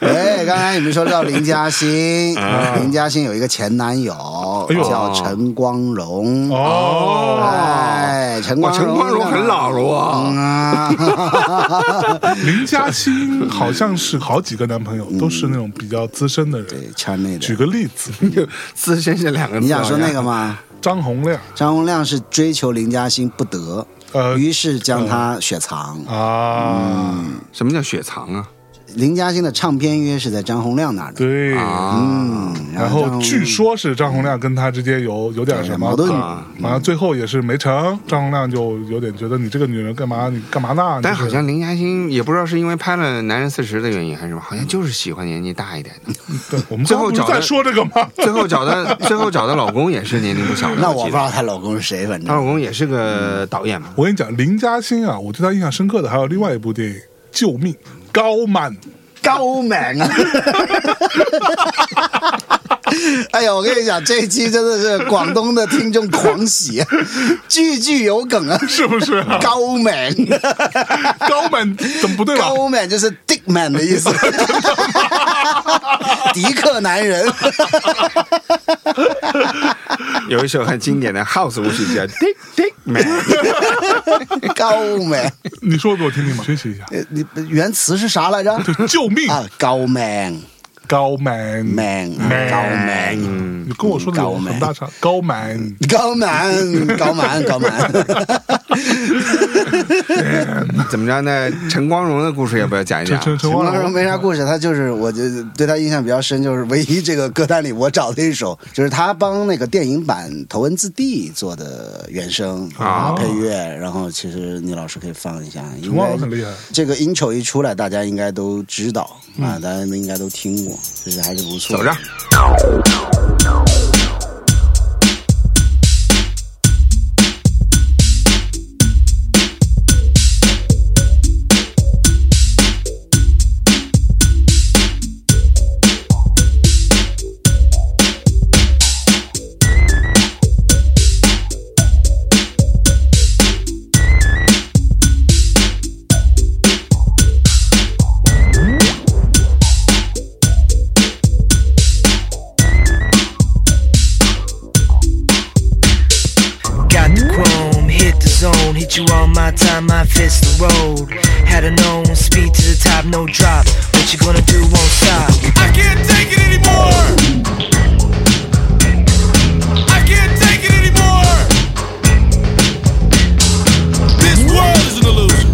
[SPEAKER 3] 哎，刚才你们说到林嘉欣，林嘉欣有一个前男友
[SPEAKER 1] 啊哎呦
[SPEAKER 3] 叫陈光荣。
[SPEAKER 1] 哦，
[SPEAKER 3] 哎，陈
[SPEAKER 4] 哇，
[SPEAKER 3] 光
[SPEAKER 4] 陈光荣很老了哦，
[SPEAKER 3] 啊，
[SPEAKER 1] 林嘉欣好像是好几个男朋友都是那种比较资深的人。
[SPEAKER 3] 对，圈内
[SPEAKER 1] 举
[SPEAKER 3] 的。
[SPEAKER 1] 个例子，
[SPEAKER 4] 资深这两个字。
[SPEAKER 3] 你想说那个？吗？
[SPEAKER 1] 张洪亮
[SPEAKER 3] 张洪亮是追求林嘉欣不得，
[SPEAKER 1] 呃
[SPEAKER 3] 于是将她雪藏。
[SPEAKER 1] 啊，
[SPEAKER 4] 什么叫雪藏啊？
[SPEAKER 3] 林嘉欣的唱片约是在张洪亮那儿的，
[SPEAKER 1] 对，
[SPEAKER 4] 啊，
[SPEAKER 3] 嗯，
[SPEAKER 1] 然
[SPEAKER 3] 张
[SPEAKER 1] 后
[SPEAKER 3] 洪
[SPEAKER 1] 据说是张洪亮跟他之间有有点什么
[SPEAKER 3] 矛盾
[SPEAKER 1] 啊
[SPEAKER 4] 嗯
[SPEAKER 1] 好像最后也是没成，张洪亮就有点觉得你这个女人干嘛你干嘛呢？
[SPEAKER 4] 但
[SPEAKER 1] 你这
[SPEAKER 4] 好
[SPEAKER 1] 个
[SPEAKER 4] 像林嘉欣也不知道是因为拍了《男人四十》的原因还是什么，好像就是喜欢年纪大一点 的。
[SPEAKER 1] 对我们
[SPEAKER 4] 最
[SPEAKER 1] 刚
[SPEAKER 4] 后
[SPEAKER 1] 刚不是
[SPEAKER 4] 找的
[SPEAKER 1] 在说这个吗？
[SPEAKER 4] 最后找的最后找的老公也是年龄不小的。
[SPEAKER 3] 那我不
[SPEAKER 4] 记
[SPEAKER 3] 知
[SPEAKER 4] 得
[SPEAKER 3] 道她老公是谁，反
[SPEAKER 4] 她
[SPEAKER 3] 正
[SPEAKER 4] 老公也是个导演嘛。
[SPEAKER 1] 我跟你讲，林嘉欣啊，我对她印象深刻的还有另外一部电影《救命高满》，
[SPEAKER 3] 高明 啊！哎呀，我跟你讲，这一期真的是广东的听众狂喜，啊句句有梗啊！
[SPEAKER 1] 是不是、啊？
[SPEAKER 3] 高明，
[SPEAKER 1] 高满怎么不对吧？
[SPEAKER 3] 高明就是 dick man 的意思。 迪克男人，
[SPEAKER 4] 有一首很经典的 House 舞曲叫《Dick Dick Man》，
[SPEAKER 3] 高美，
[SPEAKER 1] 你说给我听听嘛，学习一下。
[SPEAKER 3] 呃你原词是啥来着？
[SPEAKER 1] 对，救命！
[SPEAKER 3] 啊，高明
[SPEAKER 1] 高满，
[SPEAKER 3] 明高明。
[SPEAKER 1] 你跟我说的有很大差。高
[SPEAKER 4] 嗯
[SPEAKER 1] 满，
[SPEAKER 3] 高满，高满，高满，
[SPEAKER 4] 怎么着呢？陈光荣的故事要不要讲一
[SPEAKER 1] 陈
[SPEAKER 4] 讲？
[SPEAKER 1] 陈陈
[SPEAKER 3] 陈
[SPEAKER 1] 光
[SPEAKER 3] 光荣
[SPEAKER 1] 荣
[SPEAKER 3] 没啥故事，他就是我就对他印象比较深，就是唯一这个歌单里我找的一首，就是他帮那个电影版《头文字 D》做的原声
[SPEAKER 4] 啊
[SPEAKER 3] 啊配乐，然后其实倪老师可以放一下，
[SPEAKER 1] 陈
[SPEAKER 3] 应
[SPEAKER 1] 光
[SPEAKER 3] 该
[SPEAKER 1] 荣很厉害。
[SPEAKER 3] 这个 intro 一出来，大家应该都知道啊，大家应该都听过，就是还是不错。
[SPEAKER 4] 走着。
[SPEAKER 5] Got the chrome, hit the zone, hit you on my time, I fist the road. Had a known speed to the top, no drop. What you gonna do won't stop. I can't take it anymore. I can't take it anymore. This
[SPEAKER 4] 嗯
[SPEAKER 5] world is an illusion.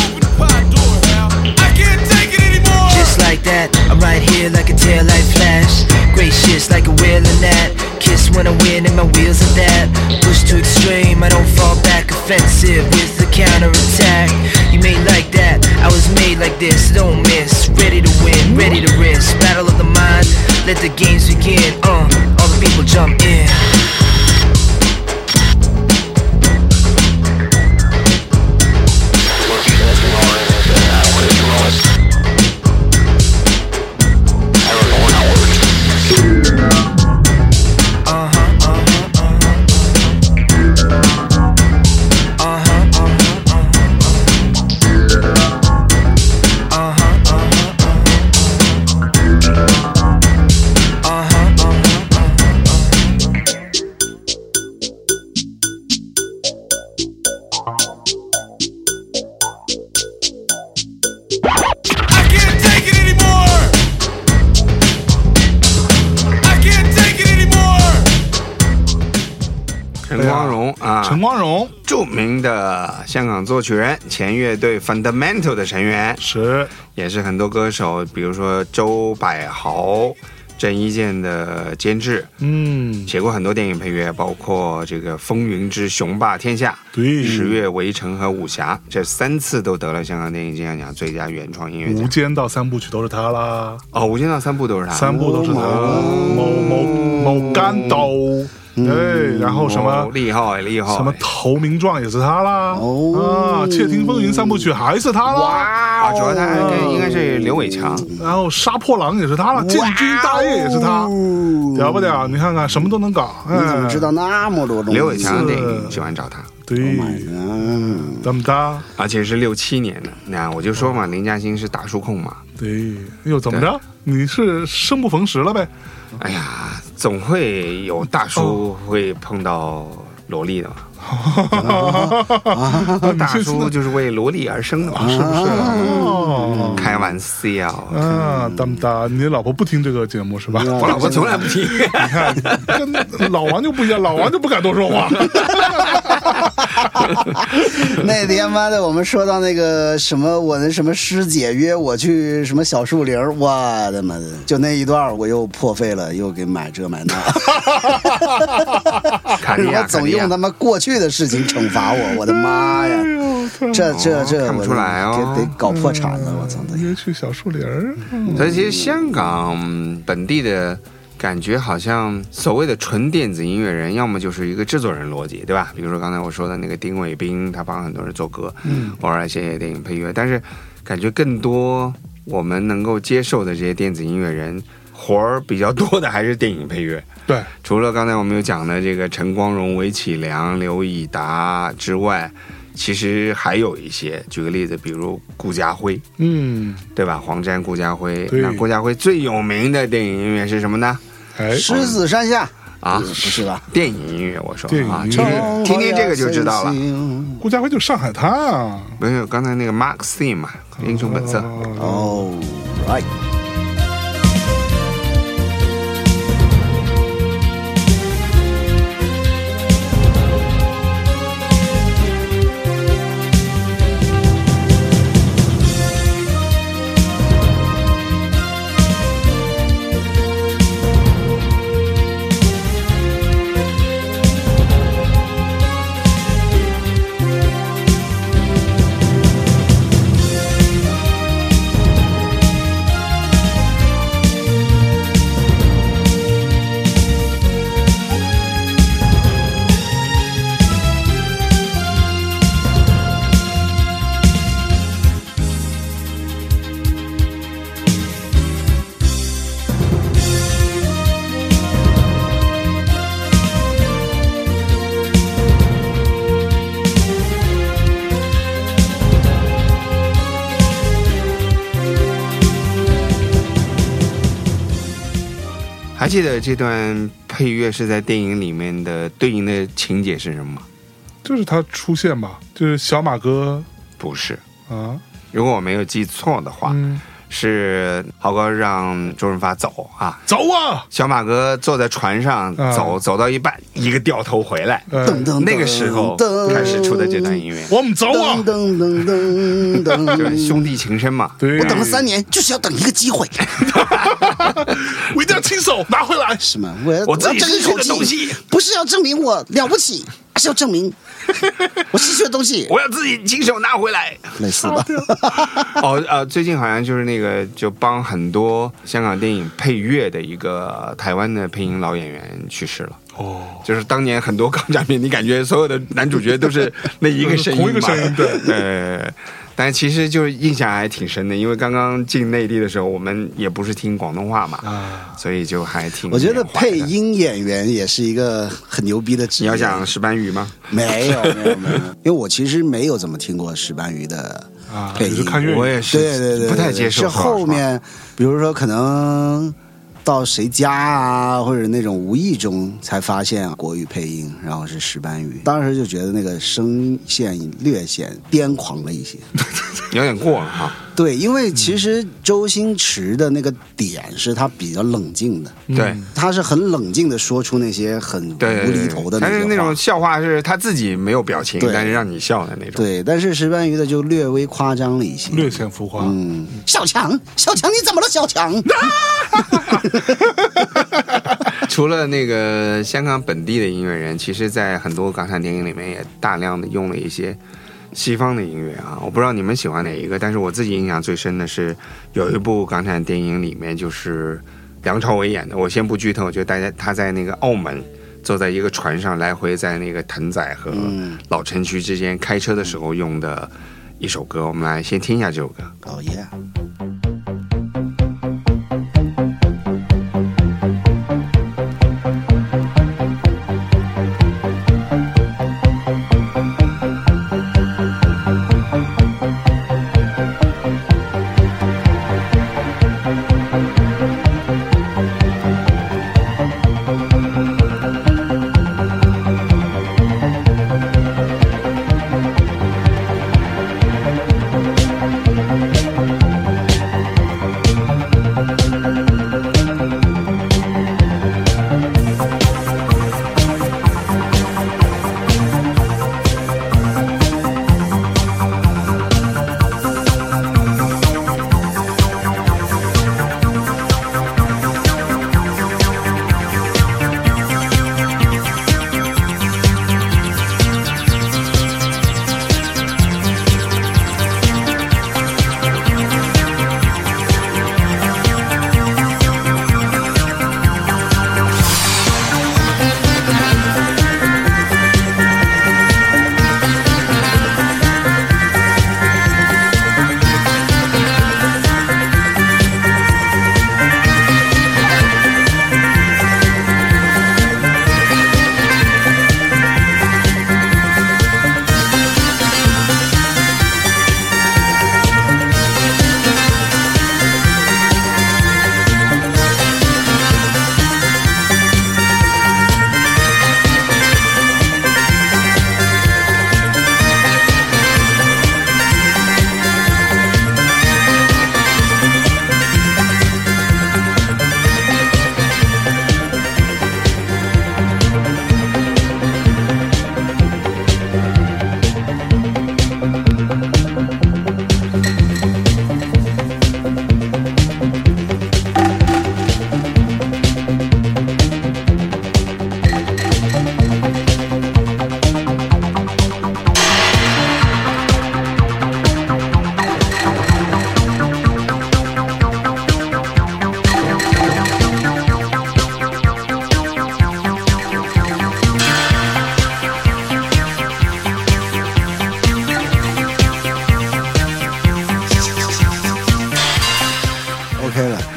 [SPEAKER 5] Open the wide door now. I can't take it anymore. Just like that, I'm right here like a taillight flash. Great shit's like a wheel and that. Kiss when I win and my wheels are that. Push to extreme, I don't fall back. Offensive with the counterattack. You made like that, I was made like this. Don't miss, ready to win, ready to risk. Battle of the mind, let the games begin. Uh, all the people jump in. I can't take it anymore. I can't take it anymore.
[SPEAKER 4] 陈光荣啊，
[SPEAKER 1] 陈光荣
[SPEAKER 4] 著名的香港作曲人，前乐队 Fundamental 的成员，
[SPEAKER 1] 是
[SPEAKER 4] 也是很多歌手，比如说周柏豪、郑伊健的监制，
[SPEAKER 1] 嗯，
[SPEAKER 4] 写过很多电影配乐，包括这个《风云之雄霸天下》、
[SPEAKER 1] 对
[SPEAKER 4] 《十月围城》和《武侠》，这三次都得了香港电影金像奖最佳原创音乐
[SPEAKER 1] 《无
[SPEAKER 4] 奖。
[SPEAKER 1] 间道》三部曲都是他啦，
[SPEAKER 4] 哦，《无间道》三部都是
[SPEAKER 3] 啊
[SPEAKER 4] 他。哦
[SPEAKER 1] 三部都是他，某某某干道，
[SPEAKER 3] 嗯
[SPEAKER 1] 哎，然后什么
[SPEAKER 4] 哦。厉害厉害，
[SPEAKER 1] 什么投名状也是他啦，
[SPEAKER 3] 哦
[SPEAKER 1] 啊，《窃听风云》三部曲还是他啦，
[SPEAKER 4] 啊？主要他还跟应该是刘伟强，
[SPEAKER 1] 然后《杀破狼》也是他
[SPEAKER 3] 哦
[SPEAKER 1] 啦，《建军大业》也是他，屌不屌？你看看什么都能搞，
[SPEAKER 3] 嗯你
[SPEAKER 1] 哎
[SPEAKER 3] 怎么知？道那么多东西？
[SPEAKER 4] 刘伟强的电影喜欢找他。
[SPEAKER 1] 对，
[SPEAKER 3] 嗯，
[SPEAKER 1] 怎么的？
[SPEAKER 4] 而且是六七年的。那我就说嘛，林嘉欣是大叔控嘛。
[SPEAKER 1] 对，又怎么着？你是生不逢时了呗？
[SPEAKER 4] 哎呀，总会有大叔会碰到萝莉的嘛。大叔就是为萝莉而生的嘛，是不
[SPEAKER 3] 嗯
[SPEAKER 4] 是？
[SPEAKER 1] 哦，
[SPEAKER 4] 开玩笑，
[SPEAKER 1] 啊，怎么的？你老婆不听这个节目是吧？
[SPEAKER 4] 我
[SPEAKER 3] 啊
[SPEAKER 4] 老婆从来不听。
[SPEAKER 1] 你看，跟老王就不一样，老王就不敢多说 话。
[SPEAKER 3] 那天妈的，我们说到那个什么，我的什么师姐约我去什么小树林儿，我的妈的，就那一段儿我又破费了，又给买这买那，
[SPEAKER 4] 卡地
[SPEAKER 3] 什
[SPEAKER 4] 亚
[SPEAKER 3] 么总用他妈过去的事情惩罚我，我的妈
[SPEAKER 1] 哎
[SPEAKER 3] 哎呀！这这这，
[SPEAKER 4] 嗯看不出来哦嗯
[SPEAKER 3] 我得得搞破产了，我操的！
[SPEAKER 1] 约去小树林儿，
[SPEAKER 4] 所以其实香港嗯本地的。感觉好像所谓的纯电子音乐人，要么就是一个制作人逻辑，对吧？比如说刚才我说的那个丁伟斌，他帮很多人做歌，嗯，偶尔写写电影配乐，但是感觉更多我们能够接受的这些电子音乐人，活儿比较多的还是电影配乐。
[SPEAKER 1] 对，
[SPEAKER 4] 除了刚才我们有讲的这个陈光荣、韦启良、刘以达之外，其实还有一些，举个例子，比如顾家辉，
[SPEAKER 1] 嗯，
[SPEAKER 4] 对吧？黄沾、顾家辉。
[SPEAKER 1] 对
[SPEAKER 4] 那顾家辉最有名的电影音乐是什么呢？
[SPEAKER 1] 哎，
[SPEAKER 3] 狮子山下
[SPEAKER 4] 啊
[SPEAKER 3] 不是吧？
[SPEAKER 4] 电影音乐，我说
[SPEAKER 1] 电影
[SPEAKER 4] 啊，
[SPEAKER 1] 音
[SPEAKER 4] 就
[SPEAKER 1] 乐
[SPEAKER 4] 是听听这个就知道了。
[SPEAKER 1] 顾家辉就上海滩啊，
[SPEAKER 4] 没有，刚才那个 Mark s i m 嘛，《英雄本色》
[SPEAKER 1] 哦
[SPEAKER 3] 哦，right，
[SPEAKER 4] 嗯还记得这段配乐是在电影里面的对应的情节是什么吗？
[SPEAKER 1] 就是他出现吧，就是小马哥
[SPEAKER 4] 不是，
[SPEAKER 1] 啊，
[SPEAKER 4] 如果我没有记错的话，
[SPEAKER 1] 嗯，
[SPEAKER 4] 是豪哥让周润发走啊，
[SPEAKER 1] 走啊，
[SPEAKER 4] 小马哥坐在船上
[SPEAKER 1] 啊
[SPEAKER 4] 走，走到一半，一个掉头回来，
[SPEAKER 1] 呃
[SPEAKER 3] 噔噔
[SPEAKER 4] 那个时候开始出的这段音乐，
[SPEAKER 1] 我们走啊
[SPEAKER 3] 噔，噔噔噔
[SPEAKER 4] 就是
[SPEAKER 3] 噔，
[SPEAKER 4] 兄弟情深嘛。
[SPEAKER 1] 对，
[SPEAKER 3] 我等了三年，就是要等一个机 会，
[SPEAKER 1] 我一定要亲手拿回来。
[SPEAKER 3] 是吗？我要
[SPEAKER 4] 我自己
[SPEAKER 3] 要争一
[SPEAKER 4] 失去
[SPEAKER 3] 口
[SPEAKER 4] 的东
[SPEAKER 3] 气
[SPEAKER 4] 西，
[SPEAKER 3] 不是要证明我了不 起，而是要证明我失去的东西，
[SPEAKER 4] 我要自己亲手拿回来。
[SPEAKER 3] 类似吧？
[SPEAKER 4] 哦，呃，最近好像就是那个，就帮很多香港电影配乐的一个呃台湾的配音老演员去世了。
[SPEAKER 1] 哦，
[SPEAKER 4] 就是当年很多港产片，你感觉所有的男主角都是那一个声音嘛，
[SPEAKER 1] 同一个声音对
[SPEAKER 4] 对。但其实就是印象还挺深的，因为刚刚进内地的时候，我们也不是听广东话嘛，
[SPEAKER 1] 啊
[SPEAKER 4] 所以就还挺缅怀的。
[SPEAKER 3] 我觉得配音演员也是一个很牛逼的职
[SPEAKER 4] 你
[SPEAKER 3] 业。
[SPEAKER 4] 要讲石斑鱼吗？
[SPEAKER 3] 没有没有没有，因为我其实没有怎么听过石斑鱼的
[SPEAKER 1] 啊
[SPEAKER 3] 配音，
[SPEAKER 1] 你就看粤语
[SPEAKER 4] 我也是，
[SPEAKER 3] 对对对，
[SPEAKER 4] 不太接受。
[SPEAKER 3] 是
[SPEAKER 4] 说老实
[SPEAKER 3] 后
[SPEAKER 4] 话
[SPEAKER 3] 面，比如说可能到谁家啊，或者那种无意中才发现国语配音，然后是石斑鱼，当时就觉得那个声线略显癫狂了一 些。
[SPEAKER 4] 有点过了哈。
[SPEAKER 3] 对，因为其实周星驰的那个点是他比较冷静的，
[SPEAKER 1] 嗯
[SPEAKER 4] 对
[SPEAKER 3] 他是很冷静的说出那些很
[SPEAKER 4] 对对
[SPEAKER 3] 无厘
[SPEAKER 4] 对
[SPEAKER 3] 头的
[SPEAKER 4] 但是
[SPEAKER 3] 那
[SPEAKER 4] 那
[SPEAKER 3] 些
[SPEAKER 4] 种
[SPEAKER 3] 话。
[SPEAKER 4] 笑话是他自己没有表情，
[SPEAKER 3] 对
[SPEAKER 4] 但是让你笑的那种。
[SPEAKER 3] 对，但是石斑鱼的就略微夸张了一些。
[SPEAKER 1] 略显浮夸，
[SPEAKER 3] 嗯，小强，小强，你怎么了，小 强？
[SPEAKER 4] 啊除了那个香港本地的音乐人，其实，在很多港产电影里面也大量的用了一些西方的音乐啊。我不知道你们喜欢哪一个，但是我自己印象最深的是有一部港产电影里面，就是梁朝伟演的。我先不剧透，就大家他在那个澳门。坐在一个船上来回在那个藤仔和
[SPEAKER 3] 嗯
[SPEAKER 4] 老城区之间开车的时候用的一首歌，我们来先听一下这首歌。
[SPEAKER 3] 哦耶！
[SPEAKER 5] Hãy subscribe cho kênh Ghiền Mì Gõ Để không bỏ lỡ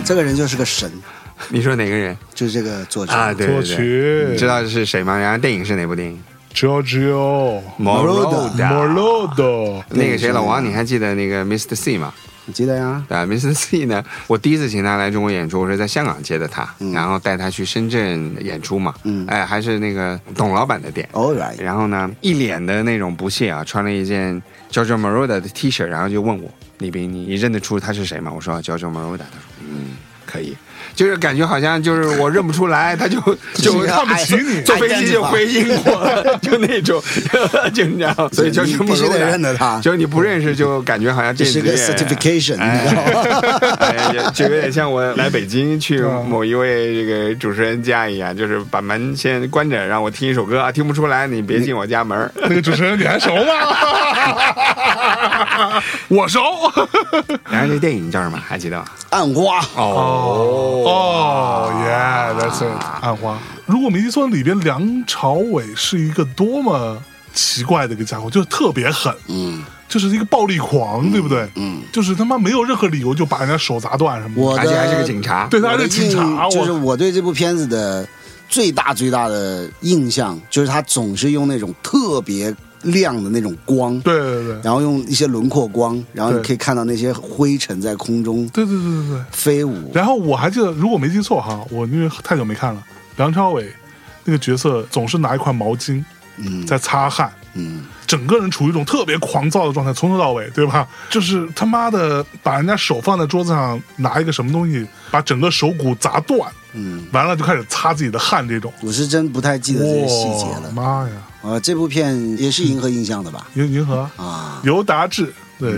[SPEAKER 3] 这个人就是个神，
[SPEAKER 4] 你说哪个人
[SPEAKER 3] 就是这个作者
[SPEAKER 4] 啊？对
[SPEAKER 1] 作
[SPEAKER 4] 对对，
[SPEAKER 1] 曲
[SPEAKER 4] 你知道是谁吗？然后电影是哪部电影
[SPEAKER 1] Giorgio
[SPEAKER 3] Moroder 嗯
[SPEAKER 1] Morodo，
[SPEAKER 4] 那个谁，老王，你还记得那个 Mr. C 吗？
[SPEAKER 3] 你记得呀？
[SPEAKER 4] 啊，Mr. C 呢，我第一次请他来中国演出，我是在香港接的他，然后带他去深圳演出嘛，
[SPEAKER 3] 嗯
[SPEAKER 4] 哎，还是那个董老板的店。
[SPEAKER 3] All right，
[SPEAKER 4] 然后呢，一脸的那种不屑啊，穿了一件 Giorgio Moroder 的 T 恤，然后就问我：“李斌，你你认得出他是谁吗？”我说：“Giorgio Moroder。”他说：“嗯，可以。”就是感觉好像就是我认不出 来，他就就
[SPEAKER 3] 看
[SPEAKER 1] 不起你
[SPEAKER 4] 哎坐飞机就回英国 了，就那种， 就你知道，所以
[SPEAKER 3] 是
[SPEAKER 4] Giorgio
[SPEAKER 3] 你必须
[SPEAKER 4] Moroder
[SPEAKER 3] 得认得他
[SPEAKER 4] 就是你不认识，就感觉好像
[SPEAKER 3] 这是
[SPEAKER 4] 职
[SPEAKER 3] 个
[SPEAKER 4] 业
[SPEAKER 3] certification，你知道吗？
[SPEAKER 4] 哎，就有点像我来北京去某一位这个主持人家一样，就是把门先关着，让我听一首歌啊，听不出来你别进我家门儿。
[SPEAKER 1] 那个主持人你还熟 吗？我熟
[SPEAKER 4] 然后这电影叫什么？还记得吗？
[SPEAKER 3] 暗花，
[SPEAKER 1] 哦耶，That's it，暗花。如果没记错，里边梁朝伟是一个多么奇怪的一个家伙，就是特别狠，
[SPEAKER 3] 嗯，
[SPEAKER 1] 就是一个暴力狂，对不对？
[SPEAKER 3] 嗯，
[SPEAKER 1] 就是他妈没有任何理由就把人家手砸断什么的。
[SPEAKER 3] 我
[SPEAKER 4] 而且还是个
[SPEAKER 3] 的
[SPEAKER 4] 警察。
[SPEAKER 1] 对，他
[SPEAKER 3] 我
[SPEAKER 1] 还
[SPEAKER 3] 的
[SPEAKER 1] 是警察，
[SPEAKER 3] 印就是
[SPEAKER 1] 我
[SPEAKER 3] 我对这部片子的最大最大的印象，就是他总是用那种特别亮的那种光，
[SPEAKER 1] 对对对
[SPEAKER 3] 然后用一些轮廓光，然后你
[SPEAKER 1] 对
[SPEAKER 3] 可以看到那些灰尘在空中
[SPEAKER 1] 对对对对对。
[SPEAKER 3] 飞舞。
[SPEAKER 1] 然后我还记得，如果没记错哈，我因为太久没看了，梁朝伟那个角色总是拿一块毛巾
[SPEAKER 3] 嗯
[SPEAKER 1] 在擦汗，
[SPEAKER 3] 嗯，
[SPEAKER 1] 整个人处于一种特别狂躁的状态，从头到尾，对吧？就是他妈的把人家手放在桌子上，拿一个什么东西把整个手骨砸断，
[SPEAKER 3] 嗯，
[SPEAKER 1] 完了就开始擦自己的汗，这种。
[SPEAKER 3] 我是真不太记得这些细节
[SPEAKER 1] 哇
[SPEAKER 3] 了。
[SPEAKER 1] 妈呀！
[SPEAKER 3] 呃，这部片也是银河映像的吧？
[SPEAKER 1] 银银河、
[SPEAKER 3] 啊，
[SPEAKER 1] 尤达志，对，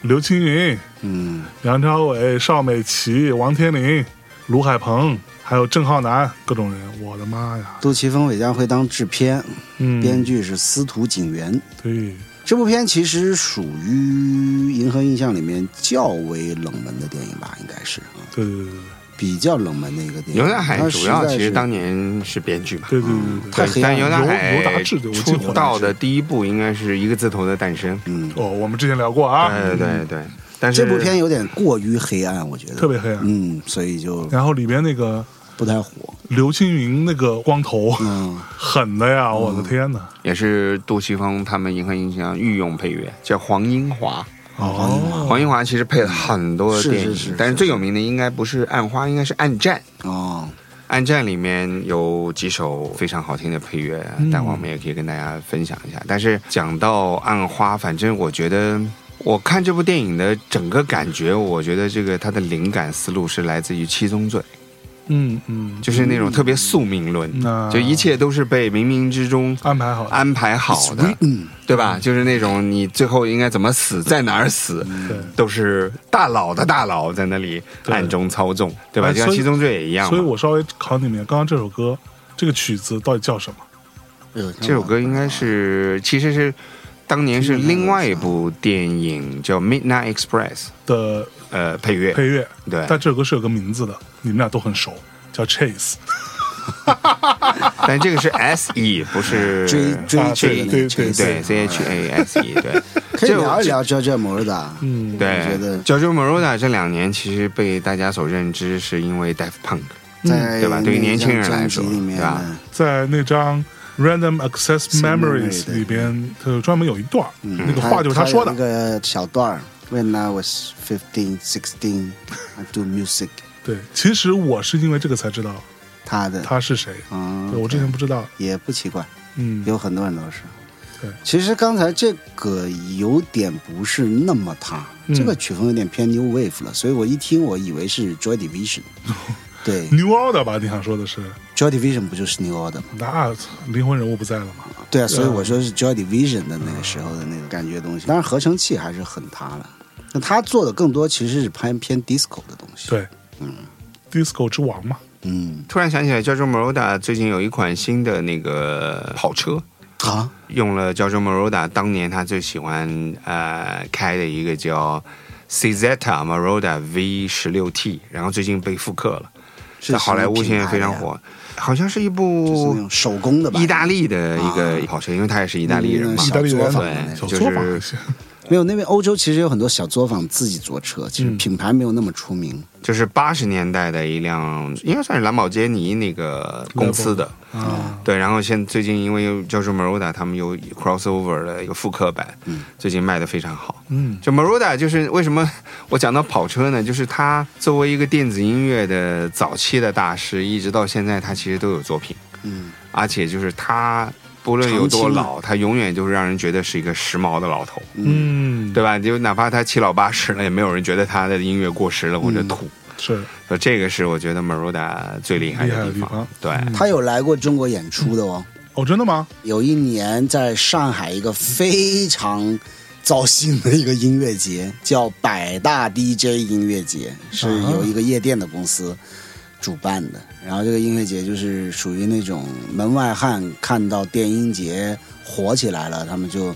[SPEAKER 1] 刘青云、
[SPEAKER 3] 嗯，
[SPEAKER 1] 梁朝伟、邵美琪、王天林、卢海鹏，还有郑浩南，各种人，我的妈呀！
[SPEAKER 3] 杜琪峰、韦家辉当制片，
[SPEAKER 1] 嗯，
[SPEAKER 3] 编剧是司徒景元。
[SPEAKER 1] 对，
[SPEAKER 3] 这部片其实属于银河映像里面较为冷门的电影吧，应该是啊，
[SPEAKER 1] 对对对
[SPEAKER 3] 比较冷门的一个电影。
[SPEAKER 4] 尤大海
[SPEAKER 3] 它
[SPEAKER 4] 主
[SPEAKER 3] 实
[SPEAKER 4] 要
[SPEAKER 3] 在
[SPEAKER 4] 其实
[SPEAKER 3] 是
[SPEAKER 4] 当年是编剧嘛。
[SPEAKER 1] 对对对对对。
[SPEAKER 3] 太黑暗
[SPEAKER 4] 但
[SPEAKER 3] 了
[SPEAKER 4] 尤大海
[SPEAKER 1] 尤尤达志对我记得
[SPEAKER 4] 出道的第一部应该是一个字头的诞生。
[SPEAKER 3] 嗯，
[SPEAKER 1] 哦，我们之前聊过啊，
[SPEAKER 4] 对对对，但是
[SPEAKER 3] 这部片有点过于黑暗，我觉得
[SPEAKER 1] 特别黑暗。
[SPEAKER 3] 嗯，所以就
[SPEAKER 1] 然后里边那个
[SPEAKER 3] 不太火。
[SPEAKER 1] 刘青云那个光头，
[SPEAKER 3] 嗯，
[SPEAKER 1] 狠的呀！我的天哪！
[SPEAKER 4] 也是杜琪峰他们银河映像御用配乐，叫黄英华。
[SPEAKER 1] 哦，
[SPEAKER 4] 黄英华其实配了很多
[SPEAKER 3] 是
[SPEAKER 4] 电影，
[SPEAKER 3] 是是
[SPEAKER 4] 但是
[SPEAKER 3] 是
[SPEAKER 4] 最有名的应该不是《暗花》，应该是《暗战》。
[SPEAKER 3] 哦，
[SPEAKER 4] 《暗战》里面有几首非常好听的配乐，
[SPEAKER 3] 嗯
[SPEAKER 4] 待会儿我们也可以跟大家分享一下。但是讲到《暗花》，反正我觉得。我看这部电影的整个感觉，我觉得这个它的灵感思路是来自于七宗罪，
[SPEAKER 1] 嗯嗯，
[SPEAKER 4] 就是那种特别宿命论，
[SPEAKER 1] 那
[SPEAKER 4] 就一切都是被冥冥之中
[SPEAKER 1] 安排好了。
[SPEAKER 4] 安排好的，
[SPEAKER 3] 嗯，
[SPEAKER 4] 对吧？就是那种你最后应该怎么死，在哪儿死，
[SPEAKER 1] 对，
[SPEAKER 4] 都是大佬的大佬在那里
[SPEAKER 1] 对
[SPEAKER 4] 暗中操纵，对吧？
[SPEAKER 1] 哎
[SPEAKER 4] 就像
[SPEAKER 1] 所以
[SPEAKER 4] 七宗罪也一样嘛。
[SPEAKER 1] 所以我稍微考你们，刚刚这首歌，这个曲子到底叫什么？
[SPEAKER 3] 这
[SPEAKER 4] 这首歌应该是，其实是当年是另外一部电影叫《Midnight Express》
[SPEAKER 1] 的
[SPEAKER 4] 呃配乐，
[SPEAKER 1] 配乐，
[SPEAKER 4] 对
[SPEAKER 1] 但这首歌是有个名字的，你们俩都很熟，叫 Chase。
[SPEAKER 4] 但这个是 S E 不是
[SPEAKER 3] 追追
[SPEAKER 1] 啊
[SPEAKER 3] 剧的那
[SPEAKER 1] 对对
[SPEAKER 3] 个角色
[SPEAKER 4] 对 C H A S E 对。
[SPEAKER 3] 可以聊一聊 j o j o m o r d a
[SPEAKER 1] 嗯，
[SPEAKER 4] 对
[SPEAKER 3] 我觉得
[SPEAKER 4] j o j o Moroder 这两年其实被大家所认知，是因为 Daft Punk，
[SPEAKER 3] 在
[SPEAKER 4] 对吧对于年轻人
[SPEAKER 3] 那张专
[SPEAKER 4] 来说
[SPEAKER 3] 辑里面
[SPEAKER 4] 对吧
[SPEAKER 3] 呢
[SPEAKER 1] 在那张 Random Access
[SPEAKER 3] Memories，
[SPEAKER 1] Memories
[SPEAKER 3] 对
[SPEAKER 1] 里边，他有专门有一段儿，
[SPEAKER 3] 嗯
[SPEAKER 1] 那个话就是他说
[SPEAKER 3] 有
[SPEAKER 1] 的。
[SPEAKER 3] 一个小段儿。When I was fifteen, sixteen, I do music。
[SPEAKER 1] 对，其实我是因为这个才知道
[SPEAKER 3] 他的
[SPEAKER 1] 他是谁，
[SPEAKER 3] 啊
[SPEAKER 1] 对，我之前不知道。
[SPEAKER 3] 也不奇怪，
[SPEAKER 1] 嗯，
[SPEAKER 3] 有很多人都是。
[SPEAKER 1] 对
[SPEAKER 3] 其实刚才这个有点不是那么他，
[SPEAKER 1] 嗯
[SPEAKER 3] 这个曲风有点偏 New Wave 了，所以我一听我以为是 Joy Division。对
[SPEAKER 1] New Order 吧？你想说的是，
[SPEAKER 3] ，Joy Division 不就是 New Order 吗？
[SPEAKER 1] 那灵魂人物不在了嘛？
[SPEAKER 3] 对啊，所以我说是 Joy Division 的那
[SPEAKER 1] 嗯
[SPEAKER 3] 个时候的那个感觉东西。当然合成器还是很他了，那他做的更多其实是偏偏 disco 的东西。，
[SPEAKER 1] 对，嗯，Disco 之王嘛，
[SPEAKER 3] 嗯，
[SPEAKER 4] 突然想起来 j o j o Moroder 最近有一款新的那个跑车，
[SPEAKER 3] 好，
[SPEAKER 4] 用了 j o j o Moroder 当年他最喜欢呃开的一个叫 c z e t a Moroder V 十六 T，然后最近被复刻了，
[SPEAKER 3] 是
[SPEAKER 4] 在好莱坞现在非常
[SPEAKER 3] 什么
[SPEAKER 4] 火，好像是一
[SPEAKER 3] 品牌呀，就是那
[SPEAKER 4] 部
[SPEAKER 3] 种手工的吧，
[SPEAKER 4] 意大利的一个跑车，因为他也是意大利人
[SPEAKER 3] 啊
[SPEAKER 4] 嘛
[SPEAKER 3] 嗯。
[SPEAKER 1] 意大利人
[SPEAKER 3] 小作坊
[SPEAKER 1] 对
[SPEAKER 3] 的那
[SPEAKER 4] 对，
[SPEAKER 3] 种
[SPEAKER 1] 小
[SPEAKER 4] 就
[SPEAKER 1] 作坊
[SPEAKER 4] 是
[SPEAKER 1] 是
[SPEAKER 3] 没有，那边欧洲其实有很多小作坊自己做车，其实
[SPEAKER 1] 嗯
[SPEAKER 3] 品牌没有那么出名。
[SPEAKER 4] 就是八十年代的一辆，应该算是兰博基尼那个公司的，
[SPEAKER 1] 啊，
[SPEAKER 4] 对。然后现最近因为又就是 Maroda 他们有 crossover 的一个复刻版，最近卖的非常好。
[SPEAKER 1] 嗯
[SPEAKER 4] 就 Maroda 就是为什么我讲到跑车呢？就是他作为一个电子音乐的早期的大师，一直到现在，他其实都有作品，
[SPEAKER 3] 嗯，
[SPEAKER 4] 而且就是他不论有多
[SPEAKER 3] 长期嘛
[SPEAKER 4] 老，他永远就是让人觉得是一个时髦的老头。
[SPEAKER 1] 嗯，
[SPEAKER 4] 对吧？就哪怕他七老八十了，也没有人觉得他的音乐过时了或者土。
[SPEAKER 1] 是
[SPEAKER 4] 所以这个是我觉得 Maroda 最厉害的地
[SPEAKER 1] 厉害的
[SPEAKER 4] 方。
[SPEAKER 1] 地
[SPEAKER 4] 对，
[SPEAKER 1] 方嗯
[SPEAKER 3] 他有来过中国演出的哦。
[SPEAKER 1] 哦，真的吗？
[SPEAKER 3] 有一年在上海一个非常糟心的一个音乐节，叫百大 DJ 音乐节，是
[SPEAKER 1] 啊
[SPEAKER 3] 由一个夜店的公司主办的。然后这个音乐节就是属于那种门外汉看到电音节火起来了，他们就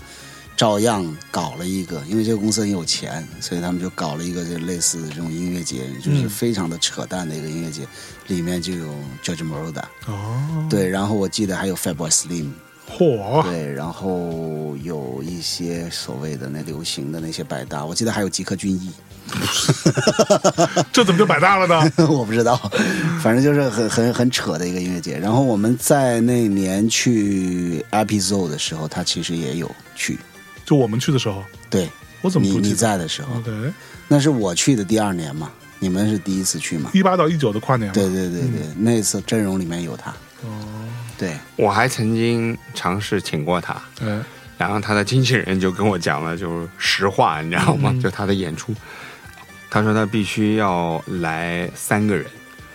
[SPEAKER 3] 照样搞了一个，因为这个公司很有钱，所以他们就搞了一个这类似的这种音乐节，就是
[SPEAKER 1] 嗯
[SPEAKER 3] 非常的扯淡的一个音乐节，里面就有 Judge Moroda，
[SPEAKER 1] 哦，
[SPEAKER 3] 对，然后我记得还有 Fatboy Slim。
[SPEAKER 1] 嚯，
[SPEAKER 3] 对，然后有一些所谓的那流行的那些百搭，我记得还有吉克隽逸，
[SPEAKER 1] 这怎么就百大了呢？
[SPEAKER 3] 我不知 道，反正就是很很很扯的一个音乐节。然后我们在那年去 Episode 的时候，他其实也有去，
[SPEAKER 1] 就我们去的时候，
[SPEAKER 3] 对
[SPEAKER 1] 我怎么
[SPEAKER 3] 你
[SPEAKER 1] 不记
[SPEAKER 3] 你
[SPEAKER 1] 得
[SPEAKER 4] 啊
[SPEAKER 3] 在的时
[SPEAKER 4] 嗯
[SPEAKER 3] 候，
[SPEAKER 1] ？OK，
[SPEAKER 3] 那是我去的第二年嘛，你们是第一次去嘛？
[SPEAKER 1] 一八到一九的
[SPEAKER 4] 嗯
[SPEAKER 1] 跨年嘛，
[SPEAKER 3] 对对对对，那次阵容里面有他，
[SPEAKER 1] 哦，
[SPEAKER 3] 对，
[SPEAKER 4] 我还曾经尝试请过他，
[SPEAKER 1] 对，
[SPEAKER 4] 然后他的经纪人就跟我讲了，就是实话，你知道吗？
[SPEAKER 1] 嗯
[SPEAKER 4] 就他的演出，他说他必须要来三个人。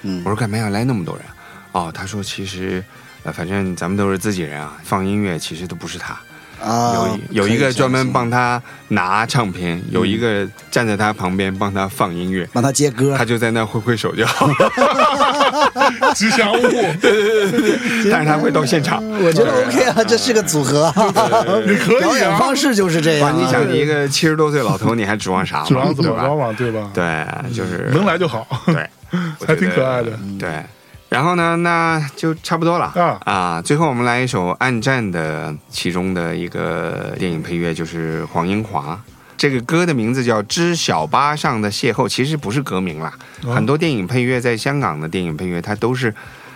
[SPEAKER 3] 嗯
[SPEAKER 4] 我说干嘛要来那么多人？哦，他说其实，呃，反正咱们都是自己人啊，放音乐其实都不是他。
[SPEAKER 3] 啊，
[SPEAKER 4] 有有
[SPEAKER 3] 可以
[SPEAKER 4] 一个专
[SPEAKER 3] 相
[SPEAKER 4] 门
[SPEAKER 3] 信
[SPEAKER 4] 帮他拿唱片，有一个站在他旁边帮他放音乐，
[SPEAKER 3] 帮他接歌
[SPEAKER 4] 他，就在那挥挥手就好了。
[SPEAKER 1] 哎吉祥物，
[SPEAKER 4] 但是他会到现场，
[SPEAKER 3] 我觉得 OK 啊，这是个组合啊，
[SPEAKER 1] 你可
[SPEAKER 3] 表
[SPEAKER 1] 以
[SPEAKER 3] 演
[SPEAKER 1] 啊
[SPEAKER 3] 方，式就是这
[SPEAKER 4] 哇！
[SPEAKER 3] 样、啊。
[SPEAKER 4] 哎你想，你一个七十多岁老头，你还指望 啥嘛？
[SPEAKER 1] 主要怎
[SPEAKER 4] 对
[SPEAKER 1] 么着
[SPEAKER 4] 吧？
[SPEAKER 1] 嘛，对吧？，
[SPEAKER 4] 对，就是
[SPEAKER 1] 能来就好。
[SPEAKER 4] 对，我
[SPEAKER 1] 还
[SPEAKER 4] 觉得
[SPEAKER 1] 挺
[SPEAKER 4] 嗯
[SPEAKER 1] 可爱的。
[SPEAKER 4] 对，然后呢，那就差不多了
[SPEAKER 1] 啊
[SPEAKER 4] 最后我们来一首《暗战》的其中的一个电影配乐，就是黄英华。这个歌的名字叫《知小巴上的邂逅》，其实不是歌名啦。
[SPEAKER 1] 哦
[SPEAKER 4] 很多电影配乐在香港的电影配乐，它都是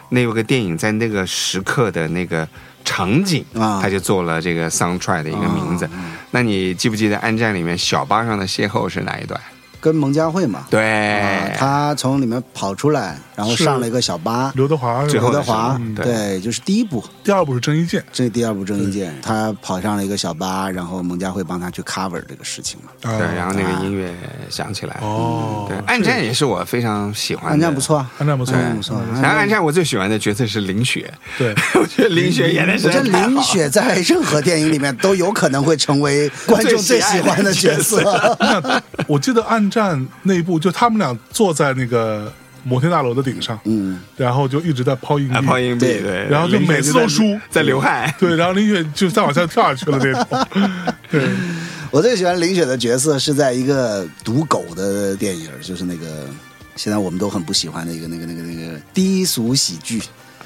[SPEAKER 4] 那个电影在那个时刻的那个场景，
[SPEAKER 3] 啊
[SPEAKER 4] 它就做了这个 soundtrack 的一个名字。那你记不记得《暗战》里面小巴上的邂逅是哪一段？
[SPEAKER 3] 跟蒙嘉慧嘛，
[SPEAKER 4] 对，
[SPEAKER 3] 啊，他从里面跑出来，然后
[SPEAKER 1] 是
[SPEAKER 3] 上了一个小巴，
[SPEAKER 1] 刘德华是吧，
[SPEAKER 4] 最后
[SPEAKER 3] 刘
[SPEAKER 4] 的
[SPEAKER 3] 德
[SPEAKER 4] 时候
[SPEAKER 3] 华
[SPEAKER 4] 嗯，对
[SPEAKER 3] 对，就是第一部，
[SPEAKER 1] 第二部是郑伊健
[SPEAKER 3] 这第二部郑伊健，他跑上了一个小巴，然后蒙嘉慧帮他去 cover 这个事情嘛，
[SPEAKER 1] 啊，
[SPEAKER 4] 对，然后那个音乐响起来，
[SPEAKER 1] 哦，
[SPEAKER 4] 对，哎暗战也是我非常喜欢的。嗯
[SPEAKER 3] 安家不。错啊，
[SPEAKER 1] 暗战不错，
[SPEAKER 3] 安家不错。
[SPEAKER 4] 然后暗战我最喜欢的角色是林雪，
[SPEAKER 1] 对，
[SPEAKER 4] 我觉得林雪演的
[SPEAKER 3] 我
[SPEAKER 4] 是
[SPEAKER 3] 觉得林雪在任何电影里面都有可能会成为观众最喜欢的角色，
[SPEAKER 1] 我记得暗战那一部，就他们俩坐在那个摩天大楼的顶上，
[SPEAKER 3] 嗯，
[SPEAKER 1] 然后就一直在抛硬币，
[SPEAKER 4] 啊抛硬币，
[SPEAKER 3] 对
[SPEAKER 4] 对，
[SPEAKER 1] 嗯然后就
[SPEAKER 4] 林雪
[SPEAKER 1] 每次都
[SPEAKER 4] 在
[SPEAKER 1] 输
[SPEAKER 4] 在流汗。
[SPEAKER 1] 对，然后林雪就再往下跳下去了那种，对，
[SPEAKER 3] 我最喜欢林雪的角色是在一个赌狗的电影，就是那个现在我们都很不喜欢的一个那个那个那个低俗喜剧。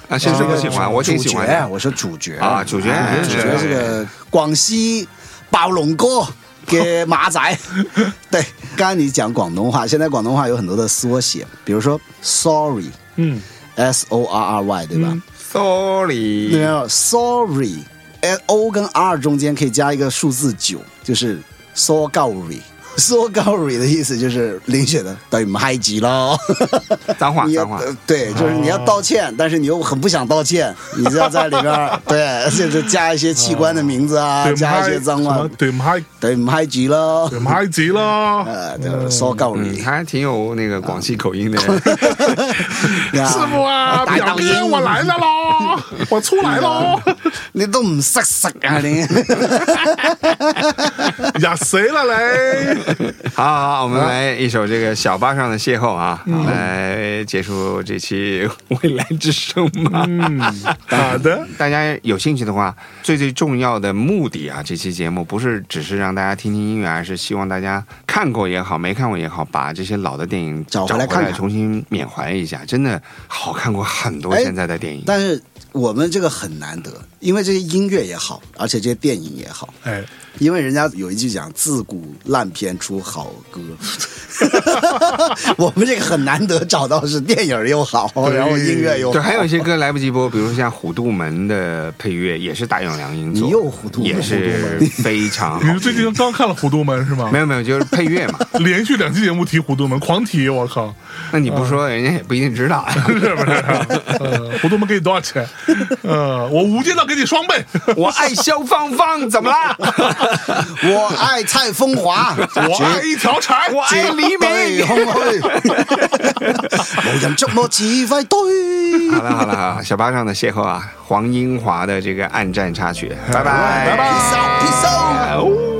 [SPEAKER 4] 啊，其实我喜欢，我挺喜欢
[SPEAKER 3] 主角
[SPEAKER 4] 的。
[SPEAKER 3] 我说主角
[SPEAKER 4] 啊主角
[SPEAKER 3] 啊主角是个广西暴龙哥。给马仔， 对，刚刚你讲广东话，现在广东话有很多的缩写，比如说 sorry，s
[SPEAKER 1] 嗯，
[SPEAKER 3] o r r y，对吧？
[SPEAKER 1] 嗯
[SPEAKER 4] Sorry，
[SPEAKER 3] 那叫 sorry，哎，o 跟 r 中间可以加一个数字九，就是 sorry。sorry 的意思就是林雪的对唔嗨吉喽，
[SPEAKER 4] 脏话
[SPEAKER 3] 你要
[SPEAKER 4] 脏话，
[SPEAKER 3] 呃对，就是你要道歉，但是你又很不想道歉，你就要在里边 儿对，就是加一些器官的名字啊，
[SPEAKER 4] 哦
[SPEAKER 1] 对，
[SPEAKER 3] 加一些脏
[SPEAKER 1] 什
[SPEAKER 3] 话
[SPEAKER 1] 么，对，嗨，
[SPEAKER 3] 对唔嗨吉喽
[SPEAKER 1] 对，，嗨急了，
[SPEAKER 3] 呃，就是 sorry
[SPEAKER 4] 嗯，。还挺有那个广西口音的。
[SPEAKER 3] 师
[SPEAKER 1] 师傅啊，表哥我来了喽，我出来喽，
[SPEAKER 3] 你都唔识食啊 你！
[SPEAKER 1] 呀，谁了 嘞？
[SPEAKER 4] 好好好，我们来一首这个小巴上的邂逅啊，来结束这期未来之声吧。
[SPEAKER 1] 嗯，好的，
[SPEAKER 4] 大家有兴趣的话，最最重要的目的啊，这期节目不是只是让大家听听音乐，而是希望大家看过也好，没看过也好，把这些老的电影
[SPEAKER 3] 找
[SPEAKER 4] 回
[SPEAKER 3] 回来看看
[SPEAKER 4] 重新缅怀一下。真的好看过很多
[SPEAKER 3] 哎
[SPEAKER 4] 现在的电影，
[SPEAKER 3] 但是我们这个很难得，因为这些音乐也好，而且这些电影也好，
[SPEAKER 1] 哎，
[SPEAKER 3] 因为人家有一句讲“自古烂片出好 歌”，我们这个很难得找到是电影又好，然后音乐又好
[SPEAKER 4] 对，还有一些歌来不及播，比如像《虎度门》的配乐也是大永良音做的，
[SPEAKER 3] 你又虎度门
[SPEAKER 4] 也
[SPEAKER 3] 虎
[SPEAKER 4] 是
[SPEAKER 3] 度门
[SPEAKER 4] 非常好
[SPEAKER 1] 你是最近刚看了《虎度门》是吗？
[SPEAKER 4] 没有没有，就是配乐嘛。
[SPEAKER 1] 连续两期节目提《虎度门》，狂提，我靠，
[SPEAKER 4] 那你不
[SPEAKER 3] 哦
[SPEAKER 4] 说，人家也不一定知道。
[SPEAKER 1] 是不是、啊？呃，《虎度门》给你多少钱？呃，我《无间道》给你双倍。
[SPEAKER 4] 我爱萧芳芳，怎么啦？
[SPEAKER 3] 我爱蔡枫华，
[SPEAKER 1] 我爱一条柴，
[SPEAKER 4] 我爱黎
[SPEAKER 3] 对，
[SPEAKER 4] 明。
[SPEAKER 3] 空虚，无人捉摸只为对。
[SPEAKER 4] 好了好了好了，小巴上的邂逅啊，黄英华的这个暗战插曲，拜拜
[SPEAKER 1] 拜拜
[SPEAKER 3] Peace out, peace out.
[SPEAKER 4] 哦